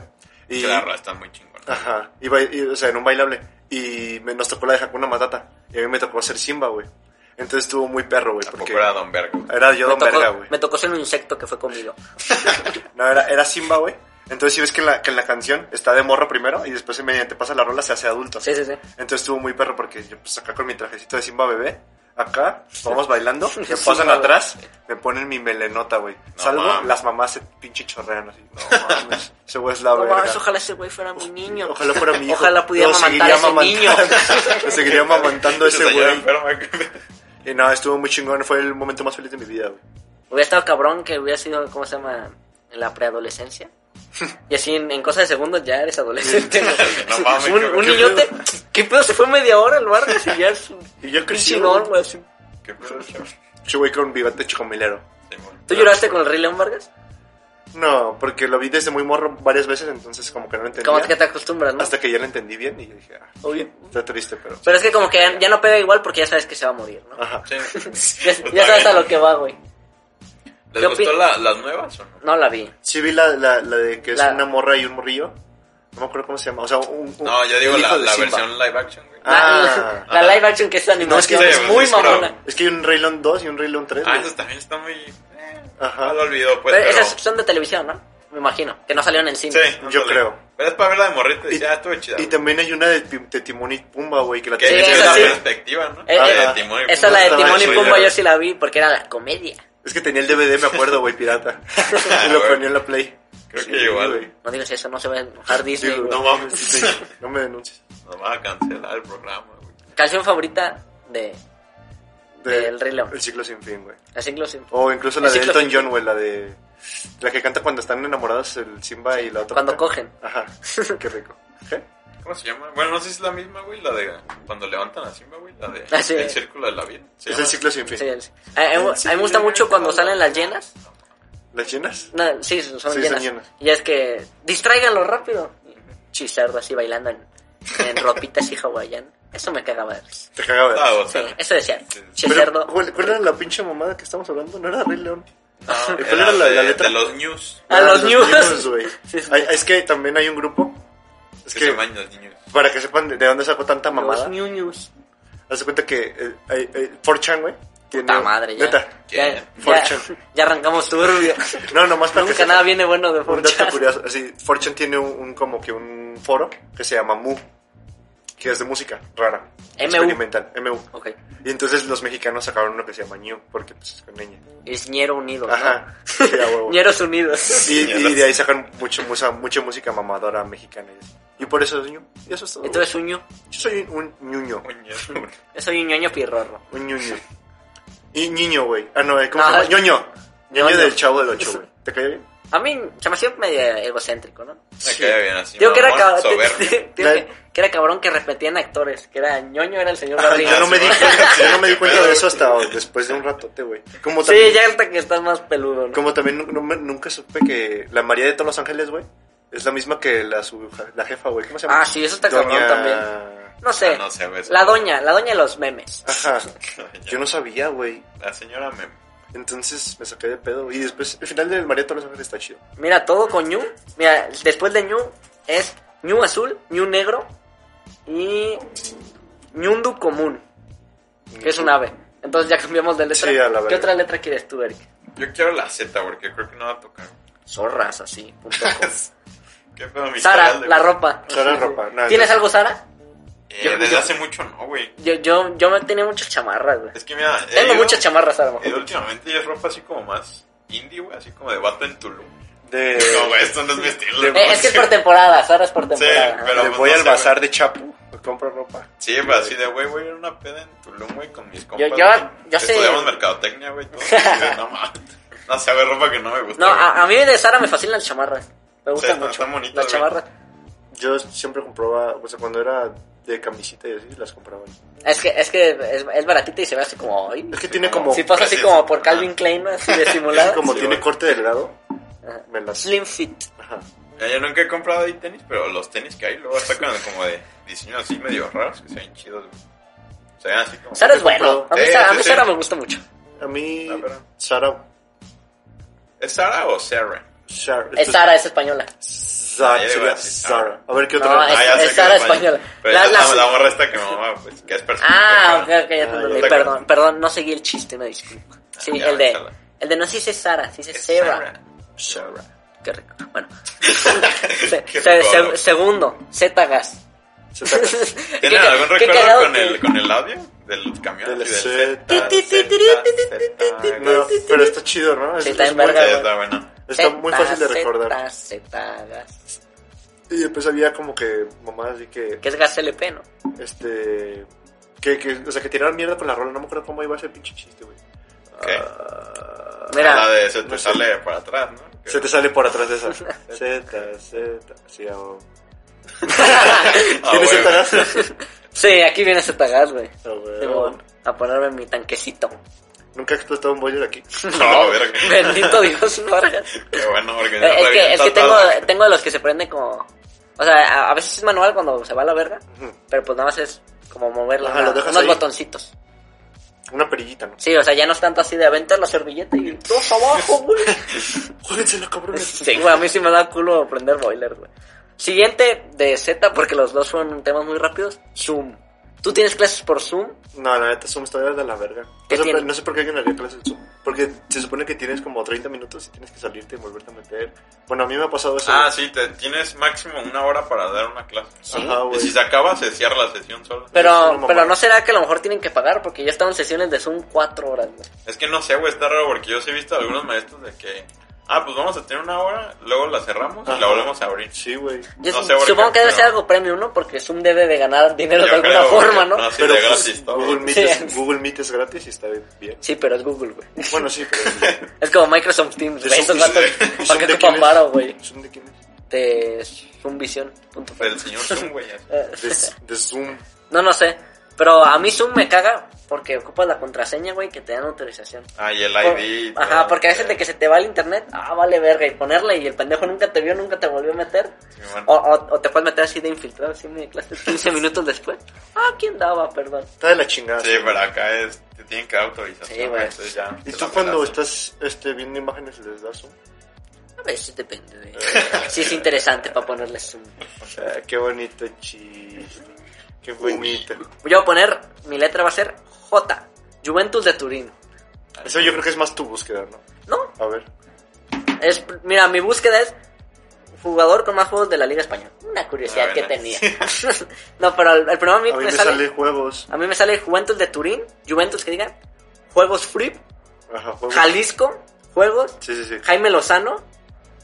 [SPEAKER 3] Y,
[SPEAKER 1] Claro, está muy chingón.
[SPEAKER 3] Ajá, y ba- y, o sea, en un bailable. Y me- nos tocó la de Hakuna Matata. Y a mí me tocó ser Simba, güey. Entonces estuvo muy perro, güey.
[SPEAKER 1] Tampoco
[SPEAKER 3] Porque
[SPEAKER 1] era Don Vergo.
[SPEAKER 3] era yo
[SPEAKER 2] me,
[SPEAKER 3] don
[SPEAKER 2] tocó,
[SPEAKER 3] verga, güey.
[SPEAKER 2] me tocó ser un insecto que fue comido.
[SPEAKER 3] No, era, era Simba, güey. Entonces, si ves que en la, que en la canción está de morro primero y después, mediante pasa la rola, se hace adulto.
[SPEAKER 2] Sí, sí, sí.
[SPEAKER 3] Entonces estuvo muy perro porque yo, pues, acá con mi trajecito de Simba bebé, acá, pues, vamos bailando, me
[SPEAKER 2] Simba
[SPEAKER 3] pasan
[SPEAKER 2] bebé.
[SPEAKER 3] atrás, me ponen mi melenota, güey.
[SPEAKER 1] No
[SPEAKER 3] Salvo
[SPEAKER 1] mames.
[SPEAKER 3] las mamás se pinche chorrean así. No mames, ese güey es la
[SPEAKER 2] No
[SPEAKER 3] verga.
[SPEAKER 2] mames, ojalá ese güey fuera mi niño.
[SPEAKER 3] Ojalá fuera mi hijo.
[SPEAKER 2] Ojalá pudiera
[SPEAKER 3] Lo seguiría
[SPEAKER 2] amamantar a ese niño.
[SPEAKER 3] amamantando. Lo seguiría amamantando a ese
[SPEAKER 1] Señora
[SPEAKER 3] güey.
[SPEAKER 1] enferma.
[SPEAKER 3] Y no, estuvo muy chingón, fue el momento más feliz de mi vida, güey.
[SPEAKER 2] Hubiera estado cabrón que hubiera sido, ¿cómo se llama? En la preadolescencia. Y así en, en cosa de segundos ya eres adolescente. ¿no?
[SPEAKER 1] No mames,
[SPEAKER 2] un,
[SPEAKER 1] cabrón,
[SPEAKER 2] un
[SPEAKER 1] qué
[SPEAKER 2] niñote. ¿Qué pedo? Se fue media hora al barrio y ya es un
[SPEAKER 3] Y yo crecí,
[SPEAKER 2] chingón, güey. así.
[SPEAKER 1] Qué pedo, chaval.
[SPEAKER 3] Ese güey con bigote chocomilero.
[SPEAKER 1] Simón.
[SPEAKER 2] ¿Tú lloraste con el Rey León Vargas?
[SPEAKER 3] No, porque lo vi desde muy morro varias veces, entonces como que no lo entendía.
[SPEAKER 2] Como que te acostumbras, ¿no?
[SPEAKER 3] Hasta que ya lo entendí bien y yo dije, ah,
[SPEAKER 2] Obvio.
[SPEAKER 3] está triste, pero...
[SPEAKER 2] Pero es que como que ya, ya no pega igual porque ya sabes que se va a morir, ¿no?
[SPEAKER 3] Ajá.
[SPEAKER 1] Sí.
[SPEAKER 2] Ya, ya sabes a lo que va, güey. ¿Qué
[SPEAKER 1] ¿Les gustó
[SPEAKER 2] opi-
[SPEAKER 1] la- las nuevas o no?
[SPEAKER 2] No la vi.
[SPEAKER 3] Sí vi la, la, la de que es
[SPEAKER 2] La-
[SPEAKER 3] una morra y un morrillo. No me acuerdo cómo se llama. O sea, un... un-
[SPEAKER 1] No, yo digo
[SPEAKER 3] el hijo
[SPEAKER 1] la,
[SPEAKER 3] de
[SPEAKER 1] la
[SPEAKER 3] Simba.
[SPEAKER 1] versión live action, güey.
[SPEAKER 3] Ah,
[SPEAKER 2] La- la,
[SPEAKER 1] ajá.
[SPEAKER 2] live action que es animación
[SPEAKER 3] No, es que
[SPEAKER 2] es
[SPEAKER 1] sí,
[SPEAKER 2] muy
[SPEAKER 1] es que no.
[SPEAKER 2] mamona.
[SPEAKER 3] Es que hay un Rey León 2 y un Rey León 3.
[SPEAKER 1] Ah,
[SPEAKER 3] güey.
[SPEAKER 1] eso también está muy. eh,
[SPEAKER 3] Ajá.
[SPEAKER 1] no lo olvidó, pues.
[SPEAKER 2] Pero
[SPEAKER 1] Pero
[SPEAKER 2] esas son de televisión, ¿no? Me imagino. Que no salieron en cine.
[SPEAKER 1] Sí,
[SPEAKER 3] Yo
[SPEAKER 1] ándale.
[SPEAKER 3] creo.
[SPEAKER 1] Pero es para verla de morrito y
[SPEAKER 3] Y-
[SPEAKER 1] ya estuvo chida.
[SPEAKER 3] Y también hay una de, Tim- de Timón y Pumba, güey, que la
[SPEAKER 1] Que
[SPEAKER 2] Sí,
[SPEAKER 1] esa
[SPEAKER 2] esa
[SPEAKER 1] es la
[SPEAKER 2] sí.
[SPEAKER 1] perspectiva, ¿no?
[SPEAKER 2] Eh,
[SPEAKER 1] La de
[SPEAKER 3] eh,
[SPEAKER 1] Timón y
[SPEAKER 2] Esa es la de
[SPEAKER 1] Pumba.
[SPEAKER 2] Timón y
[SPEAKER 3] Sí,
[SPEAKER 2] Pumba
[SPEAKER 3] claro.
[SPEAKER 2] yo sí la vi porque era la comedia.
[SPEAKER 3] Es que tenía el DVD, me acuerdo, güey, pirata.
[SPEAKER 1] Ah,
[SPEAKER 3] y lo
[SPEAKER 1] güey.
[SPEAKER 3] ponía en la Play.
[SPEAKER 1] Creo que igual.
[SPEAKER 2] No digas eso, no se va a enojar
[SPEAKER 3] Sí,
[SPEAKER 2] Disney.
[SPEAKER 3] güey,
[SPEAKER 2] güey.
[SPEAKER 3] no mames, sí, no me denuncies.
[SPEAKER 1] Nos van a cancelar el programa, güey.
[SPEAKER 2] Canción favorita de... Del Rey León.
[SPEAKER 3] El ciclo sin fin, güey.
[SPEAKER 2] Así que lo siento.
[SPEAKER 3] O incluso la
[SPEAKER 2] El
[SPEAKER 3] de
[SPEAKER 2] ciclo
[SPEAKER 3] Elton
[SPEAKER 2] sin
[SPEAKER 3] John, güey, la de... La que canta cuando están enamorados el Simba y la otra.
[SPEAKER 2] Cuando
[SPEAKER 3] mujer.
[SPEAKER 2] cogen.
[SPEAKER 3] Ajá, qué rico. ¿Qué?
[SPEAKER 1] ¿Cómo se llama? Bueno, no sé si es la misma, güey. La de. Cuando levantan a Simba, güey. La de.
[SPEAKER 2] Ah, sí.
[SPEAKER 1] El círculo de la vida. ¿se
[SPEAKER 3] Es
[SPEAKER 1] llama?
[SPEAKER 3] el ciclo sin fin.
[SPEAKER 2] Sí, el- a, a- a mí me gusta mucho cuando salen las llenas.
[SPEAKER 3] ¿Las llenas?
[SPEAKER 2] No, sí, son
[SPEAKER 3] son
[SPEAKER 2] llenas.
[SPEAKER 3] llenas.
[SPEAKER 2] Y es que distráiganlo rápido. Chizardo así bailando en, en ropita así hawaiana. Eso me cagaba de risa.
[SPEAKER 3] Te cagaba de
[SPEAKER 1] Ah,
[SPEAKER 3] risa.
[SPEAKER 1] o
[SPEAKER 2] Sí,
[SPEAKER 1] sea,
[SPEAKER 2] eso decía.
[SPEAKER 1] Sí.
[SPEAKER 3] Pero,
[SPEAKER 2] Chizardo.
[SPEAKER 3] ¿cuál, cuál era la pinche mamada que estamos hablando? ¿No era Rey León?
[SPEAKER 1] no,
[SPEAKER 3] ¿Y cuál era la-
[SPEAKER 1] de,
[SPEAKER 3] la letra?
[SPEAKER 1] de los news.
[SPEAKER 2] A
[SPEAKER 3] Era
[SPEAKER 2] Ah, los News.
[SPEAKER 3] güey.
[SPEAKER 2] Sí, sí.
[SPEAKER 3] Hay- Es que también hay un grupo. Es
[SPEAKER 1] que se
[SPEAKER 3] que,
[SPEAKER 1] llaman los niños.
[SPEAKER 3] para que sepan de de dónde sacó tanta
[SPEAKER 2] Los
[SPEAKER 3] mamada,
[SPEAKER 2] New News.
[SPEAKER 3] haz de cuenta que eh, eh, eh, 4chan, güey. tiene-
[SPEAKER 2] Puta madre, ya.
[SPEAKER 3] Neta.
[SPEAKER 2] Ya, ya-
[SPEAKER 3] Fortune.
[SPEAKER 2] ya arrancamos turbio.
[SPEAKER 3] No, nomás para que
[SPEAKER 2] Nunca
[SPEAKER 3] sepan.
[SPEAKER 2] nada viene bueno de
[SPEAKER 3] Un dato
[SPEAKER 2] Fortune.
[SPEAKER 3] curioso, así, 4chan tiene un, un como que un foro que se llama MU, que es de música rara,
[SPEAKER 2] MU.
[SPEAKER 3] experimental, MU.
[SPEAKER 2] Ok.
[SPEAKER 3] Y entonces los mexicanos sacaron uno que se llama New, porque pues es con niña.
[SPEAKER 2] Es Ñero Unidos. ¿no?
[SPEAKER 3] Ajá, sí, a huevo.
[SPEAKER 2] Ñeros Unidos.
[SPEAKER 3] Y, y de ahí sacan mucho, mucha, mucha música mamadora mexicana y así. Y por eso es New, y eso es todo.
[SPEAKER 2] Entonces un ñu.
[SPEAKER 3] Yo soy un ñuño,
[SPEAKER 1] Coño, güey.
[SPEAKER 2] Yo soy un ñoño pirrorro.
[SPEAKER 3] un ñuño. Y niño, güey. Ah, no, eh, ¿cómo
[SPEAKER 2] No,
[SPEAKER 3] se llama?
[SPEAKER 2] es-
[SPEAKER 3] Ñoño. Ñoño
[SPEAKER 2] Ñoño.
[SPEAKER 3] del chavo del 8, güey. ¿Te cae bien?
[SPEAKER 2] A mí se me hacía medio egocéntrico, ¿no?
[SPEAKER 1] Me cae bien así.
[SPEAKER 2] Digo que era,
[SPEAKER 1] mamón,
[SPEAKER 2] cab-
[SPEAKER 1] soberbio.
[SPEAKER 2] digo que-
[SPEAKER 3] La-
[SPEAKER 2] que era cabrón que repetían actores, que era ñoño era el señor
[SPEAKER 3] Ah,
[SPEAKER 2] Barriga.
[SPEAKER 3] yo no me di
[SPEAKER 1] sí,
[SPEAKER 3] cuenta, yo no me di
[SPEAKER 1] Qué
[SPEAKER 3] cuenta
[SPEAKER 1] pedo,
[SPEAKER 3] de
[SPEAKER 1] güey.
[SPEAKER 3] eso hasta después de un ratote, güey. Como
[SPEAKER 2] Sí,
[SPEAKER 3] también,
[SPEAKER 2] ya hasta que estás más peludo, ¿no?
[SPEAKER 3] como también nu- no me- nunca supe que la María de todos los ángeles, güey, es la misma que la, su- la jefa, güey. ¿Cómo se llama?
[SPEAKER 2] Ah, sí, eso está cabrón también. No sé.
[SPEAKER 1] Ah, no sé, güey, eso-
[SPEAKER 2] la doña, la doña de los memes.
[SPEAKER 3] Ajá. Yo no sabía, güey.
[SPEAKER 1] La señora me.
[SPEAKER 3] Entonces me saqué de pedo. Y después, el final del María de todos los ángeles está chido.
[SPEAKER 2] Mira, todo con ñu. Mira, después de ñu es ñu azul, ñu negro y ñundu común, que es un ave. Entonces ya cambiamos de letra.
[SPEAKER 3] Sí, a la verga.
[SPEAKER 2] ¿Qué otra letra quieres tú, Eric?
[SPEAKER 1] Yo quiero la Z, porque creo que no va a tocar.
[SPEAKER 2] Zorras, así. punto com.
[SPEAKER 1] ¿Qué pedo, mi
[SPEAKER 2] Sara,
[SPEAKER 1] chaval de-
[SPEAKER 2] la ropa.
[SPEAKER 3] Sara ropa. nada,
[SPEAKER 2] ¿Tienes
[SPEAKER 3] no.
[SPEAKER 2] algo, Sara?
[SPEAKER 1] Eh,
[SPEAKER 2] Yo-
[SPEAKER 1] desde
[SPEAKER 2] yo-
[SPEAKER 1] hace mucho no, güey.
[SPEAKER 2] Yo, yo, yo me tenía muchas chamarras, güey.
[SPEAKER 1] Es eh, que mira. he
[SPEAKER 2] Tengo
[SPEAKER 1] ido-
[SPEAKER 2] muchas chamarras Eh, a lo
[SPEAKER 1] he ido
[SPEAKER 2] mejor.
[SPEAKER 1] últimamente y es ropa así como más indie, güey. Así como de vato en Tulum.
[SPEAKER 3] De,
[SPEAKER 1] No, güey, esto no es mi estilo.
[SPEAKER 3] de-
[SPEAKER 2] Eh, es que es por temporada, Sara es por temporada.
[SPEAKER 1] pero-
[SPEAKER 3] de
[SPEAKER 1] pues,
[SPEAKER 3] voy
[SPEAKER 1] no
[SPEAKER 3] al
[SPEAKER 1] sé,
[SPEAKER 3] bazar de Chapu, compro ropa.
[SPEAKER 1] Sí, pero así de, güey, güey, era una peda en Tulum, güey, con mis compas.
[SPEAKER 2] Yo- yo-
[SPEAKER 1] güey.
[SPEAKER 2] yo sé-
[SPEAKER 1] Estudiamos mercadotecnia, güey, todo. Y, no mames. No sé, güey, ropa que no me gusta.
[SPEAKER 2] no, ah,
[SPEAKER 1] güey.
[SPEAKER 2] a, a mí de Sara me fascinan las chamarras. Me
[SPEAKER 1] Sí,
[SPEAKER 2] gustan
[SPEAKER 1] están-
[SPEAKER 2] mucho.
[SPEAKER 1] están bonitas,
[SPEAKER 2] las
[SPEAKER 1] güey.
[SPEAKER 2] chamarras.
[SPEAKER 3] Yo siempre compraba, o sea, cuando era de camisita y así, las compraba.
[SPEAKER 2] Es que, es que es, es baratita y se ve así como. ay,
[SPEAKER 3] Es que tiene como,
[SPEAKER 2] Si pasa así
[SPEAKER 1] Gracias.
[SPEAKER 2] como por Calvin Klein, ¿no? así de simulada.
[SPEAKER 3] como
[SPEAKER 1] Sí,
[SPEAKER 3] tiene
[SPEAKER 1] güey.
[SPEAKER 3] corte delgado,
[SPEAKER 2] Ajá.
[SPEAKER 3] me las...
[SPEAKER 2] Slim fit.
[SPEAKER 3] Ajá.
[SPEAKER 1] Ya, Yo nunca he comprado ahí tenis, pero los tenis que hay luego sacan como de diseños así medio raros que se ven chidos, güey. Se ven así como.
[SPEAKER 2] Sara es bueno. A mí,
[SPEAKER 1] Sí,
[SPEAKER 2] Sara, a
[SPEAKER 1] sí,
[SPEAKER 2] mí
[SPEAKER 1] sí.
[SPEAKER 2] Sara me gusta mucho.
[SPEAKER 3] A mí,
[SPEAKER 1] Ah, pero-
[SPEAKER 3] Sara...
[SPEAKER 1] ¿Es Sara o Sarah?
[SPEAKER 3] Sara,
[SPEAKER 2] Es Eh, Sara, es española.
[SPEAKER 3] Sara,
[SPEAKER 1] Ah, ya iba a
[SPEAKER 3] sería
[SPEAKER 1] decir
[SPEAKER 3] Sara. A ver, ¿qué otra?
[SPEAKER 2] No,
[SPEAKER 3] Ah,
[SPEAKER 2] es-
[SPEAKER 1] ya sé
[SPEAKER 2] es
[SPEAKER 1] que
[SPEAKER 2] Sara
[SPEAKER 1] español.
[SPEAKER 2] española.
[SPEAKER 1] Pero
[SPEAKER 2] La-
[SPEAKER 1] esa-
[SPEAKER 2] la-
[SPEAKER 1] la, morra esta que mamá, pues, que es persona.
[SPEAKER 2] Ah, ok,
[SPEAKER 1] que-
[SPEAKER 2] ok, ya te
[SPEAKER 3] Ah,
[SPEAKER 2] entendí.
[SPEAKER 1] ya.
[SPEAKER 2] Perdón, perdón, no seguí el chiste, una disculpa. Sí,
[SPEAKER 1] ya,
[SPEAKER 2] el de.
[SPEAKER 1] Sara.
[SPEAKER 2] El de no se dice Sara, se dice
[SPEAKER 1] Es
[SPEAKER 2] Sarah.
[SPEAKER 1] Sarah.
[SPEAKER 3] Sara.
[SPEAKER 2] Qué rico. Bueno, Se-
[SPEAKER 1] Qué
[SPEAKER 2] se- se-
[SPEAKER 1] raro.
[SPEAKER 2] segundo, Z-Gas. ¿Qué
[SPEAKER 1] ¿Tienen
[SPEAKER 2] ca-
[SPEAKER 1] algún
[SPEAKER 2] qué
[SPEAKER 1] recuerdo
[SPEAKER 2] cagado
[SPEAKER 1] con
[SPEAKER 2] que-
[SPEAKER 1] el, con el audio del camión?
[SPEAKER 3] Del
[SPEAKER 1] Así
[SPEAKER 3] Z,
[SPEAKER 1] Zeta,
[SPEAKER 2] ti, ti,
[SPEAKER 1] Zeta,
[SPEAKER 2] ti,
[SPEAKER 1] Zeta,
[SPEAKER 2] ti, ti,
[SPEAKER 1] Zeta.
[SPEAKER 3] No, pues, pero está chido, ¿no? Es,
[SPEAKER 2] Sí, está
[SPEAKER 3] es
[SPEAKER 2] en
[SPEAKER 3] muy-
[SPEAKER 1] Sí,
[SPEAKER 2] verga.
[SPEAKER 1] pues, está bueno.
[SPEAKER 3] está muy
[SPEAKER 2] Zeta,
[SPEAKER 3] fácil de recordar.
[SPEAKER 2] Zeta, Z-Gas.
[SPEAKER 3] Y después había como que mamás así que,
[SPEAKER 2] Que es gas LP, ¿no?
[SPEAKER 3] este, que, que, o sea, que tiraron mierda con la rola, no me acuerdo cómo iba ese pinche chiste, güey.
[SPEAKER 1] ¿Qué?
[SPEAKER 3] Ah,
[SPEAKER 2] Mira.
[SPEAKER 1] La de se te
[SPEAKER 3] no sé.
[SPEAKER 1] sale para atrás, ¿no? Ah,
[SPEAKER 3] se te sale por atrás esa. Z, Z, sí, ah, oh.
[SPEAKER 1] Ah,
[SPEAKER 3] ¿Tienes
[SPEAKER 1] güey.
[SPEAKER 3] Z?
[SPEAKER 2] Sí, aquí viene Z-Gas, güey.
[SPEAKER 3] Ah, güey.
[SPEAKER 2] Simón, a ponerme en mi tanquecito.
[SPEAKER 3] Nunca ha explotado un boiler aquí.
[SPEAKER 1] No, verga.
[SPEAKER 2] Bendito Dios, no, verga.
[SPEAKER 1] Qué bueno, porque no
[SPEAKER 2] Eh, Es
[SPEAKER 1] está bien
[SPEAKER 2] que, es que tengo,
[SPEAKER 1] tratado.
[SPEAKER 2] tengo de los que se prenden como. O sea, a, a veces es manual cuando se va a la verga,
[SPEAKER 3] Ujú.
[SPEAKER 2] pero pues nada más es como moverla.
[SPEAKER 3] Ajá, lo
[SPEAKER 2] una-
[SPEAKER 3] dejas
[SPEAKER 2] unos
[SPEAKER 3] ahí.
[SPEAKER 2] botoncitos.
[SPEAKER 3] Una perillita, ¿no?
[SPEAKER 2] Sí, o sea, ya no es tanto así de aventar la servilleta y dos abajo, güey.
[SPEAKER 3] Jódensela, cabrón.
[SPEAKER 2] Sí, güey, a mí sí me da culo prender boiler, güey. Siguiente de Z, porque los dos fueron temas muy rápidos. Zoom. ¿Tú tienes clases por Zoom?
[SPEAKER 3] No, la neta, Zoom está de la verga.
[SPEAKER 2] ¿Qué
[SPEAKER 3] No sé,
[SPEAKER 2] tiene?
[SPEAKER 3] no sé por qué alguien haría clases de Zoom. Porque se supone que tienes como 30 minutos y tienes que salirte y volverte a meter. Bueno, a mí me ha pasado eso.
[SPEAKER 1] Ah, sí, te, tienes máximo una hora para dar una clase.
[SPEAKER 2] sí.
[SPEAKER 3] Ajá,
[SPEAKER 1] Y
[SPEAKER 3] güey.
[SPEAKER 1] si se acaba, se cierra la sesión sola.
[SPEAKER 3] Es una
[SPEAKER 2] Pero,
[SPEAKER 3] mamada.
[SPEAKER 2] pero no será que a lo mejor tienen que pagar, porque ya estaban sesiones de Zoom cuatro horas, güey.
[SPEAKER 1] Es que no sé, güey, está raro porque yo sí he visto a algunos maestros de que, ah, pues vamos a tener una hora, luego la cerramos y
[SPEAKER 3] Ajá.
[SPEAKER 1] la volvemos a abrir.
[SPEAKER 3] Sí, güey.
[SPEAKER 2] Yo
[SPEAKER 1] No sé por
[SPEAKER 2] supongo
[SPEAKER 1] qué,
[SPEAKER 2] que debe
[SPEAKER 1] pero-
[SPEAKER 2] ser algo premium, ¿no? Porque Zoom debe de ganar dinero
[SPEAKER 1] Yo
[SPEAKER 2] de alguna
[SPEAKER 1] creo, güey,
[SPEAKER 2] forma, ¿no?
[SPEAKER 1] no sé. Sí,
[SPEAKER 3] Pero
[SPEAKER 1] de
[SPEAKER 3] pues,
[SPEAKER 1] gratis, todo.
[SPEAKER 3] Google, Meet
[SPEAKER 2] Sí.
[SPEAKER 3] es, Google Meet es gratis y está bien.
[SPEAKER 2] Sí, pero es Google, güey.
[SPEAKER 3] Bueno, sí, pero...
[SPEAKER 2] Es como Microsoft Teams, güey. Esos vatos,
[SPEAKER 3] ¿Y
[SPEAKER 2] ¿para
[SPEAKER 3] Zoom
[SPEAKER 2] qué
[SPEAKER 3] de
[SPEAKER 2] ocupan
[SPEAKER 3] quién es?
[SPEAKER 2] paro, güey?
[SPEAKER 3] ¿Zoom de quién es?
[SPEAKER 2] De zoomvision.com.
[SPEAKER 1] El señor Zoom, güey. así.
[SPEAKER 3] De, s- de Zoom.
[SPEAKER 2] Eh, No, no sé. Pero a mí Zoom me caga porque ocupas la contraseña, güey, que te dan autorización.
[SPEAKER 1] Ah, y el ID. y
[SPEAKER 2] Por- Ajá,
[SPEAKER 1] todo.
[SPEAKER 2] porque a veces de que se te va el internet, ah, vale verga, y ponerle y el pendejo nunca te vio, nunca te volvió a meter.
[SPEAKER 1] Sí, bueno.
[SPEAKER 2] O, o- o te puedes meter así de infiltrado, así en mi clase 15 minutos después. Ah, ¿quién daba? Perdón.
[SPEAKER 3] Está de la chingada.
[SPEAKER 1] Sí, pero acá es, te tienen que dar autorización.
[SPEAKER 2] Sí, güey.
[SPEAKER 1] güey, entonces ya
[SPEAKER 3] ¿Y
[SPEAKER 1] te
[SPEAKER 3] tú
[SPEAKER 1] la
[SPEAKER 3] cuando
[SPEAKER 1] pelas.
[SPEAKER 3] estás este, viendo imágenes les das Zoom?
[SPEAKER 2] A veces depende, güey. Sí es interesante para ponerle Zoom.
[SPEAKER 3] Ah, qué bonito chiste. Qué bonito.
[SPEAKER 2] Yo voy a poner, mi letra va a ser J, Juventus de Turín.
[SPEAKER 3] Eso yo creo que es más tu búsqueda, ¿no?
[SPEAKER 2] No,
[SPEAKER 3] A ver.
[SPEAKER 2] es, mira, mi búsqueda es jugador con más juegos de la Liga Española. Una curiosidad
[SPEAKER 1] Ah,
[SPEAKER 2] que
[SPEAKER 1] bueno.
[SPEAKER 2] tenía. no, pero el, el primero a mí,
[SPEAKER 3] A mí
[SPEAKER 2] me,
[SPEAKER 3] me
[SPEAKER 2] sale,
[SPEAKER 3] salen juegos.
[SPEAKER 2] A mí me sale Juventus de Turín, Juventus que diga, Juegos Free,
[SPEAKER 3] Ajá, juegos.
[SPEAKER 2] Jalisco, Juegos,
[SPEAKER 3] Sí, sí, sí.
[SPEAKER 2] Jaime Lozano,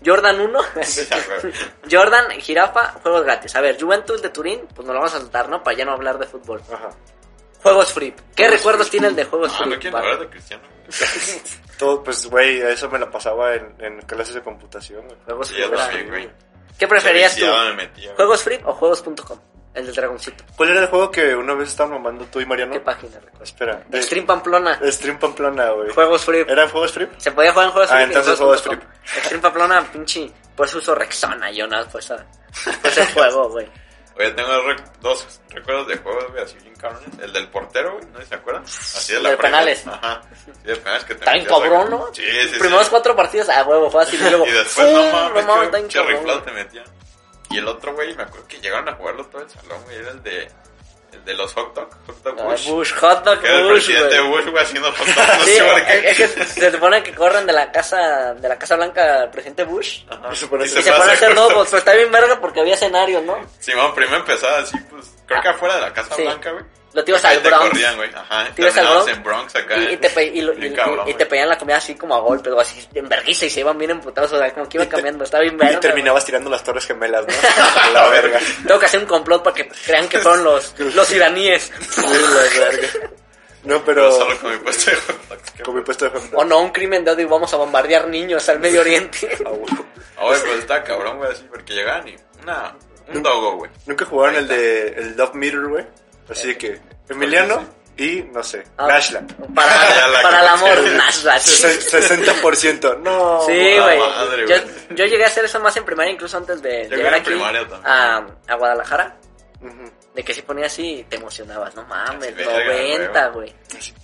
[SPEAKER 2] Jordan 1,
[SPEAKER 1] Sí, ya, güey.
[SPEAKER 2] Jordan, Jirafa, Juegos Gratis. A ver, Juventus de Turín, pues nos lo vamos a saltar, ¿no? Para ya no hablar de fútbol.
[SPEAKER 3] Ajá.
[SPEAKER 2] Juegos Free. ¿Qué recuerdos tienen de Juegos
[SPEAKER 1] Ah,
[SPEAKER 2] Free?
[SPEAKER 1] no quieren
[SPEAKER 2] Vale.
[SPEAKER 1] hablar de Cristiano.
[SPEAKER 3] Todo, pues, güey, a eso me la pasaba en, en clases de computación. güey.
[SPEAKER 2] Juegos
[SPEAKER 1] Sí,
[SPEAKER 2] Free,
[SPEAKER 1] yo
[SPEAKER 2] ¿verdad?
[SPEAKER 1] también, güey.
[SPEAKER 2] ¿Qué preferías tú?
[SPEAKER 1] Viciado me metí, güey.
[SPEAKER 2] ¿Juegos Free o juegos.com? El del dragoncito.
[SPEAKER 3] ¿Cuál era el juego que una vez estaban mamando tú y Mariano?
[SPEAKER 2] ¿Qué página recuerdas?
[SPEAKER 3] Espera. Eh,
[SPEAKER 2] Stream Pamplona.
[SPEAKER 3] Stream Pamplona, güey.
[SPEAKER 2] Juegos Free.
[SPEAKER 3] ¿Eran juegos free?
[SPEAKER 2] Se podía jugar en juegos
[SPEAKER 3] Ah,
[SPEAKER 2] Free.
[SPEAKER 3] entonces
[SPEAKER 2] juegos.com.
[SPEAKER 3] juegos
[SPEAKER 2] Stream Pamplona, pinche. Por eso uso Rexona, pues, yo nada, por eso. Por ese juego, güey.
[SPEAKER 1] Oye, tengo re- dos recuerdos de juegos, güey, así bien cabrones. El del portero, güey, ¿no se acuerdan? Así de la
[SPEAKER 2] Del
[SPEAKER 1] prepa.
[SPEAKER 2] penales.
[SPEAKER 1] Ajá. Sí, de penales que te
[SPEAKER 2] Está bien
[SPEAKER 1] metías acá.
[SPEAKER 2] cabrón, ¿no?
[SPEAKER 1] Sí, sí,
[SPEAKER 2] Primeros
[SPEAKER 1] sí.
[SPEAKER 2] cuatro partidos, ah, huevo, fue así. Y luego,
[SPEAKER 1] Y después, no
[SPEAKER 2] ¡fum!
[SPEAKER 1] mames,
[SPEAKER 2] no
[SPEAKER 1] qué
[SPEAKER 2] está bien
[SPEAKER 1] pinche
[SPEAKER 2] cabrón,
[SPEAKER 1] riflado
[SPEAKER 2] güey.
[SPEAKER 1] te metían. Y el otro, güey, me acuerdo que llegaron a jugarlo todo el salón, güey, era el de, el de los hot dog, hot dog
[SPEAKER 2] Ah,
[SPEAKER 1] Bush.
[SPEAKER 2] Bush, hot dog,
[SPEAKER 1] que era el
[SPEAKER 2] Bush,
[SPEAKER 1] presidente
[SPEAKER 2] güey.
[SPEAKER 1] Bush, güey, haciendo hot dog, no
[SPEAKER 2] Sí,
[SPEAKER 1] sé por qué.
[SPEAKER 2] es que se supone que corren de la casa de la Casa Blanca al presidente Bush
[SPEAKER 1] Ajá.
[SPEAKER 3] Se supone
[SPEAKER 1] Y
[SPEAKER 3] que
[SPEAKER 2] y
[SPEAKER 3] Se
[SPEAKER 2] se
[SPEAKER 1] fue
[SPEAKER 2] ponen a hacer
[SPEAKER 1] hot dog.
[SPEAKER 2] nuevos, pero está bien verga porque había escenarios, ¿no?
[SPEAKER 1] Sí, bueno, primero empezaba así, pues, creo que afuera de la Casa
[SPEAKER 2] Sí.
[SPEAKER 1] Blanca, güey.
[SPEAKER 2] Lo tiras
[SPEAKER 1] Ahí
[SPEAKER 2] al
[SPEAKER 1] te
[SPEAKER 2] Bronx.
[SPEAKER 1] corrían, güey. Ajá, y
[SPEAKER 2] Te ibas al
[SPEAKER 1] terminabas
[SPEAKER 2] Bronx
[SPEAKER 1] en Bronx acá.
[SPEAKER 2] Y, y te, pe- y lo-
[SPEAKER 1] Bien
[SPEAKER 2] y-
[SPEAKER 1] cabrón,
[SPEAKER 2] y- y
[SPEAKER 1] güey.
[SPEAKER 2] te pedían la comida así como a golpes, o así en vergüenza y se iban bien emputados, o sea, como que iba
[SPEAKER 3] Y te-
[SPEAKER 2] cambiando, estaba bien verga.
[SPEAKER 3] Y terminabas tirando las torres gemelas, ¿no? A la verga.
[SPEAKER 2] güey. Tengo que hacer un complot para que crean que fueron los, los iraníes.
[SPEAKER 3] Sí, la verga.
[SPEAKER 1] Pero
[SPEAKER 3] No, pero...
[SPEAKER 1] solo con mi puesto de hot dogs, qué
[SPEAKER 3] Con mi puesto de hot
[SPEAKER 2] O
[SPEAKER 3] dog.
[SPEAKER 2] no, un crimen de odio y vamos a bombardear niños al Medio Oriente.
[SPEAKER 3] Ah, güey.
[SPEAKER 1] Ah, Oye, pero está cabrón, güey, así, porque llegaban y. Una, un dogo, güey.
[SPEAKER 3] ¿Nunca jugaron el de el Love Mirror, güey? Así que Emiliano y, no sé,
[SPEAKER 2] Ah.
[SPEAKER 3] Nashla.
[SPEAKER 1] Ya
[SPEAKER 2] Para,
[SPEAKER 1] la
[SPEAKER 2] para el amor,
[SPEAKER 1] conocía.
[SPEAKER 2] Nashla.
[SPEAKER 3] Sesen- 60%. No.
[SPEAKER 2] Sí,
[SPEAKER 1] Puta
[SPEAKER 2] güey.
[SPEAKER 1] Ah, madre,
[SPEAKER 2] Yo,
[SPEAKER 1] güey.
[SPEAKER 2] yo llegué a hacer eso más en primaria, incluso antes de
[SPEAKER 1] Yo
[SPEAKER 2] llegar
[SPEAKER 1] en
[SPEAKER 2] aquí
[SPEAKER 1] primaria también.
[SPEAKER 2] a, a Guadalajara.
[SPEAKER 3] Ujú.
[SPEAKER 2] De que si ponía así y te emocionabas. No mames,
[SPEAKER 1] Verga, güey.
[SPEAKER 2] 90, güey.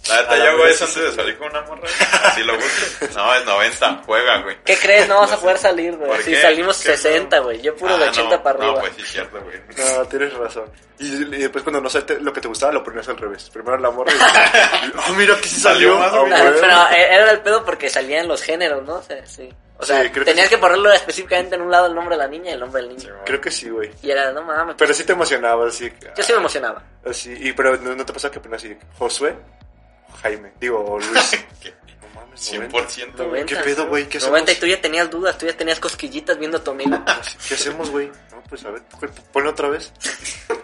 [SPEAKER 1] La neta,
[SPEAKER 3] A la
[SPEAKER 1] yo hago
[SPEAKER 3] vez,
[SPEAKER 1] eso antes de salir con una morra. Así lo busco. No, es 90, juega, güey.
[SPEAKER 2] ¿Qué crees? No vas a poder salir, güey.
[SPEAKER 1] ¿Por
[SPEAKER 2] Si
[SPEAKER 1] qué?
[SPEAKER 2] salimos
[SPEAKER 1] ¿Qué no?
[SPEAKER 2] 60, güey. Yo puro
[SPEAKER 1] Ah,
[SPEAKER 2] de 80
[SPEAKER 1] no,
[SPEAKER 2] para arriba.
[SPEAKER 1] No, pues sí, cierto, güey.
[SPEAKER 3] No, tienes razón. Y, y después cuando no salte lo que te gustaba, lo ponías al revés. Primero la morra y después- Ah, mira que sí
[SPEAKER 1] Salió
[SPEAKER 3] salió.
[SPEAKER 1] más,
[SPEAKER 3] Ah,
[SPEAKER 1] güey.
[SPEAKER 2] Ah,
[SPEAKER 3] güey.
[SPEAKER 2] Pero eh, era el pedo porque salían los géneros, ¿no? O sea, sí. O sea,
[SPEAKER 3] Sí, creo que
[SPEAKER 2] tenías
[SPEAKER 3] sí.
[SPEAKER 2] que ponerlo específicamente en un lado el nombre de la niña y el nombre del niño.
[SPEAKER 3] Creo que sí, güey.
[SPEAKER 2] Y era, no mames.
[SPEAKER 3] Pero sí te emocionaba, así.
[SPEAKER 2] Yo sí me emocionaba.
[SPEAKER 3] Así, y pero no, no te pasa que apenas así, Josué o Jaime, digo, o Luis. no mames, 90.
[SPEAKER 1] 100%, güey.
[SPEAKER 2] 90.
[SPEAKER 3] ¿Qué pedo, güey? ¿Qué hacemos?
[SPEAKER 2] 90 y tú ya tenías dudas, tú ya tenías cosquillitas viendo a tu amigo.
[SPEAKER 3] ¿Qué hacemos, güey? No, pues a ver, cu- ponlo otra vez.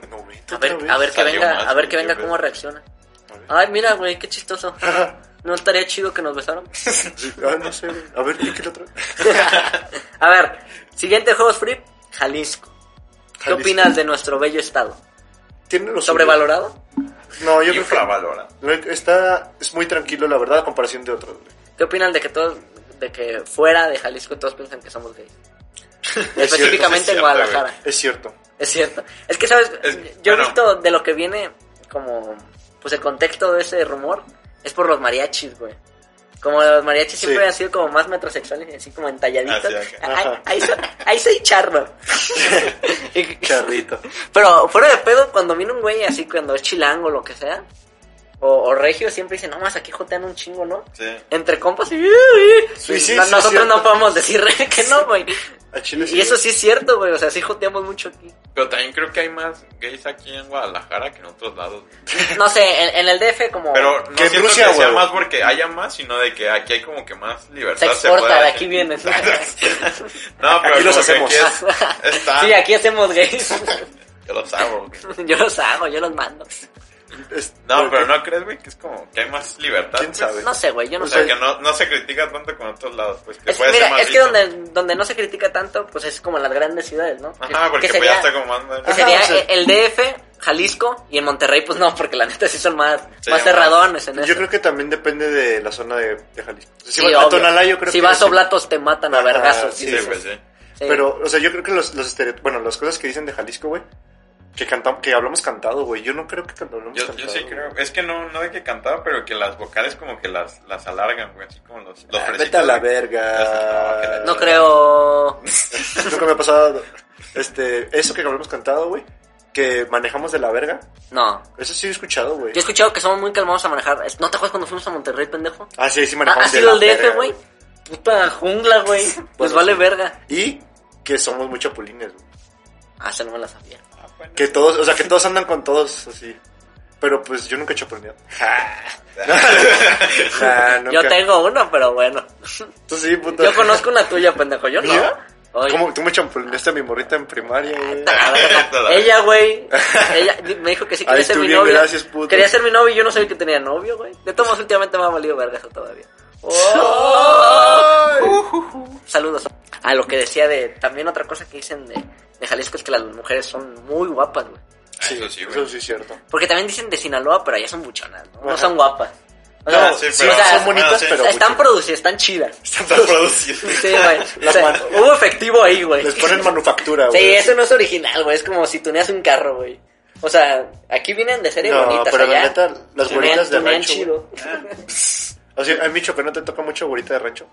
[SPEAKER 3] 90
[SPEAKER 2] A ver,
[SPEAKER 3] otra
[SPEAKER 2] a ver que
[SPEAKER 1] Salió
[SPEAKER 2] venga,
[SPEAKER 1] más,
[SPEAKER 2] a ver
[SPEAKER 1] güey,
[SPEAKER 2] que
[SPEAKER 1] qué
[SPEAKER 2] venga
[SPEAKER 1] pedo.
[SPEAKER 2] cómo reacciona.
[SPEAKER 3] A ver.
[SPEAKER 2] Ay, mira, güey, qué chistoso. ¿No estaría chido que nos besaron?
[SPEAKER 3] Sí, Ah, no sé, güey. A ver, píquele otra vez.
[SPEAKER 2] A ver, siguiente juegos free, Jalisco. ¿Qué
[SPEAKER 3] Jalisco.
[SPEAKER 2] opinas de nuestro bello estado?
[SPEAKER 3] Tiene los
[SPEAKER 2] ¿Sobrevalorado?
[SPEAKER 3] No, yo creo que
[SPEAKER 1] Infravalora.
[SPEAKER 3] no, está es muy tranquilo, la verdad, a comparación de otros, güey.
[SPEAKER 2] ¿Qué opinas de que todos, de que fuera de Jalisco todos piensan que somos gays?
[SPEAKER 3] Es cierto,
[SPEAKER 2] Específicamente en
[SPEAKER 1] cierto,
[SPEAKER 2] Guadalajara.
[SPEAKER 3] es cierto.
[SPEAKER 2] Es cierto. Es que, ¿sabes?
[SPEAKER 1] Es-
[SPEAKER 3] ah,
[SPEAKER 2] Yo he
[SPEAKER 1] bueno.
[SPEAKER 2] visto de lo que viene como... Pues el contexto de ese rumor es por los mariachis, güey. Como los mariachis
[SPEAKER 3] Sí. Ah,
[SPEAKER 2] siempre han sido como más metrosexuales y así como entalladitos.
[SPEAKER 1] Hacia acá.
[SPEAKER 2] Ahí-
[SPEAKER 3] Ajá.
[SPEAKER 2] Ahí, so- ahí soy charro. Y-
[SPEAKER 3] Charrito.
[SPEAKER 2] Pero fuera de pedo, cuando viene un güey así, cuando es chilango o lo que sea, o, o regio, siempre dice, no más, aquí jotean un chingo, ¿no?
[SPEAKER 1] Sí.
[SPEAKER 2] Entre compas y... "Uy, uy".
[SPEAKER 3] Sí, sí,
[SPEAKER 2] No-
[SPEAKER 3] sí,
[SPEAKER 2] nosotros
[SPEAKER 3] cierto.
[SPEAKER 2] no podemos decir que no, güey.
[SPEAKER 3] A Chile
[SPEAKER 2] Y eso sí es cierto, güey. O sea, sí joteamos mucho aquí.
[SPEAKER 1] Pero también creo que hay más gays aquí en Guadalajara que en otros lados. güey.
[SPEAKER 2] No sé, en, en el DF como
[SPEAKER 1] Pero no
[SPEAKER 3] Que en
[SPEAKER 1] siento
[SPEAKER 3] Rusia,
[SPEAKER 1] que sea
[SPEAKER 3] güey.
[SPEAKER 1] más porque haya más, sino de que aquí hay como que más
[SPEAKER 2] se
[SPEAKER 1] libertad.
[SPEAKER 2] exporta,
[SPEAKER 1] puede
[SPEAKER 2] de
[SPEAKER 1] hacer.
[SPEAKER 2] aquí viene. sí,
[SPEAKER 1] No, pero
[SPEAKER 3] Aquí los
[SPEAKER 1] como que
[SPEAKER 3] hacemos.
[SPEAKER 1] Aquí es- está.
[SPEAKER 2] aquí hacemos gays.
[SPEAKER 1] Yo los hago. güey.
[SPEAKER 2] Yo los hago, yo los mando.
[SPEAKER 3] Es-
[SPEAKER 1] No, pero no crees, güey, que es como que hay más libertad.
[SPEAKER 3] ¿Quién
[SPEAKER 1] pues?
[SPEAKER 3] sabe?
[SPEAKER 2] No sé, güey, yo no
[SPEAKER 1] O sea,
[SPEAKER 2] sé.
[SPEAKER 1] que no, no se critica tanto con otros lados, pues que
[SPEAKER 2] Es,
[SPEAKER 1] puede ser
[SPEAKER 2] mira,
[SPEAKER 1] más
[SPEAKER 2] es que
[SPEAKER 1] liso.
[SPEAKER 2] donde, donde no se critica tanto, pues es como en las grandes ciudades, ¿no? Que-
[SPEAKER 1] Ajá, porque
[SPEAKER 2] que
[SPEAKER 1] pues ya
[SPEAKER 2] sería,
[SPEAKER 1] está como más
[SPEAKER 2] que
[SPEAKER 1] madre.
[SPEAKER 3] Ajá, pues,
[SPEAKER 2] sería
[SPEAKER 3] o sea-
[SPEAKER 2] e- el DF, Jalisco y en Monterrey, pues no, porque la neta sí son más,
[SPEAKER 1] Sí,
[SPEAKER 2] más
[SPEAKER 1] más.
[SPEAKER 2] cerradones en eso.
[SPEAKER 3] Yo creo que también depende de la zona de, de Jalisco. Si
[SPEAKER 2] Sí,
[SPEAKER 3] vas a
[SPEAKER 2] obvio.
[SPEAKER 3] Tonalá, yo creo
[SPEAKER 2] si
[SPEAKER 3] que
[SPEAKER 2] vas
[SPEAKER 3] sí.
[SPEAKER 2] a eh. Oblatos te matan a
[SPEAKER 3] Ajá,
[SPEAKER 2] vergazos.
[SPEAKER 1] Sí,
[SPEAKER 3] Sí, sí.
[SPEAKER 1] pues sí.
[SPEAKER 2] Sí.
[SPEAKER 3] Pero, o sea, yo creo que los, los estereotipos, bueno, las cosas que dicen de Jalisco, güey, que cantamos, que hablamos cantado, güey, yo no creo que cuando hablamos
[SPEAKER 1] Yo,
[SPEAKER 3] cantado.
[SPEAKER 1] yo sí
[SPEAKER 3] güey.
[SPEAKER 1] creo. Es que no, no de que cantaba, pero que las vocales como que las, las alargan, güey, así como los, los
[SPEAKER 3] Ah,
[SPEAKER 1] fresitos,
[SPEAKER 3] vete a la
[SPEAKER 1] güey. No, que
[SPEAKER 3] verga.
[SPEAKER 1] la-
[SPEAKER 2] No creo...
[SPEAKER 3] Nunca me ha pasado este, eso que hablamos cantado, güey, que manejamos de la verga.
[SPEAKER 2] No.
[SPEAKER 3] Eso sí he escuchado, güey.
[SPEAKER 2] Yo he escuchado que somos muy calmados a manejar. ¿No te acuerdas cuando fuimos a Monterrey, pendejo?
[SPEAKER 3] Ah, sí, sí
[SPEAKER 2] Ah,
[SPEAKER 3] manejamos
[SPEAKER 2] ha
[SPEAKER 3] de
[SPEAKER 2] sido el
[SPEAKER 3] la
[SPEAKER 2] DF,
[SPEAKER 3] verga,
[SPEAKER 2] güey. Puta jungla, güey. Pues
[SPEAKER 3] Bueno,
[SPEAKER 2] vale
[SPEAKER 3] sí.
[SPEAKER 2] verga.
[SPEAKER 3] Y que somos muy chapulines, güey.
[SPEAKER 2] Ah, esa no me la sabía.
[SPEAKER 1] Ah, bueno.
[SPEAKER 3] Que todos, o sea, que todos andan con todos, así. Pero pues yo nunca he chapulineado. Ah, nunca.
[SPEAKER 2] Yo tengo una, pero bueno.
[SPEAKER 3] Tú sí, puta.
[SPEAKER 2] Yo conozco una tuya, pendejo. Yo no.
[SPEAKER 3] ¿Mía?
[SPEAKER 2] Oye.
[SPEAKER 3] ¿Cómo? Tú me champulineaste a mi morrita en primaria, eh? güey.
[SPEAKER 2] A ver, Ella, güey. Ella me dijo que sí
[SPEAKER 3] Ahí
[SPEAKER 2] quería ser
[SPEAKER 3] estuve
[SPEAKER 2] mi
[SPEAKER 3] bien,
[SPEAKER 2] novia.
[SPEAKER 3] gracias, puto.
[SPEAKER 2] Quería ser mi novia y yo no sabía que tenía novio, güey. De todos modos, últimamente me ha valido verga eso todavía. Oh.
[SPEAKER 3] Ay.
[SPEAKER 2] Saludos. A lo que decía de. También otra cosa que dicen de, de Jalisco es que las mujeres son muy guapas, güey.
[SPEAKER 1] Ah, eso sí, güey.
[SPEAKER 3] Eso sí es cierto.
[SPEAKER 2] Porque también dicen de Sinaloa, pero allá son buchonas, ¿no? No
[SPEAKER 3] Ajá.
[SPEAKER 2] son guapas. O
[SPEAKER 3] No,
[SPEAKER 2] sea,
[SPEAKER 1] sí,
[SPEAKER 2] o
[SPEAKER 1] pero
[SPEAKER 2] sea,
[SPEAKER 3] son bonitas,
[SPEAKER 1] sí.
[SPEAKER 3] pero
[SPEAKER 2] están
[SPEAKER 3] mucho.
[SPEAKER 2] producidas, están chidas.
[SPEAKER 1] Están tan producidos.
[SPEAKER 2] Sí, güey.
[SPEAKER 3] La
[SPEAKER 2] O sea,
[SPEAKER 3] mano.
[SPEAKER 2] hubo efectivo ahí, güey.
[SPEAKER 3] Les ponen manufactura,
[SPEAKER 2] Sí,
[SPEAKER 3] güey.
[SPEAKER 2] eso no es original, güey. Es como si tuneas un carro, güey. O sea, aquí vienen de serie
[SPEAKER 3] No,
[SPEAKER 2] bonitas.
[SPEAKER 3] pero la
[SPEAKER 2] allá
[SPEAKER 3] neta, las
[SPEAKER 2] tunean-
[SPEAKER 3] güeritas de
[SPEAKER 2] tunean
[SPEAKER 3] rancho,
[SPEAKER 2] chido.
[SPEAKER 3] O sea, a mí que no te toca mucho güerita de rancho,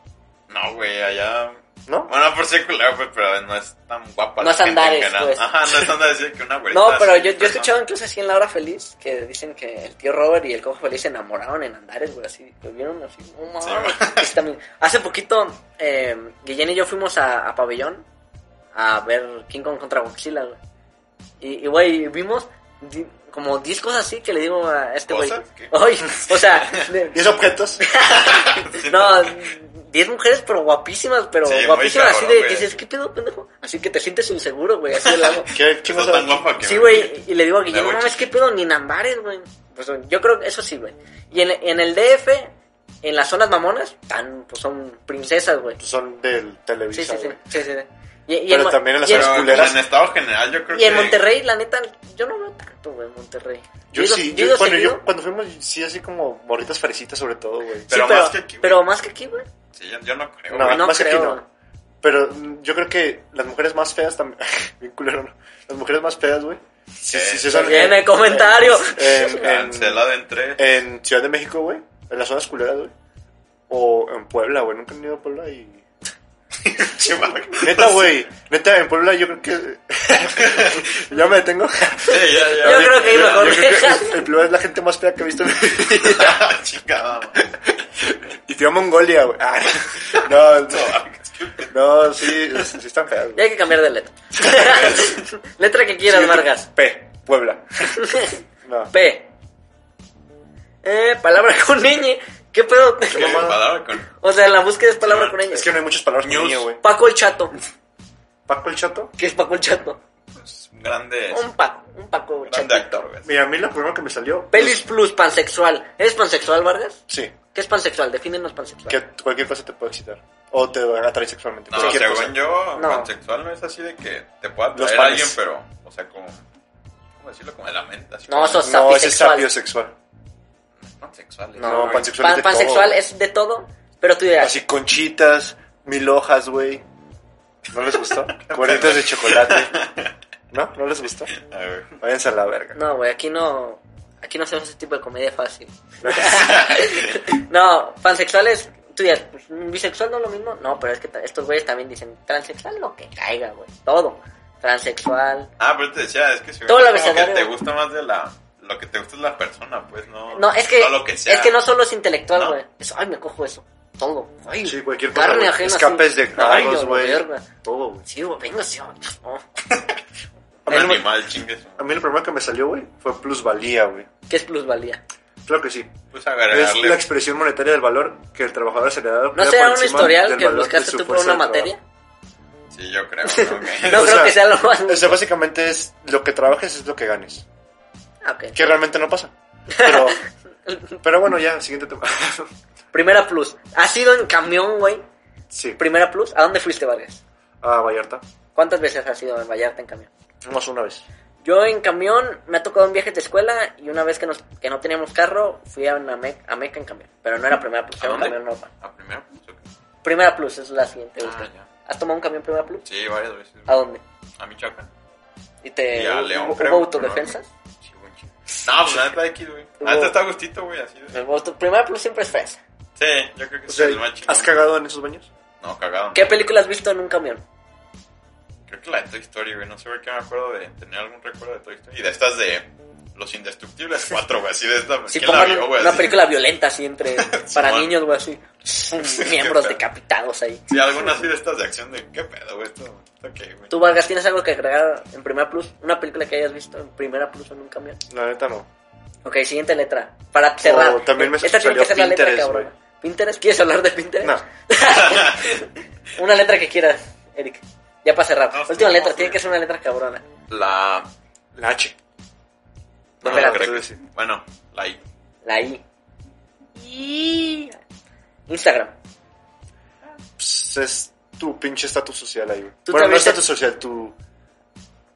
[SPEAKER 1] No, güey, allá.
[SPEAKER 3] ¿no?
[SPEAKER 1] Bueno, por secular, pues, pero no es tan guapa.
[SPEAKER 2] No
[SPEAKER 1] la
[SPEAKER 2] es
[SPEAKER 1] gente en
[SPEAKER 2] andares,
[SPEAKER 1] general.
[SPEAKER 2] pues.
[SPEAKER 1] Ajá, no es andares, sí, que una güerita.
[SPEAKER 2] No, pero
[SPEAKER 1] así,
[SPEAKER 2] yo, yo he
[SPEAKER 1] pues, no.
[SPEAKER 2] escuchado incluso así en La Hora Feliz que dicen que el tío Robert y el cojo feliz se enamoraron en Andares, güey. Así, lo vieron así. no mames.
[SPEAKER 1] Sí, güey.
[SPEAKER 2] Está bien. Hace poquito, eh, Guillén y yo fuimos a, a Pabellón a ver King Kong contra Godzilla, güey. Y, y, güey, vimos di- como 10 cosas así que le digo a este güey.
[SPEAKER 1] ¿Cosas? ¿Qué?
[SPEAKER 2] Oye, o sea, de-
[SPEAKER 3] 10 objetos.
[SPEAKER 1] Sí,
[SPEAKER 2] No, 10 mujeres, pero guapísimas, pero
[SPEAKER 1] Sí, muy
[SPEAKER 2] guapísimas, así
[SPEAKER 1] cabrón,
[SPEAKER 2] de que
[SPEAKER 1] güey.
[SPEAKER 2] dices, ¿qué pedo, pendejo? Así que te sientes inseguro, güey, así de lado.
[SPEAKER 3] ¿Qué
[SPEAKER 1] no
[SPEAKER 3] chingos
[SPEAKER 1] es tan guapa que
[SPEAKER 2] sí, güey, y le digo a Guillermo,
[SPEAKER 1] voy
[SPEAKER 2] no mames,
[SPEAKER 1] chiqui".
[SPEAKER 2] ¿qué pedo? Ni Nambares, güey. Pues yo creo que eso sí, güey. Y en, en el DF, en las zonas mamonas, tan, pues son princesas, güey.
[SPEAKER 3] Son del
[SPEAKER 2] Sí,
[SPEAKER 3] Televisa,
[SPEAKER 2] sí, sí,
[SPEAKER 3] güey.
[SPEAKER 2] sí, sí, sí. Y, y
[SPEAKER 3] Pero
[SPEAKER 2] Mon-
[SPEAKER 3] también en las
[SPEAKER 2] y
[SPEAKER 1] Pero pues,
[SPEAKER 3] culeras.
[SPEAKER 1] en estado general, yo creo
[SPEAKER 2] Y
[SPEAKER 1] que.
[SPEAKER 2] en Monterrey, la neta, yo no veo tanto, güey, en Monterrey.
[SPEAKER 3] Yo
[SPEAKER 2] he ido-
[SPEAKER 3] sí,
[SPEAKER 2] he
[SPEAKER 3] yo,
[SPEAKER 2] ido
[SPEAKER 3] cuando,
[SPEAKER 2] seguido,
[SPEAKER 3] yo, cuando fuimos, sí, así como morritas fresitas sobre todo, güey.
[SPEAKER 2] sí,
[SPEAKER 1] Pero
[SPEAKER 2] pero,
[SPEAKER 1] más que aquí, güey.
[SPEAKER 2] pero más que aquí, güey.
[SPEAKER 1] Sí, yo, yo no creo.
[SPEAKER 3] No,
[SPEAKER 1] güey.
[SPEAKER 2] no
[SPEAKER 3] más que aquí
[SPEAKER 2] creo.
[SPEAKER 3] no. Pero mm, yo creo que las mujeres más feas también... Bien culero, ¿no? Las mujeres más feas, güey. Sí,
[SPEAKER 1] Eh,
[SPEAKER 3] sí, sí. son-
[SPEAKER 2] Viene el comentario.
[SPEAKER 3] En, en,
[SPEAKER 1] Cancelado en tres.
[SPEAKER 3] en Ciudad de México, güey. En las zonas culeras, güey. O en Puebla, güey. Nunca he ido a Puebla y...
[SPEAKER 1] Chihuahua.
[SPEAKER 3] Neta, güey. Neta, en Puebla yo creo que... ya me detengo.
[SPEAKER 1] Sí, ya, ya.
[SPEAKER 2] Yo creo que ahí
[SPEAKER 3] Yo-
[SPEAKER 2] mejor
[SPEAKER 3] yo creo que
[SPEAKER 2] dejas.
[SPEAKER 3] El Puebla es la gente más fea que he visto en mi vida.
[SPEAKER 1] que. Chingada,
[SPEAKER 3] Y fui a Mongolia, güey. Ah, no, no.
[SPEAKER 1] no,
[SPEAKER 3] No, sí, sí están feas,
[SPEAKER 2] Y
[SPEAKER 3] güey.
[SPEAKER 2] hay que cambiar de letra. letra que quieras,
[SPEAKER 3] Siguiente,
[SPEAKER 2] Vargas.
[SPEAKER 3] P, Puebla. No.
[SPEAKER 2] P. Eh, palabra con ñ. ¿Qué pedo?
[SPEAKER 1] ¿Qué
[SPEAKER 3] mamada?
[SPEAKER 1] palabra con?
[SPEAKER 2] O sea, la búsqueda es palabra con ñ.
[SPEAKER 3] Es que no hay muchas palabras con
[SPEAKER 1] News.
[SPEAKER 3] niño, güey.
[SPEAKER 2] Paco el chato.
[SPEAKER 3] Paco el Chato.
[SPEAKER 2] ¿Qué es Paco el chato?
[SPEAKER 1] Pues, un grande,
[SPEAKER 2] Un Paco, un Paco
[SPEAKER 1] un grande
[SPEAKER 2] chato.
[SPEAKER 1] actor, güey.
[SPEAKER 3] Mira, a mí lo primero que me salió.
[SPEAKER 2] Pelis plus, pansexual. ¿Eres pansexual, Vargas?
[SPEAKER 3] Sí,
[SPEAKER 2] ¿Qué es pansexual? Defínenos pansexual.
[SPEAKER 3] que cualquier cosa te puede excitar. O te atrae sexualmente.
[SPEAKER 1] No,
[SPEAKER 3] cualquier
[SPEAKER 1] según
[SPEAKER 3] cosa.
[SPEAKER 1] yo,
[SPEAKER 2] No.
[SPEAKER 1] pansexual no es así de que te pueda
[SPEAKER 3] Los
[SPEAKER 1] traer a
[SPEAKER 3] panes.
[SPEAKER 1] alguien, pero, o sea, como, ¿cómo decirlo? Como de la mente. así
[SPEAKER 2] No,
[SPEAKER 1] como-
[SPEAKER 2] sos-
[SPEAKER 3] No, ese es
[SPEAKER 2] Sapisexual.
[SPEAKER 3] sapio sexual.
[SPEAKER 1] Pansexual.
[SPEAKER 2] No,
[SPEAKER 3] No,
[SPEAKER 2] güey.
[SPEAKER 3] pansexual es de
[SPEAKER 2] pansexual
[SPEAKER 3] todo.
[SPEAKER 2] es de todo, pero tú dirás.
[SPEAKER 3] Así conchitas, mil hojas, güey. ¿No les gustó? Cuernitos de chocolate. ¿No? ¿No les gustó?
[SPEAKER 1] A ver.
[SPEAKER 3] Váyanse a la verga.
[SPEAKER 2] No, güey, aquí no. Aquí no hacemos ese tipo de comedia fácil. no, pansexual es. Tú dirás, pues, bisexual no es lo mismo. No, pero es que ta- estos güeyes también dicen transexual lo que caiga, güey. Todo. Transexual.
[SPEAKER 1] Ah, pero te decía, es que si
[SPEAKER 2] Todo
[SPEAKER 1] ves
[SPEAKER 2] lo
[SPEAKER 1] como que
[SPEAKER 2] abecedario.
[SPEAKER 1] te gusta más de la... Lo que te gusta es la persona, pues, no...
[SPEAKER 2] No, es que.
[SPEAKER 1] No lo que sea.
[SPEAKER 2] Es que no solo es intelectual,
[SPEAKER 1] No.
[SPEAKER 2] güey. Es- Ay, me cojo eso. Todo. Ay,
[SPEAKER 3] Sí, cualquier cosa,
[SPEAKER 2] carne
[SPEAKER 3] güey.
[SPEAKER 2] ajena.
[SPEAKER 3] Escapes
[SPEAKER 2] sí.
[SPEAKER 3] de carros,
[SPEAKER 2] Ay, a la
[SPEAKER 3] güey.
[SPEAKER 2] verga.
[SPEAKER 3] Todo, güey.
[SPEAKER 2] Sí, güey, venga, sí. ay, no.
[SPEAKER 3] A mí,
[SPEAKER 1] Un
[SPEAKER 3] lo-
[SPEAKER 1] animal, chingues.
[SPEAKER 3] a mí lo primero que me salió, güey, fue plusvalía, güey.
[SPEAKER 2] ¿Qué es plusvalía?
[SPEAKER 3] Claro que sí.
[SPEAKER 1] Pues
[SPEAKER 3] Es
[SPEAKER 1] agregarle...
[SPEAKER 3] la expresión monetaria del valor que el trabajador se le da.
[SPEAKER 2] ¿No será un historial que buscaste tú por una materia?
[SPEAKER 1] Sí, yo creo, ¿no? Que-
[SPEAKER 2] No
[SPEAKER 3] O
[SPEAKER 2] creo
[SPEAKER 3] sea,
[SPEAKER 2] que sea lo más.
[SPEAKER 3] O sea, básicamente es lo que trabajes es lo que ganes.
[SPEAKER 2] Ah, ok.
[SPEAKER 3] Que realmente no pasa. Pero, pero bueno, ya, siguiente tema.
[SPEAKER 2] Primera Plus. ¿Has ido en camión, güey?
[SPEAKER 3] sí.
[SPEAKER 2] Primera Plus. ¿A dónde fuiste, Vargas?
[SPEAKER 3] A Vallarta.
[SPEAKER 2] ¿Cuántas veces has ido en Vallarta en camión?
[SPEAKER 3] Más una vez.
[SPEAKER 2] Yo en camión me ha tocado en viajes de escuela y una vez que, nos, que no teníamos carro fui a, una Me- a Meca en camión. Pero no era Primera Plus,
[SPEAKER 1] ¿A
[SPEAKER 2] era un
[SPEAKER 1] dónde?
[SPEAKER 2] camión normal.
[SPEAKER 1] ¿A Ah, primero? pues,
[SPEAKER 2] Primera Plus es la siguiente.
[SPEAKER 1] Ah,
[SPEAKER 2] busca.
[SPEAKER 1] ya.
[SPEAKER 2] ¿Has tomado un camión Primera Plus?
[SPEAKER 1] Sí, varias veces. güey.
[SPEAKER 2] ¿A dónde?
[SPEAKER 1] A Michoacán.
[SPEAKER 2] ¿Y te
[SPEAKER 1] Y a
[SPEAKER 2] Ah, eh, hubo-
[SPEAKER 1] León,
[SPEAKER 2] hubo
[SPEAKER 1] creo.
[SPEAKER 2] autodefensas?
[SPEAKER 1] Sí, güey. No, pues la neta X, güey. La neta está a gustito, güey, así de...
[SPEAKER 2] El auto- Primera Plus siempre es fresa.
[SPEAKER 1] Sí, yo creo que
[SPEAKER 3] O
[SPEAKER 1] sí,
[SPEAKER 3] sea,
[SPEAKER 1] es el más chingón.
[SPEAKER 3] ¿has cagado en esos baños?
[SPEAKER 1] No, cagado.
[SPEAKER 2] ¿Qué película has visto en un camión?
[SPEAKER 1] Creo que la de Toy Story, güey. No sé por qué me acuerdo de tener algún recuerdo de Toy Story. Y de estas de Los Indestructibles 4, güey. Así de esta.
[SPEAKER 2] Si
[SPEAKER 1] ¿Quién Pues la
[SPEAKER 2] pongan
[SPEAKER 1] vio, güey?
[SPEAKER 2] una
[SPEAKER 1] Así.
[SPEAKER 2] película violenta así entre... para
[SPEAKER 1] Simón.
[SPEAKER 2] niños, güey, así. Miembros decapitados ahí.
[SPEAKER 1] Sí, alguna así de estas de acción de. ¿Qué pedo, güey? Esto, esto qué, güey.
[SPEAKER 2] ¿Tú, Vargas, tienes algo que agregar en Primera Plus? ¿Una película que hayas visto en Primera Plus en un camión?
[SPEAKER 3] La neta no.
[SPEAKER 2] Ok, siguiente letra. Para
[SPEAKER 1] Oh,
[SPEAKER 2] cerrar.
[SPEAKER 3] también me
[SPEAKER 2] Esta tiene
[SPEAKER 3] salió
[SPEAKER 2] que ser la letra,
[SPEAKER 3] Pinterest,
[SPEAKER 2] cabrón. ¿Pinterest? ¿Quieres hablar de Pinterest?
[SPEAKER 3] No.
[SPEAKER 2] Una letra que quieras, Eric. Ya para cerrar.
[SPEAKER 1] No,
[SPEAKER 2] Última
[SPEAKER 1] no,
[SPEAKER 2] letra.
[SPEAKER 1] no,
[SPEAKER 2] tiene
[SPEAKER 1] sí.
[SPEAKER 2] que ser una letra cabrona.
[SPEAKER 1] La.
[SPEAKER 3] La H.
[SPEAKER 1] No,
[SPEAKER 2] Espérate.
[SPEAKER 1] creo que sí. Bueno, la I.
[SPEAKER 2] La I. I. Instagram.
[SPEAKER 3] Pues es tu pinche estatus social ahí, güey.
[SPEAKER 2] Tú
[SPEAKER 3] Bueno, no
[SPEAKER 2] también
[SPEAKER 3] estatus
[SPEAKER 2] te-
[SPEAKER 3] social, tu.